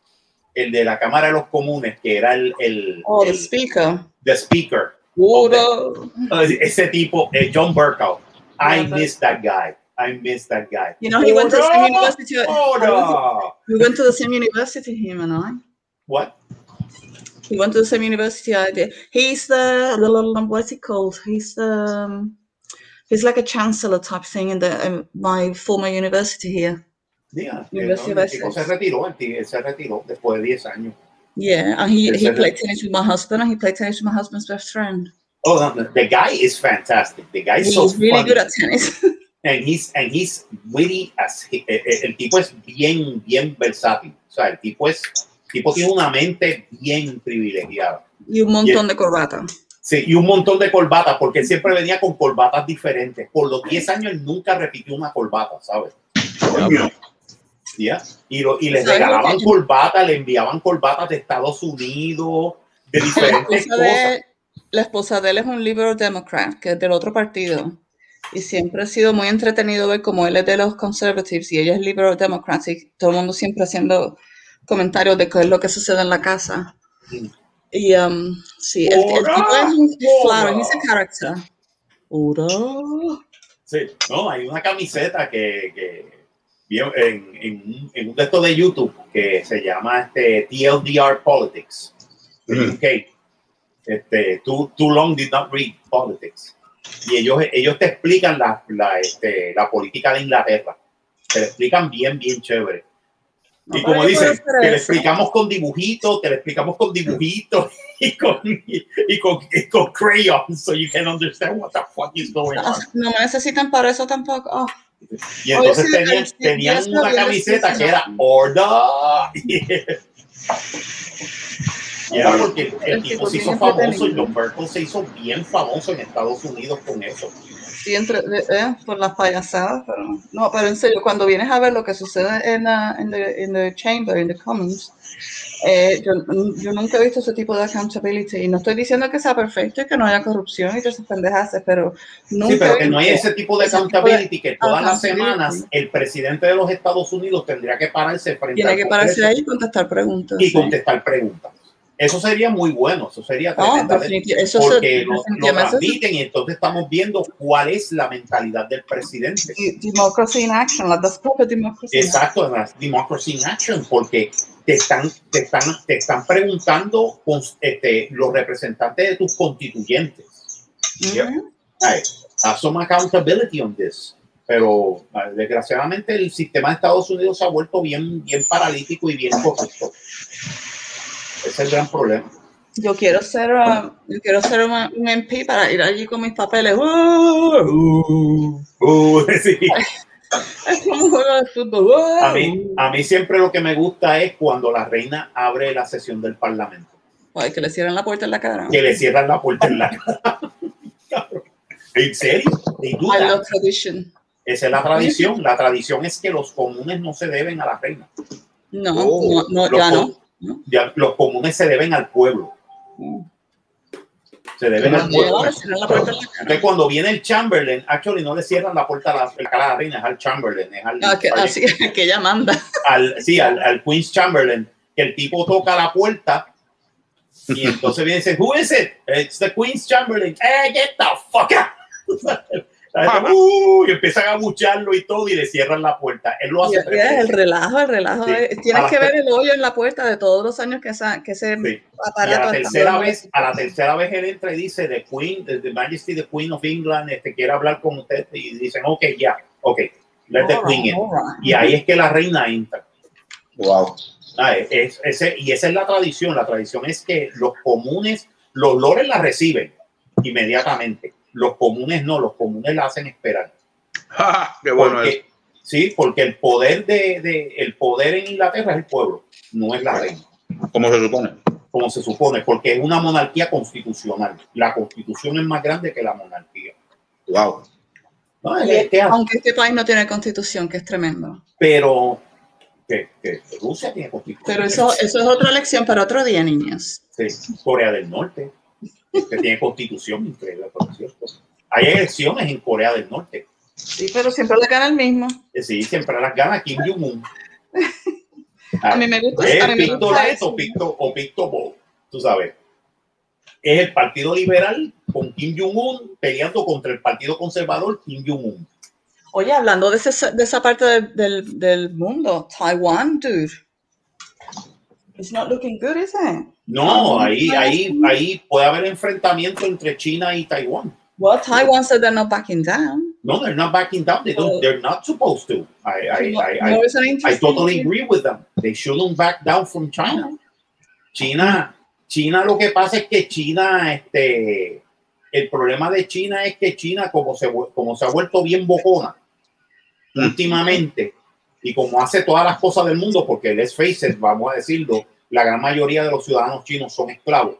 S2: el de la Cámara de los Comunes, que era el, el,
S4: Oh, the Mm.
S2: el-
S4: speaker.
S2: the speaker.
S4: Puro.
S2: Ese tipo, eh, John Burkow. I
S4: Yeah, but-
S2: miss that guy. I miss that guy. Oh,
S4: You know, he went to the same university.
S2: Ora!
S4: We went to the same university, him and I.
S2: What?
S4: He went to the same university I did. He's the la- la- la- what's he called? He's the um, he's like a chancellor type thing in the um, my former university here.
S2: Diga, eh, no,
S4: University of
S2: el tipo se
S4: Essex.
S2: retiró, el ti- se retiró después de 10 años.
S4: Yeah, and he,
S2: Yes,
S4: he
S2: I know.
S4: played tennis with my husband, and he played tennis with my husband's best friend.
S2: Oh, no, no, the guy is fantastic. The guy is
S4: He's
S2: so
S4: really
S2: funny.
S4: good at tennis.
S2: and he's and he's witty as he- eh, eh, el tipo es bien bien versátil. O sea, el tipo es tipo tiene una mente bien privilegiada.
S4: y un montón de corbata.
S2: Sí, y un montón de corbatas, porque él siempre venía con corbatas diferentes. Por los 10 años él nunca repitió una corbata, ¿sabes? Ya. Y, lo- y les
S4: ¿Sabes lo
S2: regalaban
S4: que-
S2: corbatas, le enviaban corbatas de Estados Unidos,
S4: <laughs>
S2: de
S4: La
S2: diferentes
S4: esposa,
S2: cosas.
S4: de, la esposa de él es un liberal democrat, que es del otro partido. Y siempre ha sido muy entretenido ver cómo él es de los conservatives y ella es liberal democrat. Y todo el mundo siempre haciendo comentarios de qué es lo que sucede en la casa. Y um, sí, el, el tipo es un claro, he's a character. Ura.
S2: Sí, no, hay una camiseta que, que vi en, en un- en un texto de YouTube que se llama este TLDR Politics. de UK. Este, too, too long did not read politics. Y ellos, ellos te explican la, la, este, la política de Inglaterra. Te la explican bien, bien chévere.
S4: No,
S2: y
S4: pero
S2: como
S4: yo puedo
S2: dicen,
S4: hacer
S2: te lo
S4: eso.
S2: explicamos con dibujitos, te lo explicamos con dibujitos <laughs> y con, y, con, y con crayons so you can understand what the fuck is going
S4: Ah,
S2: on.
S4: No me necesitan para eso tampoco. Ah,
S2: Y entonces
S4: Oye, sí,
S2: tenían,
S4: sí,
S2: tenían
S4: sí,
S2: una
S4: sí, sí,
S2: camiseta
S4: sí,
S2: que
S4: sí.
S2: era Horda. <laughs> Y era porque el
S4: El
S2: tipo
S4: tipo
S2: se hizo
S4: bien
S2: famoso,
S4: entretenido.
S2: John Burton se hizo bien famoso en Estados Unidos con eso.
S4: Sí, entre, de- eh, por las payasadas, pero no, pero en serio, cuando vienes a ver lo que sucede en la en the, in the chamber, en the commons, eh, yo, yo nunca he visto ese tipo de accountability. Y no estoy diciendo que sea perfecto y que no haya corrupción y todas esas pendejadas, pero nunca
S2: Sí, pero
S4: he
S2: que no hay
S4: visto
S2: ese tipo de
S4: ese tipo de
S2: accountability que todas las
S4: accountability.
S2: semanas el presidente de los Estados Unidos tendría que pararse frente
S4: Tiene
S2: al
S4: que
S2: Congreso
S4: pararse ahí y contestar preguntas.
S2: y
S4: sí.
S2: contestar preguntas. Eso sería muy bueno, eso sería
S4: No,
S2: tremendamente
S4: Ah, definitivamente, eso se-
S2: porque lo, lo
S4: definitivamente eso es
S2: transmiten y entonces estamos viendo cuál es la mentalidad del presidente.
S4: de- democracy in action, like that's proper democracy. in action.
S2: Exacto, en la Democracy in Action, porque te están, te están, te están preguntando con- este, los representantes de tus constituyentes. Yep.
S4: Ujú.
S2: Ay, have some accountability on this. Pero ah, desgraciadamente el sistema de Estados Unidos se ha vuelto bien, bien paralítico y bien corrupto. Ese es el gran problema.
S4: Yo quiero ser, ah, yo quiero ser una- un MP para ir allí con mis papeles. ¡Wow! ¡Uh!
S2: Uh, <laughs> sí.
S4: Es como un juego de fútbol. ¡Wow!
S2: a, mí, a mí siempre lo que me gusta es cuando la reina abre la sesión del Parlamento,
S4: Ay, que le cierran la puerta en la cara.
S2: que le cierran la puerta en la <laughs> cara. ¿En serio? They do
S4: I
S2: that.
S4: love tradition.
S2: Esa es la tradición. La tradición es que los comunes no se deben a la reina.
S4: No,
S2: Oh,
S4: no, no,
S2: los
S4: ya
S2: com-
S4: no. ¿no?
S2: ya- los comunes se deben al pueblo. Se deben al
S4: Cuando llegaba,
S2: pueblo.
S4: le cierran la puerta en la
S2: Entonces,
S4: cara.
S2: cuando viene el Chamberlain, actually no le cierran la puerta a la, la cara a la reina, es al Chamberlain, es al,
S4: Ah, que, así <laughs> que ella manda.
S2: al- sí, al, al Queen's Chamberlain, que el tipo toca la puerta y <laughs> entonces viene y dice, Who is it? It's the Queen's Chamberlain. Eh, get the fuck out. Uh, y empiezan a bucharlo y todo y le cierran la puerta. Él lo hace.
S4: Y- y es el relajo, el relajo.
S2: Sí.
S4: de-
S2: Ah.
S4: tienes que ver el hoyo en la puerta de todos los años que, esa, que ese
S2: Sí. Y a
S4: aparato
S2: la
S4: ha
S2: tercera
S4: estado-
S2: vez, a la tercera vez él entra y dice The Queen, the, the Majesty, the Queen of England, este quiere hablar con usted y dicen, ok, ya, ok, let the Queen in. Y ahí es que la reina entra.
S10: <laughs> Wow.
S2: Ah, es- es- ese- y esa es la tradición. La tradición es que los comunes, los lores la reciben inmediatamente. Los comunes no, los comunes la hacen esperar.
S10: Ah, Qué bueno
S2: Porque-
S10: es.
S2: Sí, porque el poder de, de- el poder en Inglaterra es el pueblo, no es la reina,
S10: Como se supone.
S2: como se supone, porque es una monarquía constitucional. La constitución es más grande que la monarquía.
S10: Wow.
S2: No, es- es que-
S4: Aunque este país no tiene constitución, que es tremendo.
S2: pero que, que Rusia tiene constitución.
S4: Pero eso, eso es otra lección para otro día, niños.
S2: Sí, Corea del Norte, que tiene constitución increíble, por cierto. Hay elecciones en Corea del Norte.
S4: Sí, pero siempre le gana el mismo.
S2: Eh, Sí, siempre las gana Kim Jong-un.
S4: A mí me gusta,
S2: Es
S4: a mí me
S2: Picto
S4: gusta
S2: Light
S4: eso.
S2: o Picto, o Picto Bo, tú sabes. Es el Partido Liberal con Kim Jong-un peleando contra el Partido Conservador Kim Jong-un.
S4: Oye, hablando de, ese- de esa parte del, del, del mundo, Taiwán, dude. It's not looking good, is it? Ah,
S2: No, ahí, ahí, ahí puede haber enfrentamiento entre China y Taiwán.
S4: Well, Taiwan said they're not backing down.
S2: No, they're not backing down. They don't, they're not supposed to. I, I,
S4: Oh. No,
S2: I,
S4: no,
S2: I,
S4: it's an
S2: I
S4: interesting-
S2: totally agree with them. They shouldn't back down from China. China, China lo que pasa es que China, este, el problema de China es que China, como se, vu- como se ha vuelto bien bocona últimamente, y como hace todas las cosas del mundo, porque let's face it, vamos a decirlo, la gran mayoría de los ciudadanos chinos son esclavos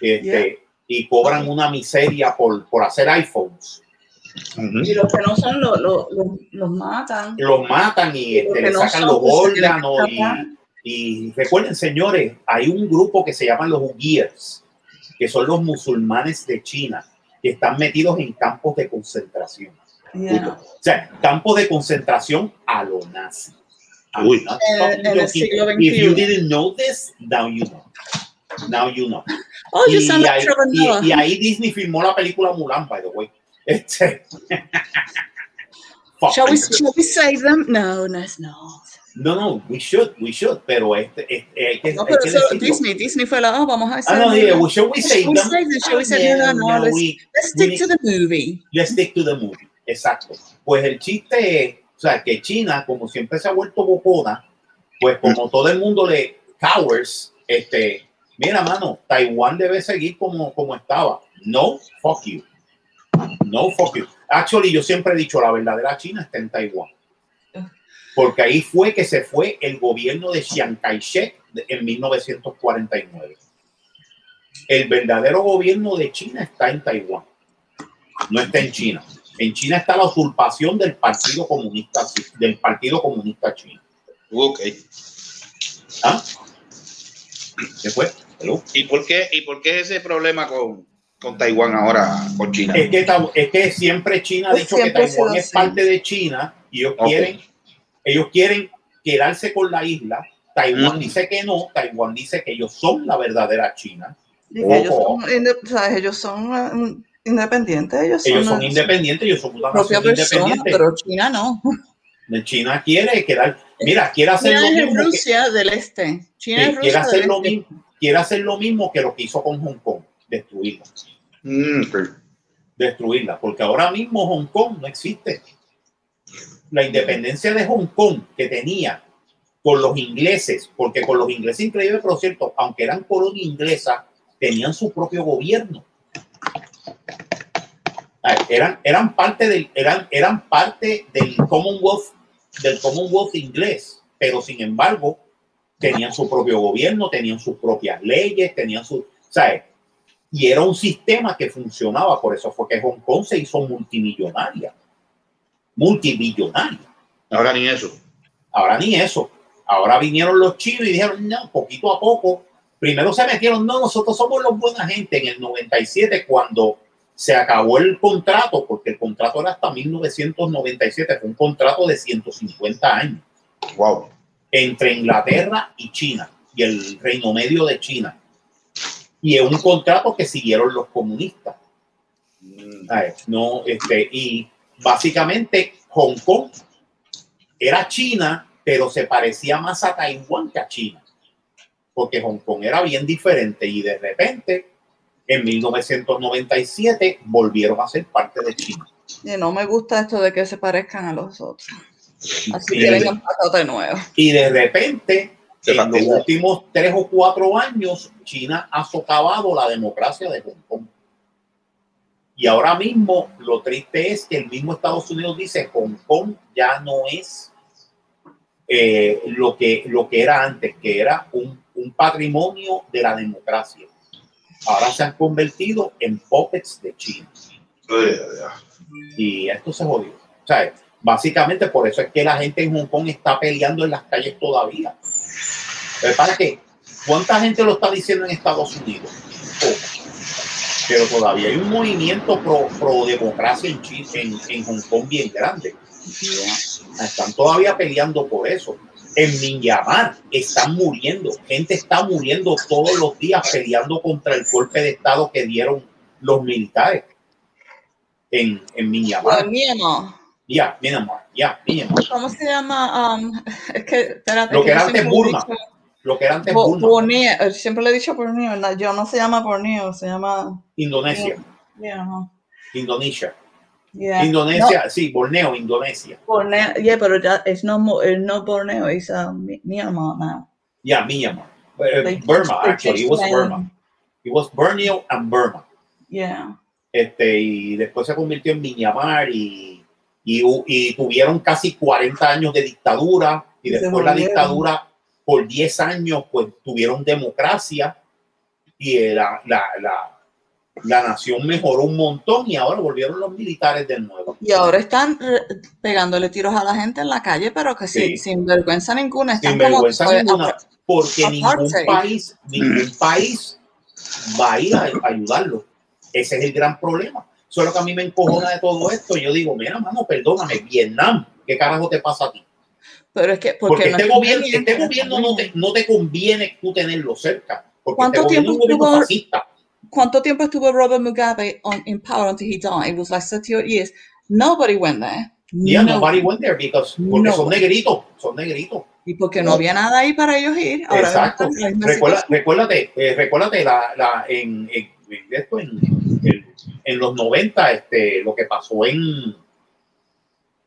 S2: este,
S4: Yeah.
S2: y cobran una miseria por, por hacer iPhones.
S10: Ujú.
S4: Y los que no son, los, los, los, los matan.
S2: Los matan y
S4: Los
S2: este,
S4: que
S2: le
S4: no
S2: sacan
S4: son,
S2: los
S4: pues, se tienen que
S2: órganos y,
S4: escapar.
S2: Y recuerden, señores, hay un grupo que se llaman los Uguíes, que son los musulmanes de China, que están metidos en campos de concentración.
S4: Yeah.
S2: O sea, campos de concentración a lo nazi. I'm
S10: Uy.
S2: not
S4: En-
S2: fucking
S4: Eh, en el
S2: joking.
S4: siglo
S2: If you
S4: XXI.
S2: didn't know this, now you know. Now you know.
S4: Oh, you
S2: y,
S4: sound like
S2: ahí,
S4: Trevor
S2: y-
S4: Noah.
S2: y ahí Disney filmó la película Mulan, by the way. <laughs> Este- Fuck.
S4: Shall we, shall we save them? No, no, it's not.
S2: No, no, we should, we should, pero este, este, hay que,
S4: No,
S2: hay
S4: pero
S2: que
S4: eso,
S2: decirlo.
S4: Disney, Disney fue la, oh, vamos a
S2: Ah,
S4: hacer.
S2: no, yeah, well, shall we save
S4: Shall we
S2: them?
S4: save them? Shall we save
S2: Yeah,
S4: them? No,
S2: yeah,
S4: let's-
S2: we-
S4: Let's
S2: we-
S4: stick to the movie.
S2: Let's stick to the movie. Exacto. Pues el chiste es, o sea, que China, como siempre se ha vuelto bocona, pues como todo el mundo le cowards, este, mira, mano, Taiwán debe seguir como, como estaba. No, fuck you. No, fuck you. Actually, yo siempre he dicho, la verdadera China está en Taiwán. Porque ahí fue que se fue el gobierno de Chiang Kai-shek de- en 1949. El verdadero gobierno de China está en Taiwán no está en China. En China está la usurpación del Partido Comunista del Partido Comunista Chino.
S10: Ok.
S2: ¿Ah? ¿Se fue? Hello.
S10: ¿Y por qué, y por qué ese problema con, con Taiwán ahora, con China?
S2: Es que, Tau- es que siempre China ha
S4: Pues
S2: dicho que
S4: siempre ha sido
S2: Taiwán es
S4: así.
S2: parte de China y ellos
S10: Ok.
S2: quieren, ellos quieren quedarse con la isla. Taiwán
S10: Mm.
S2: dice que no, Taiwán dice que ellos son la verdadera China.
S4: Y que ellos,
S2: Ojo.
S4: son, inde- o sea, ellos son eh, un- independientes, ellos son,
S2: Ellos son
S4: una-
S2: independientes, ellos son una
S4: propia
S2: nación
S4: persona,
S2: independiente.
S4: pero China no.
S2: China quiere quedar, mira, quiere hacer
S4: China
S2: lo
S4: es
S2: mismo que-
S4: Rusia del Este. China
S2: que
S4: es
S2: quiere
S4: Rusia
S2: hacer
S4: del
S2: lo
S4: Este.
S2: mismo, quiere hacer lo mismo que lo que hizo con Hong Kong, destruirla,
S10: Mm, sí.
S2: destruirla, porque ahora mismo Hong Kong no existe. La independencia de Hong Kong que tenía con los ingleses, porque con los ingleses increíble, pero cierto, aunque eran colonia inglesa, tenían su propio gobierno. Ah, Eran, eran parte del, eran, eran parte del Commonwealth, del Commonwealth inglés, pero sin embargo, tenían su propio gobierno, tenían sus propias leyes, tenían su, ¿sabes? Y era un sistema que funcionaba, por eso fue que Hong Kong se hizo multimillonaria, multimillonaria.
S10: Ahora ni eso.
S2: Ahora ni eso. Ahora vinieron los chinos y dijeron, no, poquito a poco. Primero se metieron, no, nosotros somos los buena gente en el 97 cuando se acabó el contrato, porque el contrato era hasta 1997, fue un contrato de 150 años
S10: Wow.
S2: entre Inglaterra y China y el Reino Medio de China. Y es un contrato que siguieron los comunistas.
S10: Mm,
S2: ¿sabes? No, este, y básicamente Hong Kong era China, pero se parecía más a Taiwán que a China, porque Hong Kong era bien diferente y de repente en 1997 volvieron a ser parte de China.
S4: Y no me gusta esto de que se parezcan a los otros. Así que vengan para de nuevo.
S2: Y de repente, en los últimos tres o cuatro años, China ha socavado la democracia de Hong Kong. Y ahora mismo lo triste es que el mismo Estados Unidos dice Hong Kong ya no es eh, lo, que, lo que era antes, que era un, un patrimonio de la democracia. Ahora se han convertido en puppets de China. Y esto se jodió. O sea, básicamente por eso es que la gente en Hong Kong está peleando en las calles todavía. Pero ¿Para qué? ¿Cuánta gente lo está diciendo en Estados Unidos? Poco. Pero todavía hay un movimiento pro, pro democracia en, China, en, en, Hong Kong bien grande. Están todavía peleando por eso. En Myanmar están muriendo. Gente está muriendo todos los días peleando contra el golpe de Estado que dieron los militares en, en Myanmar. Ya, Myanmar, ya, Myanmar.
S4: ¿Cómo se llama? Um, es que, espérate,
S2: lo que, que era antes Burma. Dicho, lo que era antes Bo, Burma.
S4: Borneo, eh, siempre le he dicho Borneo, ¿verdad? Yo no se llama Borneo, se llama...
S2: Indonesia.
S4: Yeah, no.
S2: Indonesia. Yeah. Indonesia, no. sí, Borneo, Indonesia.
S4: Borneo, yeah, pero ya es no, no Borneo, es uh, Myanmar now.
S2: Yeah, Myanmar. Uh, Burma, actually, it was Burma. It was Borneo and Burma.
S4: Yeah.
S2: Este, y después se convirtió en Myanmar y y, y, tuvieron casi 40 años de dictadura y después la dictadura por 10 años pues tuvieron democracia y la, la, la, la, nación mejoró un montón y ahora volvieron los militares de nuevo.
S4: Y ahora están pegándole tiros a la gente en la calle, pero que sí. sin, sin, vergüenza ninguna. Están ah,
S2: sin vergüenza como, ninguna, porque ningún país, ningún país va a ir a, a ayudarlo. Ese es el gran problema. Eso es lo que a mí me encojona de todo esto. Yo digo, mira, mano, perdóname, Vietnam, ¿qué carajo te pasa a ti?
S4: Pero es que,
S2: porque, porque no este, gobierno, este gobierno no te, no te conviene tú tenerlo cerca. Porque
S4: ¿Cuánto
S2: este
S4: tiempo estuvo, fascista. ¿Cuánto tiempo estuvo Robert Mugabe on, in power until he died? It was like 38 years. Nobody went there.
S2: Yeah, nobody, nobody went there because, porque nobody. son negritos, son negritos.
S4: Y porque no, no había nada ahí para ellos ir. Ahora
S2: Exacto. Recuerda, recuérdate, eh, recuérdate la, la, en, en, en, esto, en, en en los 90, este, lo que pasó en,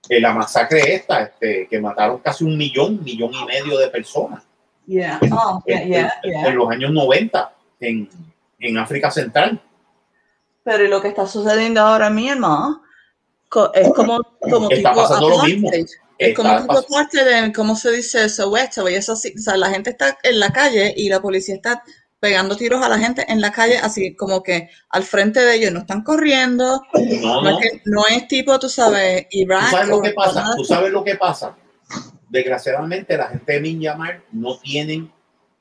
S2: en, la masacre esta, este, que mataron casi un millón, millón y medio de personas. este,
S4: Yeah. Oh, yeah, yeah,
S2: en, en, los años 90, en, en, África Central.
S4: Pero y lo que está sucediendo ahora mismo es como, como
S2: está tipo pasando apartheid. lo mismo.
S4: Es como está tipo parte de, ¿cómo se dice eso? Western, y eso sí, o sea, la gente está en la calle y la policía está pegando tiros a la gente en la calle, así como que al frente de ellos no están corriendo. No, no, es, que, no es, tipo, tú sabes, Irak.
S2: ¿Tú sabes lo que pasa? ¿Tú sabes lo que pasa? Desgraciadamente, la gente de Myanmar no tienen,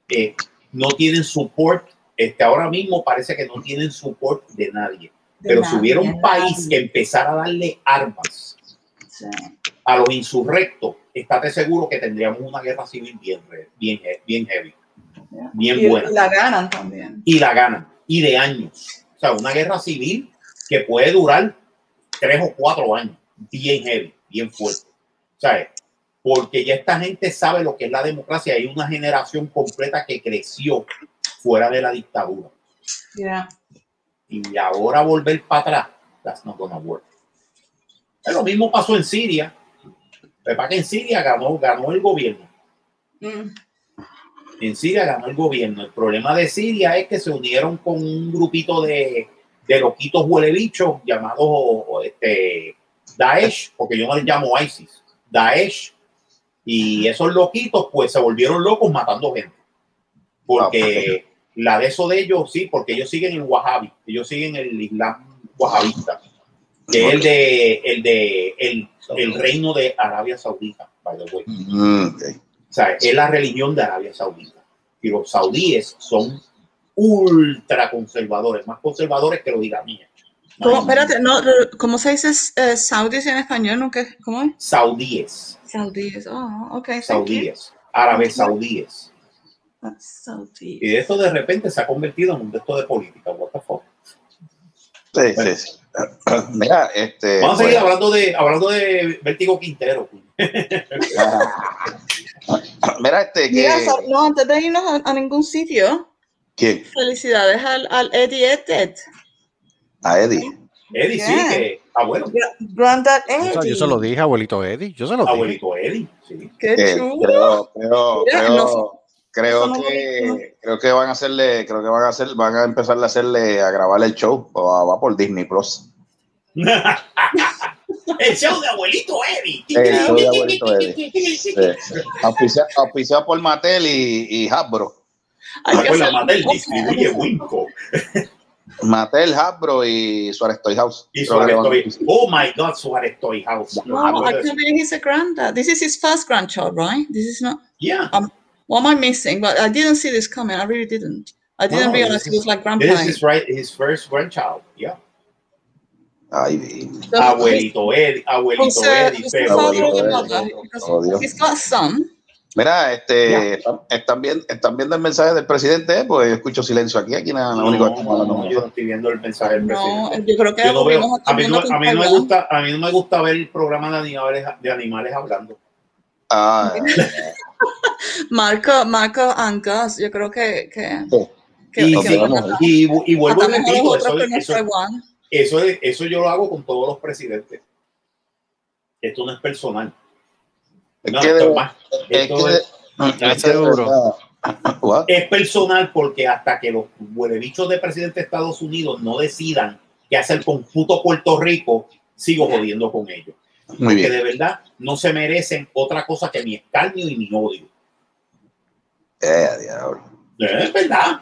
S2: eh, no tienen support. Este, ahora mismo parece que no tienen support de nadie. De Pero nadie, si hubiera un país nadie. que empezara a darle armas sí. a los insurrectos, estate seguro que tendríamos una guerra civil bien, bien, bien heavy bien
S4: y,
S2: buena.
S4: Y la ganan también.
S2: Y la ganan, y de años. O sea, una guerra civil que puede durar tres o cuatro años, bien heavy, bien fuerte. ¿Sabes? Porque ya esta gente sabe lo que es la democracia. Hay una generación completa que creció fuera de la dictadura.
S4: Yeah.
S2: Y ahora volver para atrás, that's not gonna work. Lo mismo pasó en Siria. Para que en Siria ganó, ganó el gobierno.
S4: Mm.
S2: En Siria ganó el gobierno. El problema de Siria es que se unieron con un grupito de, de loquitos huelebichos llamados este, Daesh, porque yo no les llamo ISIS, Daesh. Y esos loquitos, pues se volvieron locos matando gente. Porque ah, la de eso de ellos, sí, porque ellos siguen el Wahhabi, ellos siguen el Islam Wahhabista, que es el de, el, de, el, el reino de Arabia Saudita, by the way.
S3: Okay.
S2: O sea, es la religión de Arabia Saudita. Y los saudíes son ultra conservadores, más conservadores que los iraníes.
S4: ¿Cómo, espérate, no, ¿cómo se dice eh, saudíes en español? ¿Nunca, ¿Cómo es?
S2: Saudíes.
S4: Saudíes, oh, ok.
S2: Saudíes, árabes saudíes.
S4: saudíes.
S2: Y esto de repente se ha convertido en un texto de política, what the fuck.
S10: <clears throat>
S3: Sí, bueno, sí, sí. Mira, este.
S2: Vamos a seguir
S3: pues,
S2: hablando de, hablando de Vértigo Quintero.
S10: pues, <laughs>
S3: Mira, este. Que,
S4: Mira, so- no, antes de irnos a, a ningún sitio,
S3: ¿Quién?
S4: felicidades al, al Eddie Eddie.
S3: A Eddie.
S2: Eddie, sí,
S4: Yeah.
S2: que. ah, Abuelo.
S4: Granddad Eddie.
S7: Yo se lo dije, abuelito Eddie. Yo se lo dije.
S2: Abuelito Eddie. Sí.
S4: Qué
S3: Eh,
S4: chulo.
S3: creo, creo,
S4: Mira,
S3: creo,
S4: no-
S3: creo
S4: no somos
S3: que creo que van a hacerle, creo que van a hacer, van a empezar a hacerle a grabar el show. o Va, va por Disney Plus.
S2: El show de abuelito Eddie.
S3: El show de abuelito
S4: <laughs>
S3: Eddie. Sí. Auspicia- auspiciado por Mattel y, y Hasbro.
S4: Hay que
S2: Abuela
S4: hacer-
S2: Matel distribuye Winco.
S3: Mattel, Hasbro y Suárez Toy House.
S2: Y
S3: Creo que
S2: Suárez
S3: van-
S2: Toy. Oh my God, Suárez Toy House. Ah, Me
S4: No,
S2: acuerdo
S4: I
S2: de
S4: can't
S2: eso.
S4: believe he's a granddad. This is his first grandchild, right? This is not.
S2: Yeah.
S4: What am I missing? But I didn't see this coming. I really didn't. I didn't
S2: No, this
S4: realize he
S2: is-
S4: was like grandpa.
S2: This is right, his first grandchild. Yeah.
S3: Ay, Disney.
S4: So he's-
S2: Abuelito Eddie,
S4: Who's
S2: abuelito
S4: uh,
S2: Eddie.
S4: who's the
S2: pero-
S4: father of
S3: Abuelito
S4: the
S3: Eddie.
S4: mother?
S3: Oh,
S4: Because
S3: Dios.
S4: he's got some.
S3: Mira, este, están- están viendo, están viendo el mensaje del presidente, eh, porque yo escucho silencio aquí, aquí
S2: Ah,
S3: nada, lo único que estamos hablando
S2: yo no
S3: nosotros.
S2: estoy viendo el mensaje del
S4: No,
S2: presidente.
S4: yo creo que
S2: Yo no veo-
S4: volvimos
S2: a, mí no,
S4: también
S2: a mí no me
S4: pintarla.
S2: gusta, a mí no me gusta ver el programa de animales, de animales hablando.
S3: Ah,
S4: Marco, Marco and Gus, yo creo que, que,
S3: sí.
S4: que,
S2: Y,
S4: que
S3: sí,
S4: van a-
S3: vamos.
S2: y- y Oh. vuelvo y
S4: matamos a los
S2: repito,
S4: otros
S2: eso,
S4: con
S2: eso,
S4: nuestra one.
S2: eso, es- eso yo lo hago con todos los presidentes. Esto no es personal.
S3: Es
S2: No,
S3: que
S2: esto
S3: de-
S2: es más-
S3: es Ah,
S2: esto
S3: que-
S2: es-
S3: es que de
S7: seguro.
S3: verdad- What?
S2: es personal porque hasta que los huelebichos de presidente de Estados Unidos no decidan qué hacer con puto Puerto Rico, sigo jodiendo con ellos.
S3: Muy
S2: que
S3: bien.
S2: de verdad no se merecen otra cosa que mi escarnio y mi odio.
S3: Eh, diablo.
S2: Eh, Es verdad.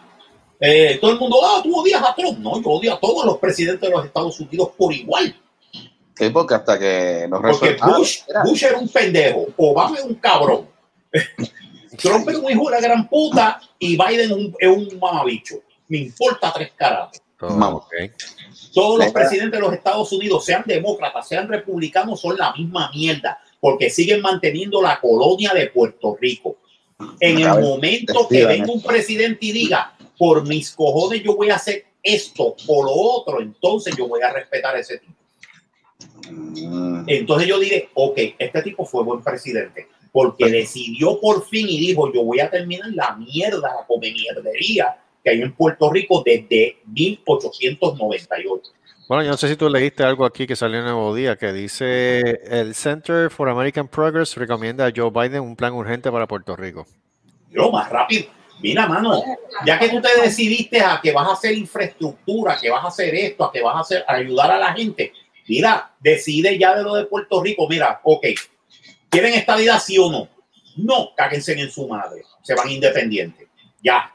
S2: Eh, todo el mundo, ah, tú odias a Trump. No, yo odio a todos los presidentes de los Estados Unidos por igual.
S3: Sí, porque hasta que nos Ah,
S2: Porque
S3: resuelvan.
S2: Bush, Bush era un pendejo, Obama era un cabrón, Trump era un hijo de la gran puta y Biden es un, es un mamabicho. Me importa tres caras.
S3: Vamos.
S7: Ok.
S2: Todos los
S3: Mira.
S2: presidentes de los Estados Unidos, sean demócratas, sean republicanos, son la misma mierda, porque siguen manteniendo la colonia de Puerto Rico. En el
S3: Cabe-
S2: momento que venga un presidente y diga, por mis cojones yo voy a hacer esto o lo otro, entonces yo voy a respetar ese tipo.
S3: Mm,
S2: Entonces yo diré, ok, este tipo fue buen presidente, porque decidió por fin y dijo, yo voy a terminar la mierda, la come mierdería que hay en Puerto Rico desde 1898.
S7: Bueno, yo no sé si tú leíste algo aquí que salió en Nuevo Día que dice el Center for American Progress recomienda a Joe Biden un plan urgente para Puerto Rico.
S2: Yo, más rápido. Mira, mano, ya que tú te decidiste a que vas a hacer infraestructura, que vas a hacer esto, a que vas a hacer a ayudar a la gente, mira, decide ya de lo de Puerto Rico. Mira, ok, ¿quieren estabilidad sí o no? No, cáguense en su madre. Se van independientes. Ya.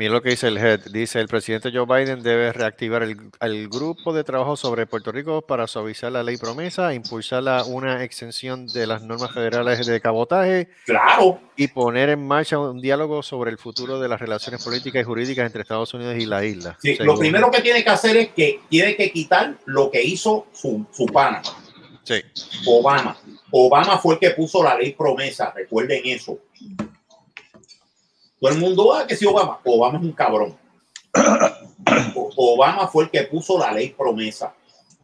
S7: Mira lo que dice el head. Dice, el presidente Joe Biden debe reactivar el, el grupo de trabajo sobre Puerto Rico para suavizar la ley promesa, impulsar la- una extensión de las normas federales de cabotaje
S2: Claro,
S7: y poner en marcha un diálogo sobre el futuro de las relaciones políticas y jurídicas entre Estados Unidos y la isla.
S2: Sí, lo
S7: según-
S2: primero que tiene que hacer es que tiene que quitar lo que hizo su, su pana,
S7: Sí.
S2: Obama. Obama fue el que puso la ley promesa, recuerden eso. Todo el mundo, ah, que si Obama, Obama es un cabrón. O- Obama fue el que puso la ley promesa.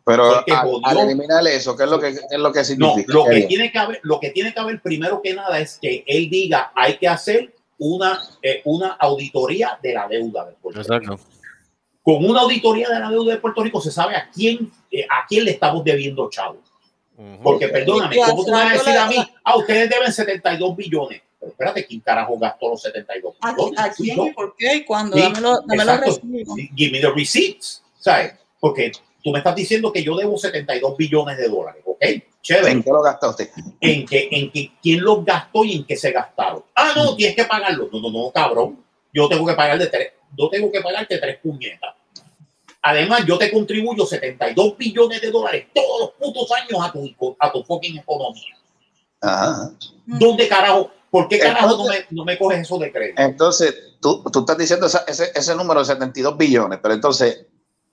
S3: Pero
S2: Porque
S3: al,
S2: jodió.
S3: al eliminar eso, ¿qué es lo que, qué es lo que
S2: No,
S3: significa?
S2: lo
S3: ¿Qué
S2: que
S3: haría?
S2: tiene que haber, lo que tiene que haber primero que nada es que él diga hay que hacer una, eh, una auditoría de la deuda de Puerto Rico.
S7: Exacto.
S2: Con una auditoría de la deuda de Puerto Rico se sabe a quién, eh, a quién le estamos debiendo, chavo.
S7: Ujú.
S2: Porque perdóname,
S4: Y- y
S2: ¿cómo tú me vas a
S4: haciendo
S2: decir a
S4: la-
S2: mí? Ah, ustedes deben 72 billones. Pero espérate, ¿quién carajo gastó los 72
S4: ¿A,
S2: billones?
S4: a
S2: Fui
S4: quién
S2: yo.
S4: y por qué y cuándo?
S2: Sí,
S4: Dámelo, dámelo
S2: exacto.
S4: recibo.
S2: Give me the receipts, ¿sabes? Porque tú me estás diciendo que yo debo 72 billones de dólares, ¿ok? Chévere.
S3: ¿En qué lo gasta usted?
S2: ¿En qué, en qué, quién los gastó y en qué se gastaron? Ah, no, tienes que pagarlo. No, no, no, cabrón. Yo tengo que pagar de tres, yo tengo que pagarte tres puñetas. Además, yo te contribuyo 72 billones de dólares todos los putos años a tu, a tu fucking economía.
S3: Ajá.
S4: Mm.
S2: ¿Dónde carajo? ¿Por qué carajo no me,
S3: Entonces- Eh,
S2: no me coges eso de crédito?
S3: Entonces, tú, tú estás diciendo esa- ese, ese número de 72 billones, pero entonces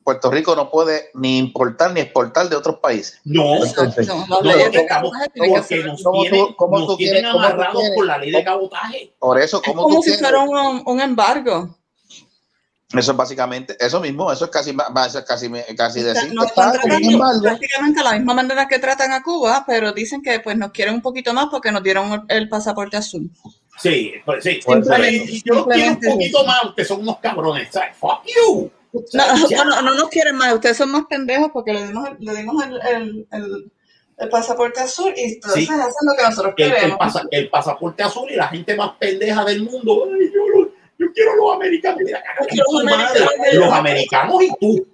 S3: Puerto Rico no puede ni importar ni exportar de otros países.
S2: No,
S3: Entonces,
S4: Exacto.
S2: no,
S4: Las leyes
S3: porque
S4: de
S2: estamos-
S4: cabotaje tienen que
S2: porque
S4: ser.
S2: nos
S3: ¿Cómo tú-
S2: tienen,
S3: cómo
S2: nos
S3: tú
S2: tienen
S3: quieres- cómo tú
S2: amarrados
S3: quieres?
S2: por la ley de
S3: ¿Cómo-
S2: cabotaje.
S3: Por eso,
S4: Es
S3: ¿cómo
S4: como
S3: tú
S4: si
S3: quieres?
S4: fuera un, un embargo.
S10: Eso es básicamente, eso mismo, eso es casi, eso es casi, casi
S4: O sea,
S10: decir.
S4: nos
S10: está,
S4: están
S10: sin
S4: tratando
S10: embargo,
S4: prácticamente de la misma manera que tratan a Cuba, pero dicen que pues nos quieren un poquito más porque nos dieron el pasaporte azul.
S2: Sí, pues sí.
S4: Pues,
S2: Pero
S4: pues,
S2: yo los quiero un
S4: simplemente
S2: poquito más, ustedes son unos cabrones. ¿sabes? Fuck you.
S4: No, <laughs> no, no, no nos quieren más, ustedes son más pendejos porque le dimos, le dimos el, el- el- el pasaporte azul y entonces
S2: Sí.
S4: hacen lo que nosotros
S2: El, el
S4: queremos.
S2: pasa- el pasaporte azul y la gente más pendeja del mundo. Ay, yo, lo- yo quiero los americanos. Mira, cago en
S4: Los
S2: tu madre.
S4: americanos de-
S2: Los americanos y tú.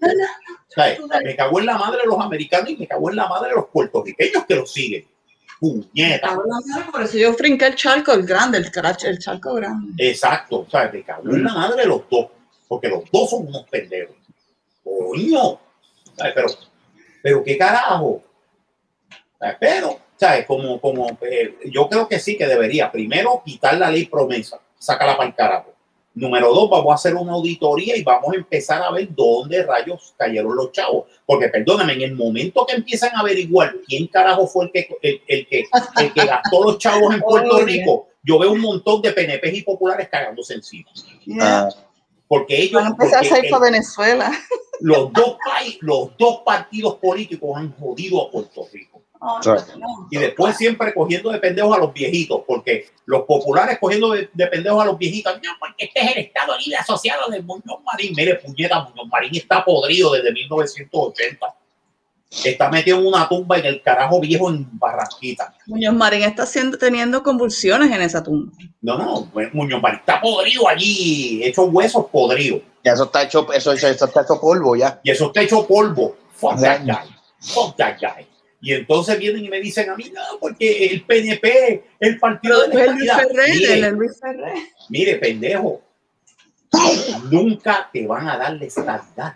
S2: ¿Sabes? Me cago en la madre de los americanos y me cago en la madre de los puertorriqueños que los siguen. Puñeta.
S4: Hablan mal, Por eso yo brinqué el charco, el grande, el, crash, el charco grande.
S2: Exacto, ¿sabes? Me cago en la madre de los dos, porque los dos son unos pendejos. Coño, ¿sabes? Pero, pero qué carajo. ¿Sabes? Pero, ¿sabes? Como, como, eh, yo creo que sí que debería, primero, quitar la ley promesa, sácala para el carajo. Número dos, vamos a hacer una auditoría y vamos a empezar a ver dónde rayos cayeron los chavos. Porque perdóname, en el momento que empiezan a averiguar quién carajo fue el que, el, el que, el que gastó los chavos
S4: <laughs>
S2: en Puerto
S4: Oye.
S2: Rico, yo veo un montón de PNP y populares cagándose encima.
S3: Ah.
S4: Yeah.
S2: Porque ellos,
S4: Van a empezar a
S2: porque
S4: salir
S2: el-
S4: para Venezuela.
S2: los, dos países, los dos partidos políticos han jodido a Puerto Rico.
S4: Oh,
S10: Exacto.
S4: no.
S2: Y después siempre cogiendo de pendejos a los viejitos, porque los populares cogiendo de, de pendejos a los viejitos, no, porque este es el Estado Libre Asociado de Muñoz Marín. Mire, puñeta, Muñoz Marín está podrido desde 1980. Está metido en una tumba en el carajo viejo en Barranquita.
S4: Muñoz Marín está siendo, teniendo convulsiones en esa tumba.
S2: No, no, Muñoz Marín está podrido allí, hecho huesos podridos.
S10: ya eso está hecho, eso, eso está hecho polvo ya.
S2: y eso está hecho polvo. Fuck that
S10: Daño.
S2: guy. Fuck that guy. Y entonces vienen y me dicen a mí, no, porque el PNP, el partido
S4: Pero
S2: de la
S4: después el Luis
S2: estabilidad.
S4: Ferrer, el
S2: Mire,
S4: Luis Ferrer.
S2: mire, pendejo, nunca te van a dar la estadidad.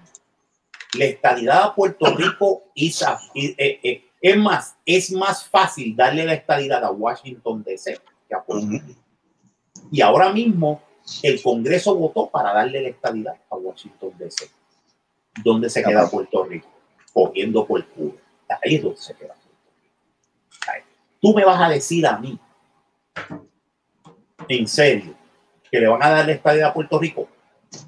S2: La estadidad a Puerto Rico is a- i- eh, eh, es más, es más fácil darle la estadidad a Washington DC que a Puerto Rico. Y ahora mismo el Congreso votó para darle la estadidad a Washington DC. ¿Dónde se queda Puerto Rico? Cogiendo por el culo. Ahí es donde se queda Puerto Rico. Ahí. Tú me vas a decir a mí, en serio, que le van a dar la estadidad a Puerto Rico.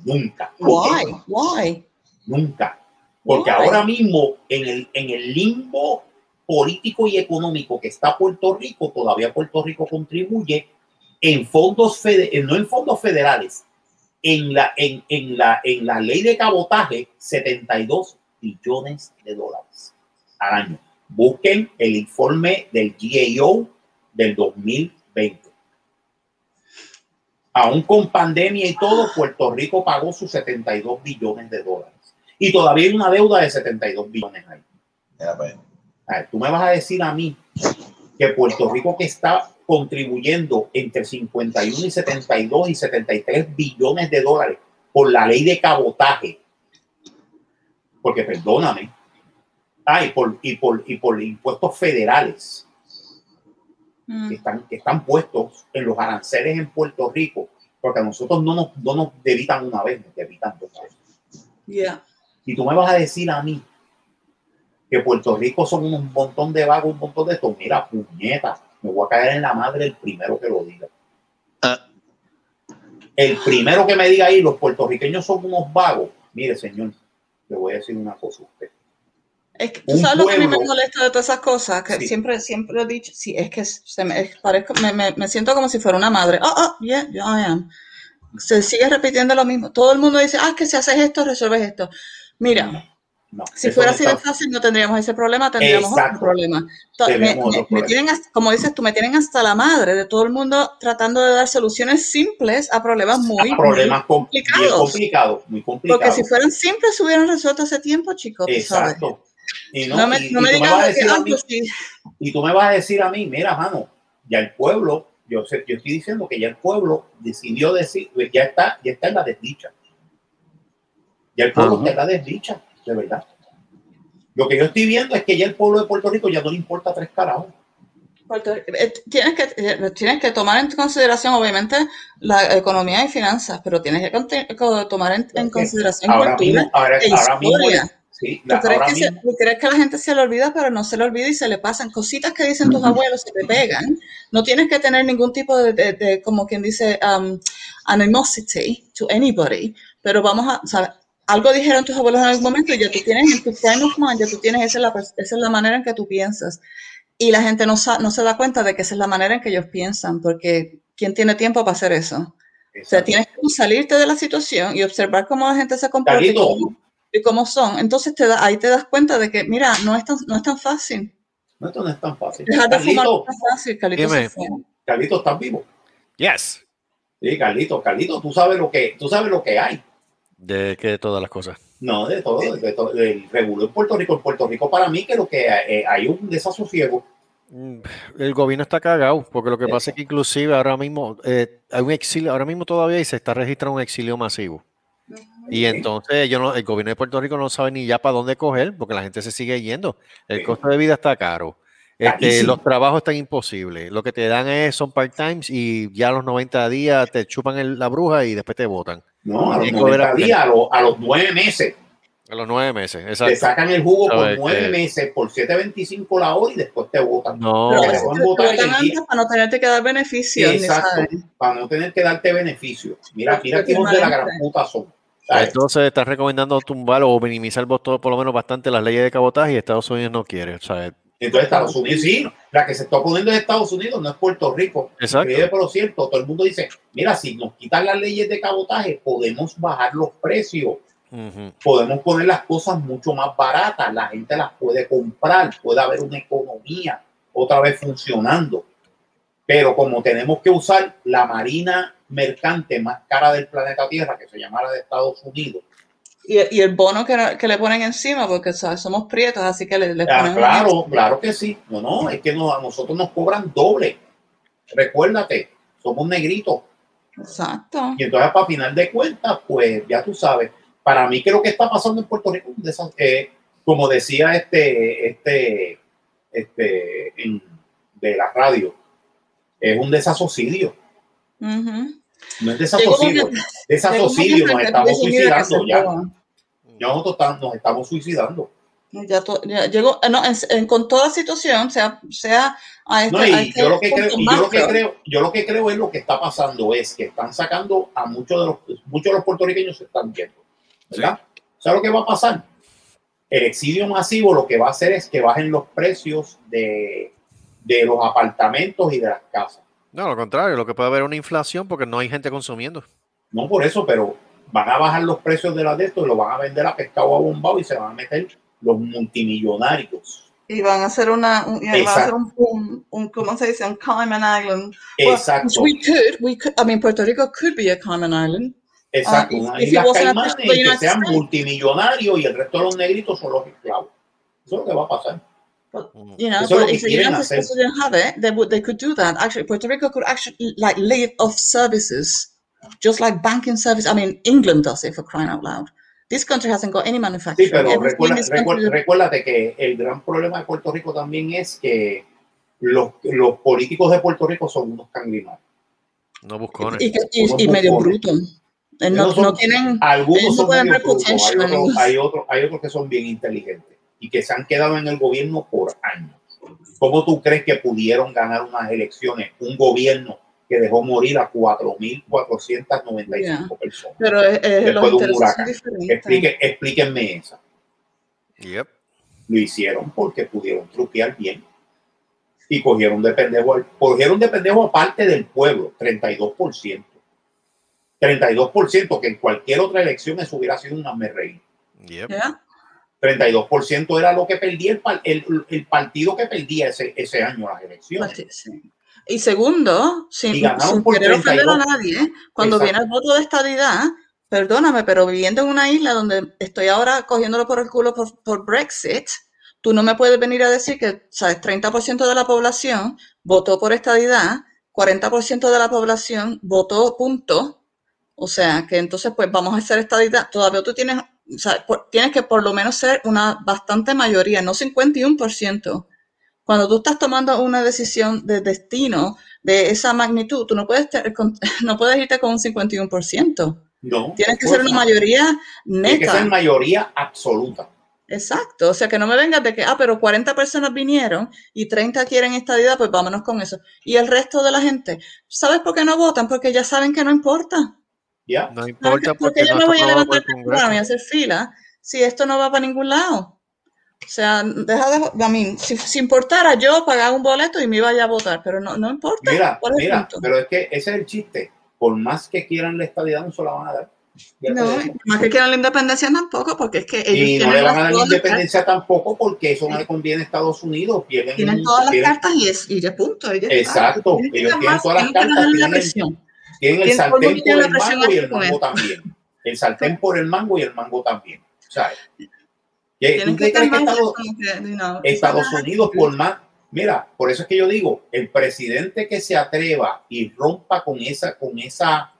S2: Nunca.
S4: Why? Why?
S2: Nunca. Porque
S4: Why?
S2: ahora mismo, en el, en el limbo político y económico que está Puerto Rico, todavía Puerto Rico contribuye en fondos, fede- eh, no en fondos federales, en la, en, en la, en la ley de cabotaje, 72 billones de dólares al año. Busquen el informe del GAO del 2020. Aún con pandemia y todo, Puerto Rico pagó sus 72 billones de dólares y todavía hay una deuda de 72 billones ahí.
S10: Mira, pues.
S2: A ver, tú me vas a decir a mí que Puerto Rico que está contribuyendo entre 51 y 72 y 73 billones de dólares por la ley de cabotaje. Porque perdóname. Ah, y por, y por, y por impuestos federales que
S4: Mm.
S2: están, que están puestos en los aranceles en Puerto Rico. Porque a nosotros no nos, no nos debitan una vez, nos debitan dos veces.
S4: Yeah.
S2: Y tú me vas a decir a mí que Puerto Rico son un montón de vagos, un montón de estos. Mira, puñeta, me voy a caer en la madre el primero que lo diga.
S10: Ah.
S2: El primero que me diga ahí, los puertorriqueños son unos vagos. Mire, señor, le voy a decir una cosa a usted.
S4: Es que, ¿Tú
S2: Un
S4: sabes lo que a mí me
S2: pueblo-
S4: molesta de todas esas cosas? Que
S2: Sí.
S4: siempre, siempre he dicho, sí, es que se me, es- parezco, me, me, me siento como si fuera una madre. Oh, oh, yeah, yeah, I am. Se sigue repitiendo lo mismo. Todo el mundo dice, ah, es que si haces esto, resuelves esto. Mira,
S2: No,
S4: si
S2: Mm, eso
S4: fuera
S2: no
S4: así
S2: está-
S4: de fácil, no tendríamos ese problema, tendríamos
S2: Exacto.
S4: otro problema. To- Me,
S2: Tenemos
S4: me-
S2: otro
S4: me
S2: problema.
S4: tienen, hasta- como dices tú, me tienen hasta la madre de todo el mundo tratando de dar soluciones simples a problemas muy, muy
S2: problemas com- bien
S4: complicados.
S2: complicados, muy
S4: Porque
S2: complicados.
S4: si fueran simples, se hubieran resuelto hace tiempo, chicos, tú sabes.
S2: Exacto. Y no,
S4: No me,
S2: y-
S4: no
S2: y
S4: me
S2: tú me vas a
S4: digas que,
S2: decir a
S4: ah,
S2: mí-
S4: pues sí,
S2: Y tú me vas a decir a mí, mira, mano, ya el pueblo, yo, sé- yo estoy diciendo que ya el pueblo decidió decir, pues, ya está, ya está en la desdicha. Ya el pueblo está
S3: Ajá.
S2: en la desdicha, de verdad. Lo que yo estoy viendo es que ya el pueblo de Puerto Rico ya no le importa tres carajos.
S4: Puerto- eh, tienes que, eh, tienes que tomar en consideración, obviamente, la economía y finanzas, pero tienes que conte- co- tomar en, en consideración
S2: Ahora
S4: cultura
S2: mismo, ahora,
S4: e
S2: ahora mismo,
S4: historia.
S2: sí, la-
S4: ¿Tú crees,
S2: ahora
S4: que se-
S2: mismo,
S4: tú crees que a la gente se le olvida, pero no se le olvida y se le pasan cositas que dicen tus abuelos, se te pegan? No tienes que tener ningún tipo de, de- de, como quien dice, um, animosity to anybody Pero vamos a, ¿sabes? Algo dijeron tus abuelos en algún momento y ya tú tienes en tu frame of mind, ya tú tienes, esa es la, esa es la manera en que tú piensas. Y la gente no, sa- no se da cuenta de que esa es la manera en que ellos piensan, porque ¿quién tiene tiempo para hacer eso? O sea, tienes que salirte de la situación y observar cómo la gente se comporta y
S2: Carlito.
S4: cómo, y cómo son. Entonces te da, ahí te das cuenta de que, mira, no es tan, no es tan fácil.
S2: No, esto no es tan fácil.
S4: Dejar de fumar
S2: Carlito,
S4: no es tan fácil, Carlito.
S7: Dime.
S4: Sofía.
S2: Carlito, ¿estás vivo?
S7: Yes.
S2: Sí, Carlito, Carlito, tú sabes lo que, tú sabes lo que hay.
S7: De que todas las cosas.
S2: No, de todo, de todo, del regulo en Puerto Rico. En Puerto Rico, para mí, que lo que hay, eh, hay un desasosiego.
S7: Mm, El gobierno está cagado, porque lo que pasa es que inclusive ahora mismo eh, hay un exilio, ahora mismo todavía y se está registrando un exilio masivo. Y entonces yo no, el gobierno de Puerto Rico no sabe ni ya para dónde coger, porque la gente se sigue yendo. El
S2: Sí.
S7: costo de vida está caro. Este,
S2: Carísimo.
S7: los trabajos están imposibles. Lo que te dan es son part-times y ya a los 90 días te chupan el- la bruja y después te votan.
S2: No, a los
S7: Tienes que volver a
S2: 90 días, a, los- a los nueve meses,
S7: A los nueve meses,
S2: te
S7: exacto.
S2: sacan el jugo por
S7: ¿Sabes?
S2: nueve
S7: Eh,
S2: meses, por 7.25 la hora y después te votan.
S7: No,
S4: Pero a
S2: Te
S4: veces
S2: pueden
S4: te
S2: votar en
S4: votan
S2: el día.
S4: antes para no tenerte que dar beneficios. ni
S2: Exacto,
S4: sabes.
S2: para no tener que darte beneficio. Mira,
S4: Porque
S2: mira qué hijos de la gran
S4: permanente.
S2: puta son. ¿sabes?
S7: entonces estás recomendando tumbar o minimizar vos todo, por lo menos bastante las leyes de cabotaje y Estados Unidos no quiere. eh, ¿sabes?
S2: Entonces, Estados Unidos, sí, la que se está oponiendo es Estados Unidos, no es Puerto Rico.
S7: Exacto.
S2: Increíble, pero cierto, todo el mundo dice, mira, si nos quitan las leyes de cabotaje, podemos bajar los precios,
S7: Ujú.
S2: podemos poner las cosas mucho más baratas, la gente las puede comprar, puede haber una economía otra vez funcionando. Pero como tenemos que usar la marina mercante más cara del planeta Tierra, que se llama la de Estados Unidos,
S4: Y, y el bono que, que le ponen encima, porque ¿sabes? somos prietos, así que le, le
S2: Ah,
S4: ponen un
S2: claro, claro que sí. No, no, es que no- a nosotros nos cobran doble. Recuérdate, somos negritos.
S4: Exacto.
S2: Y entonces, para final de cuentas, pues ya tú sabes, para mí que lo que está pasando en Puerto Rico, es un desa- eh, como decía este, este, este, en- de la radio, es un desasocidio.
S4: Ujú.
S2: No es
S4: Llegó un
S2: desasocidio,
S4: momento- llegó un
S2: desasocidio,
S4: momento en
S2: nos
S4: que
S2: estamos
S4: dije, mira, que se
S2: suicidando ya.
S4: jodan.
S2: Ya Nosotros estamos- nos estamos suicidando.
S4: Ya to- ya llegó, eh, no, en- en- con toda situación, sea, sea a este,
S2: No,
S4: a
S2: y
S4: este
S2: yo lo que
S4: punto
S2: creo, y yo lo que
S4: macro.
S2: creo, yo lo que creo es lo que está pasando es que están sacando a muchos de los muchos de los puertorriqueños se están viendo, ¿verdad? ¿Sabes lo que va a pasar? El exilio masivo lo que va a hacer es que bajen los precios de, de los apartamentos y de las casas.
S7: No, lo contrario, lo que puede haber es una inflación porque no hay gente consumiendo.
S2: No por eso, pero van a bajar los precios de la de esto y lo van a vender a pescado a bombao y se van a meter los multimillonarios.
S4: Y van a hacer una, un, y van a hacer
S2: Exacto.
S4: un, un, un- ¿cómo se dice? Un Cayman Island. Well,
S2: Exacto.
S4: Pues, we could, we could, I mean, Puerto Rico could be a Cayman Island. Ah,
S2: Exacto,
S4: if-
S2: unas
S4: if it
S2: islas
S4: wasn't a
S2: Caimanes
S4: part of the
S2: y que
S4: United
S2: sean
S4: States.
S2: multimillonarios y el resto de los negritos son los esclavos. Eso es lo que va a pasar.
S4: You
S2: Eso
S4: know,
S2: es lo
S4: but
S2: que
S4: if the
S2: quieren
S4: United
S2: hacer.
S4: States didn't have it, they would they could do that. Actually, Puerto Rico could actually like live off services, just like banking service. I mean, England does it for crying out loud. This country hasn't got any
S2: Sí,
S4: manufacturing.
S2: pero
S4: Everything in
S2: recuerda,
S4: this
S2: recuer-
S4: country.
S2: recuérdate que el gran problema de Puerto Rico también es que los, los políticos de Puerto Rico son unos cangrinos.
S7: No buscones.
S4: Y, que- y- y
S2: Unos
S4: medio
S2: bufones.
S4: bruto. Eh, No,
S2: Esos son-
S4: no tienen,
S2: Algunos
S4: ellos no
S2: son
S4: pueden
S2: medio
S4: ver
S2: frutos, hay
S4: potential.
S2: otros, hay, otros, hay otros que son bien inteligentes y que se han quedado en el gobierno por años. ¿Cómo tú crees que pudieron ganar unas elecciones? Un gobierno que dejó morir a 4.495
S4: Yeah.
S2: personas.
S4: Pero eh, eh, los
S2: después de un
S4: intereses son
S2: huracán.
S4: diferentes.
S2: Explique- explíquenme esa.
S7: Yep.
S2: Lo hicieron porque pudieron truquear bien. Y cogieron de pendejo, al- cogieron de pendejo aparte del pueblo, 32%. 32% que en cualquier otra elección eso hubiera sido una merreí.
S7: Yep.
S4: Yeah.
S2: 32% era lo que perdía el, par- el, el partido que perdía ese, ese año las elecciones.
S4: Pues sí, sí. Y segundo, sin,
S2: Y ganaron
S4: sin
S2: por
S4: querer ofender a
S2: 32.
S4: nadie, ¿eh? cuando
S2: Exacto.
S4: viene el voto de estadidad, perdóname, pero viviendo en una isla donde estoy ahora cogiéndolo por el culo por, por Brexit, tú no me puedes venir a decir que, sabes, 30% de la población votó por estadidad, 40% de la población votó punto. O sea, que entonces, pues vamos a hacer estadidad. Todavía tú tienes, o sea, por- tienes que por lo menos ser una bastante mayoría, no 51%. Cuando tú estás tomando una decisión de destino de esa magnitud, tú no puedes, te- con- no puedes irte con un 51%.
S2: No.
S4: Tienes que
S2: pues,
S4: ser una mayoría
S2: Tiene que ser
S4: neta.
S2: mayoría absoluta.
S4: Exacto. O sea, que no me vengas de que, ah, pero 40 personas vinieron y 30 quieren estadidad, pues vámonos con eso. Y el resto de la gente, ¿sabes por qué no votan? Porque ya saben que no importa.
S2: ¿Ya?
S7: No
S4: No,
S7: importa
S4: ¿Por
S7: porque
S4: qué yo
S7: no
S4: me
S7: está
S4: voy a
S7: aprobado por
S4: levantar
S7: el
S4: temprano y
S7: Congreso.
S4: hacer fila si esto no va para ningún lado? O sea, deja de, a mí, si, si importara yo pagaba un boleto y me iba a votar, pero no, no importa.
S2: Mira,
S4: ¿Cuál es el
S2: mira,
S4: punto?
S2: pero es que ese es el chiste. Por más que quieran la estabilidad, no se la van a dar. Fíjate
S4: No,
S2: de eso.
S4: más que quieran la independencia tampoco, porque es que ellos
S2: Y no
S4: tienen
S2: le van
S4: las-
S2: a dar
S4: todas las
S2: independencia tampoco porque eso no le conviene a Estados Unidos. Pierden
S4: tienen
S2: un-
S4: todas las
S2: pierden-
S4: cartas y, es, y ya punto. ellos-
S2: Mm, Exacto,
S4: tienen que
S2: ellos tienen
S4: calmarse,
S2: todas las
S4: tienen que
S2: cartas,
S4: bajar la
S2: tienen el-
S4: presión.
S2: tienen el
S4: Tienen- todo el mundo
S2: sartén
S4: tiene
S2: por
S4: la
S2: el
S4: presión Pues
S2: mango y
S4: alta
S2: el
S4: con
S2: mango
S4: esto.
S2: también. El sartén por el mango y el mango también. ¿Sabes? ¿Qué-
S4: Tienen
S2: ¿Tú
S4: que
S2: te crees que
S4: calmarse,
S2: Estados,
S4: como que, no,
S2: Estados Unidos, por más, mira, por eso es que yo digo, el presidente que se atreva y rompa con esa, con esa,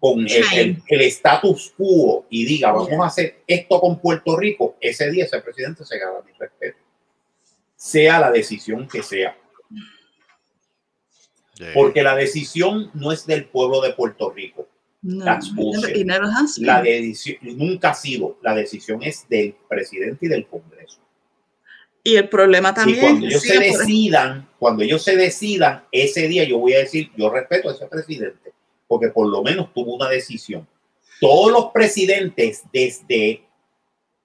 S2: con el, el- el status quo y diga, vamos a hacer esto con Puerto Rico, ese día ese presidente se gana mi respeto. Sea la decisión que sea. Porque la decisión no es del pueblo de Puerto Rico.
S4: No,
S2: That's
S4: y
S2: bullshit.
S4: never- y never has
S2: La
S4: been.
S2: decisión nunca ha sido. La decisión es del presidente y del Congreso.
S4: Y el problema
S2: Y
S4: también
S2: cuando ellos se
S4: sigue por-
S2: decidan, cuando ellos se decidan, ese día yo voy a decir, yo respeto a ese presidente, porque por lo menos tuvo una decisión. Todos los presidentes desde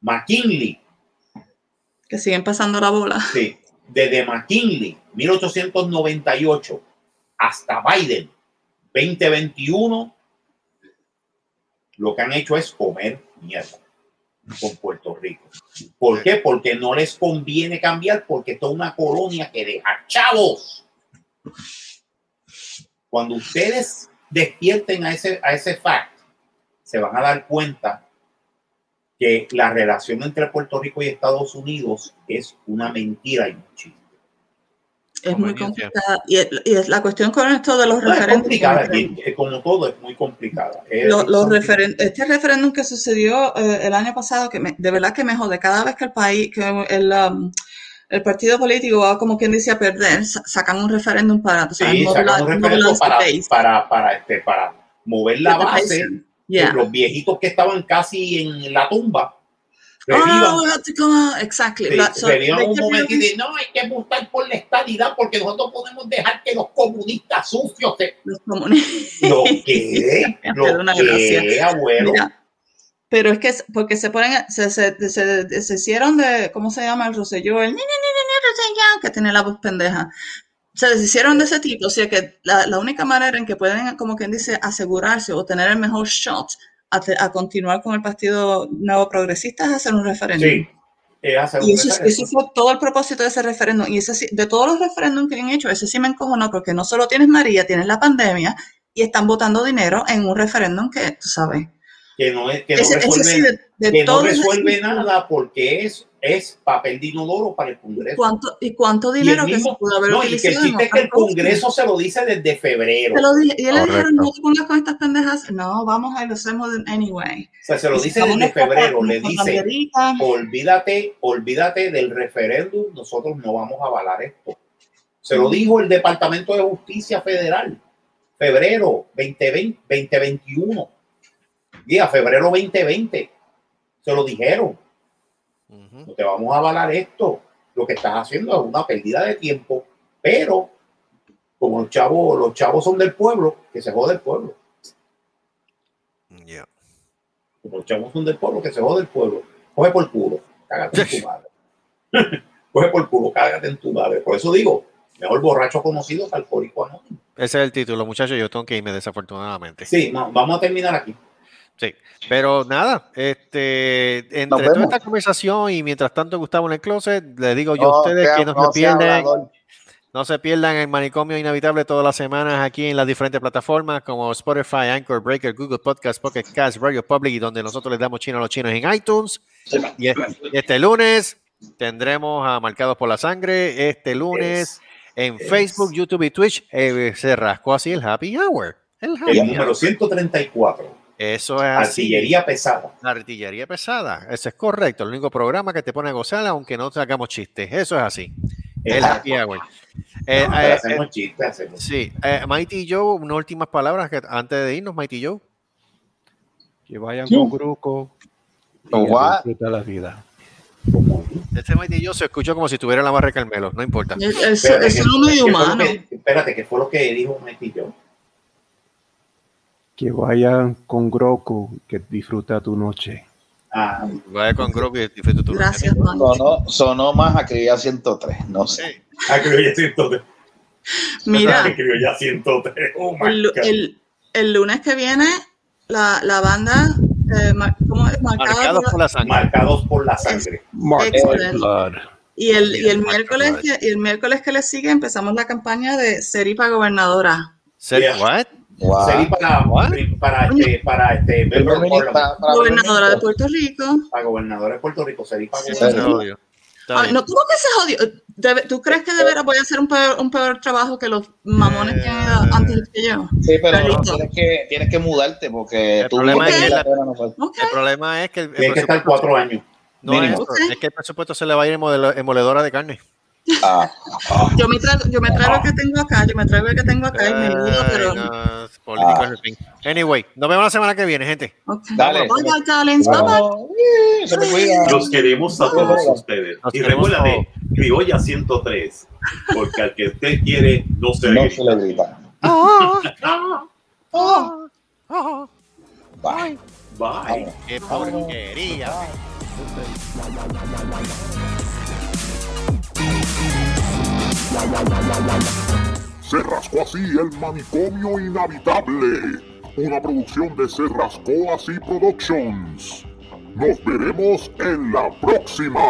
S2: McKinley,
S4: que siguen pasando la bola.
S2: sí, desde McKinley, 1898, hasta Biden, 2021, lo que han hecho es comer mierda con Puerto Rico. ¿Por qué? Porque no les conviene cambiar, porque esto es una colonia que deja chavos. Cuando ustedes despierten a ese, a ese fact, se van a dar cuenta que la relación entre Puerto Rico y Estados Unidos es una mentira y un chiste.
S4: Es muy complicada. Y, es- y es la cuestión con esto de los
S2: No, es
S4: referéndums.
S2: complicada, es bien- es como todo, es muy complicada. Es-
S4: Lo- los
S2: son-
S4: referen- este referéndum que sucedió eh, el año pasado, que me- de verdad que me jode, cada vez que el país, que el, um, el partido político va como quien dice a perder, sa- sacan un referéndum para, tú sabes,
S2: Sí, sacan
S4: modular,
S2: un
S4: modular
S2: referendo
S4: ese
S2: para,
S4: país.
S2: para, para, este, para mover la
S4: Este país,
S2: base.
S4: yeah.
S2: que Los viejitos que estaban casi en la tumba revivan.
S4: Oh, we have to come out. Exactly.
S2: Sí,
S4: La- so
S2: revivan
S4: they
S2: un
S4: kept
S2: momento y
S4: realizing-
S2: dicen, no, hay que buscar por la estadidad porque nosotros podemos dejar que los comunistas sucios se...
S4: los comunistas.
S2: ¿Lo
S4: <laughs>
S2: qué?
S4: Me da
S2: ¿Lo
S4: una gracia.
S2: qué, abuelo?
S4: Mira, pero es que es- porque se ponen, se, se, se, se- se hicieron de, ¿cómo se llama el Rosselló? El ni, ni, ni, ni, ni, Rosselló, que tiene la voz pendeja. Se deshicieron de ese tipo, o sea que la, la única manera en que pueden, como quien dice, asegurarse o tener el mejor shot a, te- a continuar con el Partido Nuevo Progresista es hacer un referéndum.
S2: Sí, es hacer
S4: Y
S2: un
S4: eso,
S2: referendo.
S4: eso fue todo el propósito de ese referéndum. Y ese sí- de todos los referéndums que han hecho, ese sí me encojonó porque no solo tienes María, tienes la pandemia y están votando dinero en un referéndum que, tú sabes,
S2: Que no, es, que no
S4: ese, ese sí,
S2: resuelve,
S4: de, de
S2: que no
S4: todos los- <laughs>
S2: resuelve nada porque es, es papel de inodoro para el Congreso.
S4: ¿cuánto, y cuánto
S2: Y el
S4: dinero que se
S2: mismo,
S4: pudo haber
S2: no, y que el
S4: utilizado en
S2: chiste es que
S4: otras
S2: el
S4: cosas.
S2: Congreso se lo dice desde febrero.
S4: Se lo dije- y le dijeron,
S7: Correcto.
S4: no te pongas con estas pendejas. No, vamos a lo hacemos de- anyway.
S2: O sea, se
S4: Y
S2: lo dice
S4: sacamos
S2: desde
S4: nuestra,
S2: febrero, le
S4: nuestra
S2: dice,
S4: banderita.
S2: olvídate, olvídate del referéndum, nosotros no vamos a avalar esto. Se
S4: Mm.
S2: lo dijo el Departamento de Justicia Federal, febrero 2020, 2021, día febrero 2020, se lo dijeron, no te vamos a avalar esto, lo que estás haciendo es una pérdida de tiempo, pero como los chavos, los chavos son del pueblo, que se jode el pueblo.
S7: Yeah.
S2: como los chavos son del pueblo, que se jode el pueblo. Coge por culo, cágate en tu madre. Coge por culo, cágate en tu madre. Por eso digo, mejor borracho conocido que alcohólico anónimo.
S7: Ese es el título, muchachos. Yo tengo que irme desafortunadamente.
S2: Sí, no, vamos a terminar aquí.
S7: Sí, pero nada, este, entre toda
S10: vemos.
S7: esta conversación y mientras tanto Gustavo en el closet, le digo yo
S4: Oh,
S7: a
S10: No,
S7: ustedes
S10: sea-
S7: que no se
S10: no sea
S7: pierden,
S10: hablador.
S7: no se pierdan el manicomio inevitable todas las semanas aquí en las diferentes plataformas como Spotify, Anchor, Breaker, Google Podcast, Pocket Cast, Radio Public, y donde nosotros les damos chino a los chinos en iTunes. Y, e- y este lunes tendremos a Marcados por la Sangre, este lunes en Facebook, YouTube y Twitch, eh, se rascó así el Happy Hour. El
S2: El
S7: happy
S2: número
S7: hour.
S2: 134,
S7: Eso es así.
S2: artillería pesada.
S7: La artillería pesada, eso es correcto. El único programa que te pone a gozar, aunque no sacamos chistes. Eso es así. El happy hour. Eh,
S2: No, pero
S7: eh, eh,
S2: hacemos chistes, hacemos
S7: sí, eh, Mighty Joe, unas últimas palabras que- antes de irnos, Mighty Joe.
S6: Que vayan
S10: Sí.
S6: con grupo y a
S10: What?
S6: disfrutar la vida.
S7: Este Mighty Joe se escucha como si estuviera en la barra de Carmelo, no importa.
S4: Es, es,
S2: Espérate,
S4: es
S2: ¿qué-
S4: solo medio
S2: qué fue lo
S4: humano.
S2: que- espérate, ¿qué fue lo que dijo Maitillo?
S5: Que vayan con Groco, que disfruta tu noche.
S7: Ah, vaya con Groco y disfruta tu
S4: Gracias,
S7: noche.
S4: Juan.
S10: Sonó, sonó más a Criolla 103, no sé.
S2: A Criolla 103.
S4: Mira.
S2: A Criolla 103. Oh my
S4: El,
S2: God.
S4: el- el lunes que viene, la, la banda, eh, mar- ¿cómo es? Marcada
S7: Marcados
S4: por-
S7: por la sangre.
S2: Marcados por la sangre.
S4: Excellent.
S6: Blood.
S4: Y el, y el
S7: Marca
S4: miércoles
S7: Blood.
S4: que, y el miércoles que le sigue empezamos la campaña de Seripa Gobernadora.
S7: Ser-
S2: Yeah.
S7: what?
S10: Wow.
S2: Sería para,
S7: What?
S2: para este, para este, member
S10: Primer
S2: of
S10: ministro-
S2: parliament,
S10: para- para primer
S4: gobernadora de
S10: ministro.
S4: Puerto Rico.
S2: para gobernador de Puerto Rico, sería para
S4: Sí.
S7: Se
S2: gobernador.
S7: jodió. Está
S4: Ay,
S7: bien.
S4: Ah, no, ¿cómo que se jodió? Debe- ¿Tú crees que de veras voy a hacer un peor, un peor trabajo que los mamones que han ido antes que yo?
S10: pues. Sí, pero no,
S4: Carlito.
S10: tienes que, tienes que mudarte porque
S7: El
S10: tú
S7: problema
S10: vives
S4: es
S10: en
S4: que-
S10: Inglaterra, no fue.
S4: Ok.
S7: El problema es que el, el
S2: Tiene que estar
S7: presupuesto-
S2: cuatro años.
S7: no es
S10: mínimo.
S7: eso,
S4: Ok.
S7: es que el presupuesto se le va a ir en modelo- en moledora de carne.
S10: Ah, ah.
S4: Yo me traigo, yo me traigo el que tengo acá, yo me traigo el que tengo acá y me mudo, pero.
S7: Ay, no, es político es el fin. Anyway, nos vemos la semana que viene, gente.
S4: ok.
S10: Dale.
S4: Bye bye, darlings. Bye bye.
S10: Vamos. Sí, Se me cuida.
S2: Los queremos a todos ustedes.
S7: Los
S2: Y
S7: queremos
S2: recuérdate, Criolla 103, porque al que usted quiere, no se le
S10: No
S2: grita.
S10: se le grita.
S7: Ah,
S10: Bye.
S7: ah,
S2: Bye.
S7: ¡Qué porquería!
S1: Se rascó así el manicomio inhabitable. Una producción de Se rascó así Productions. Nos veremos en la próxima.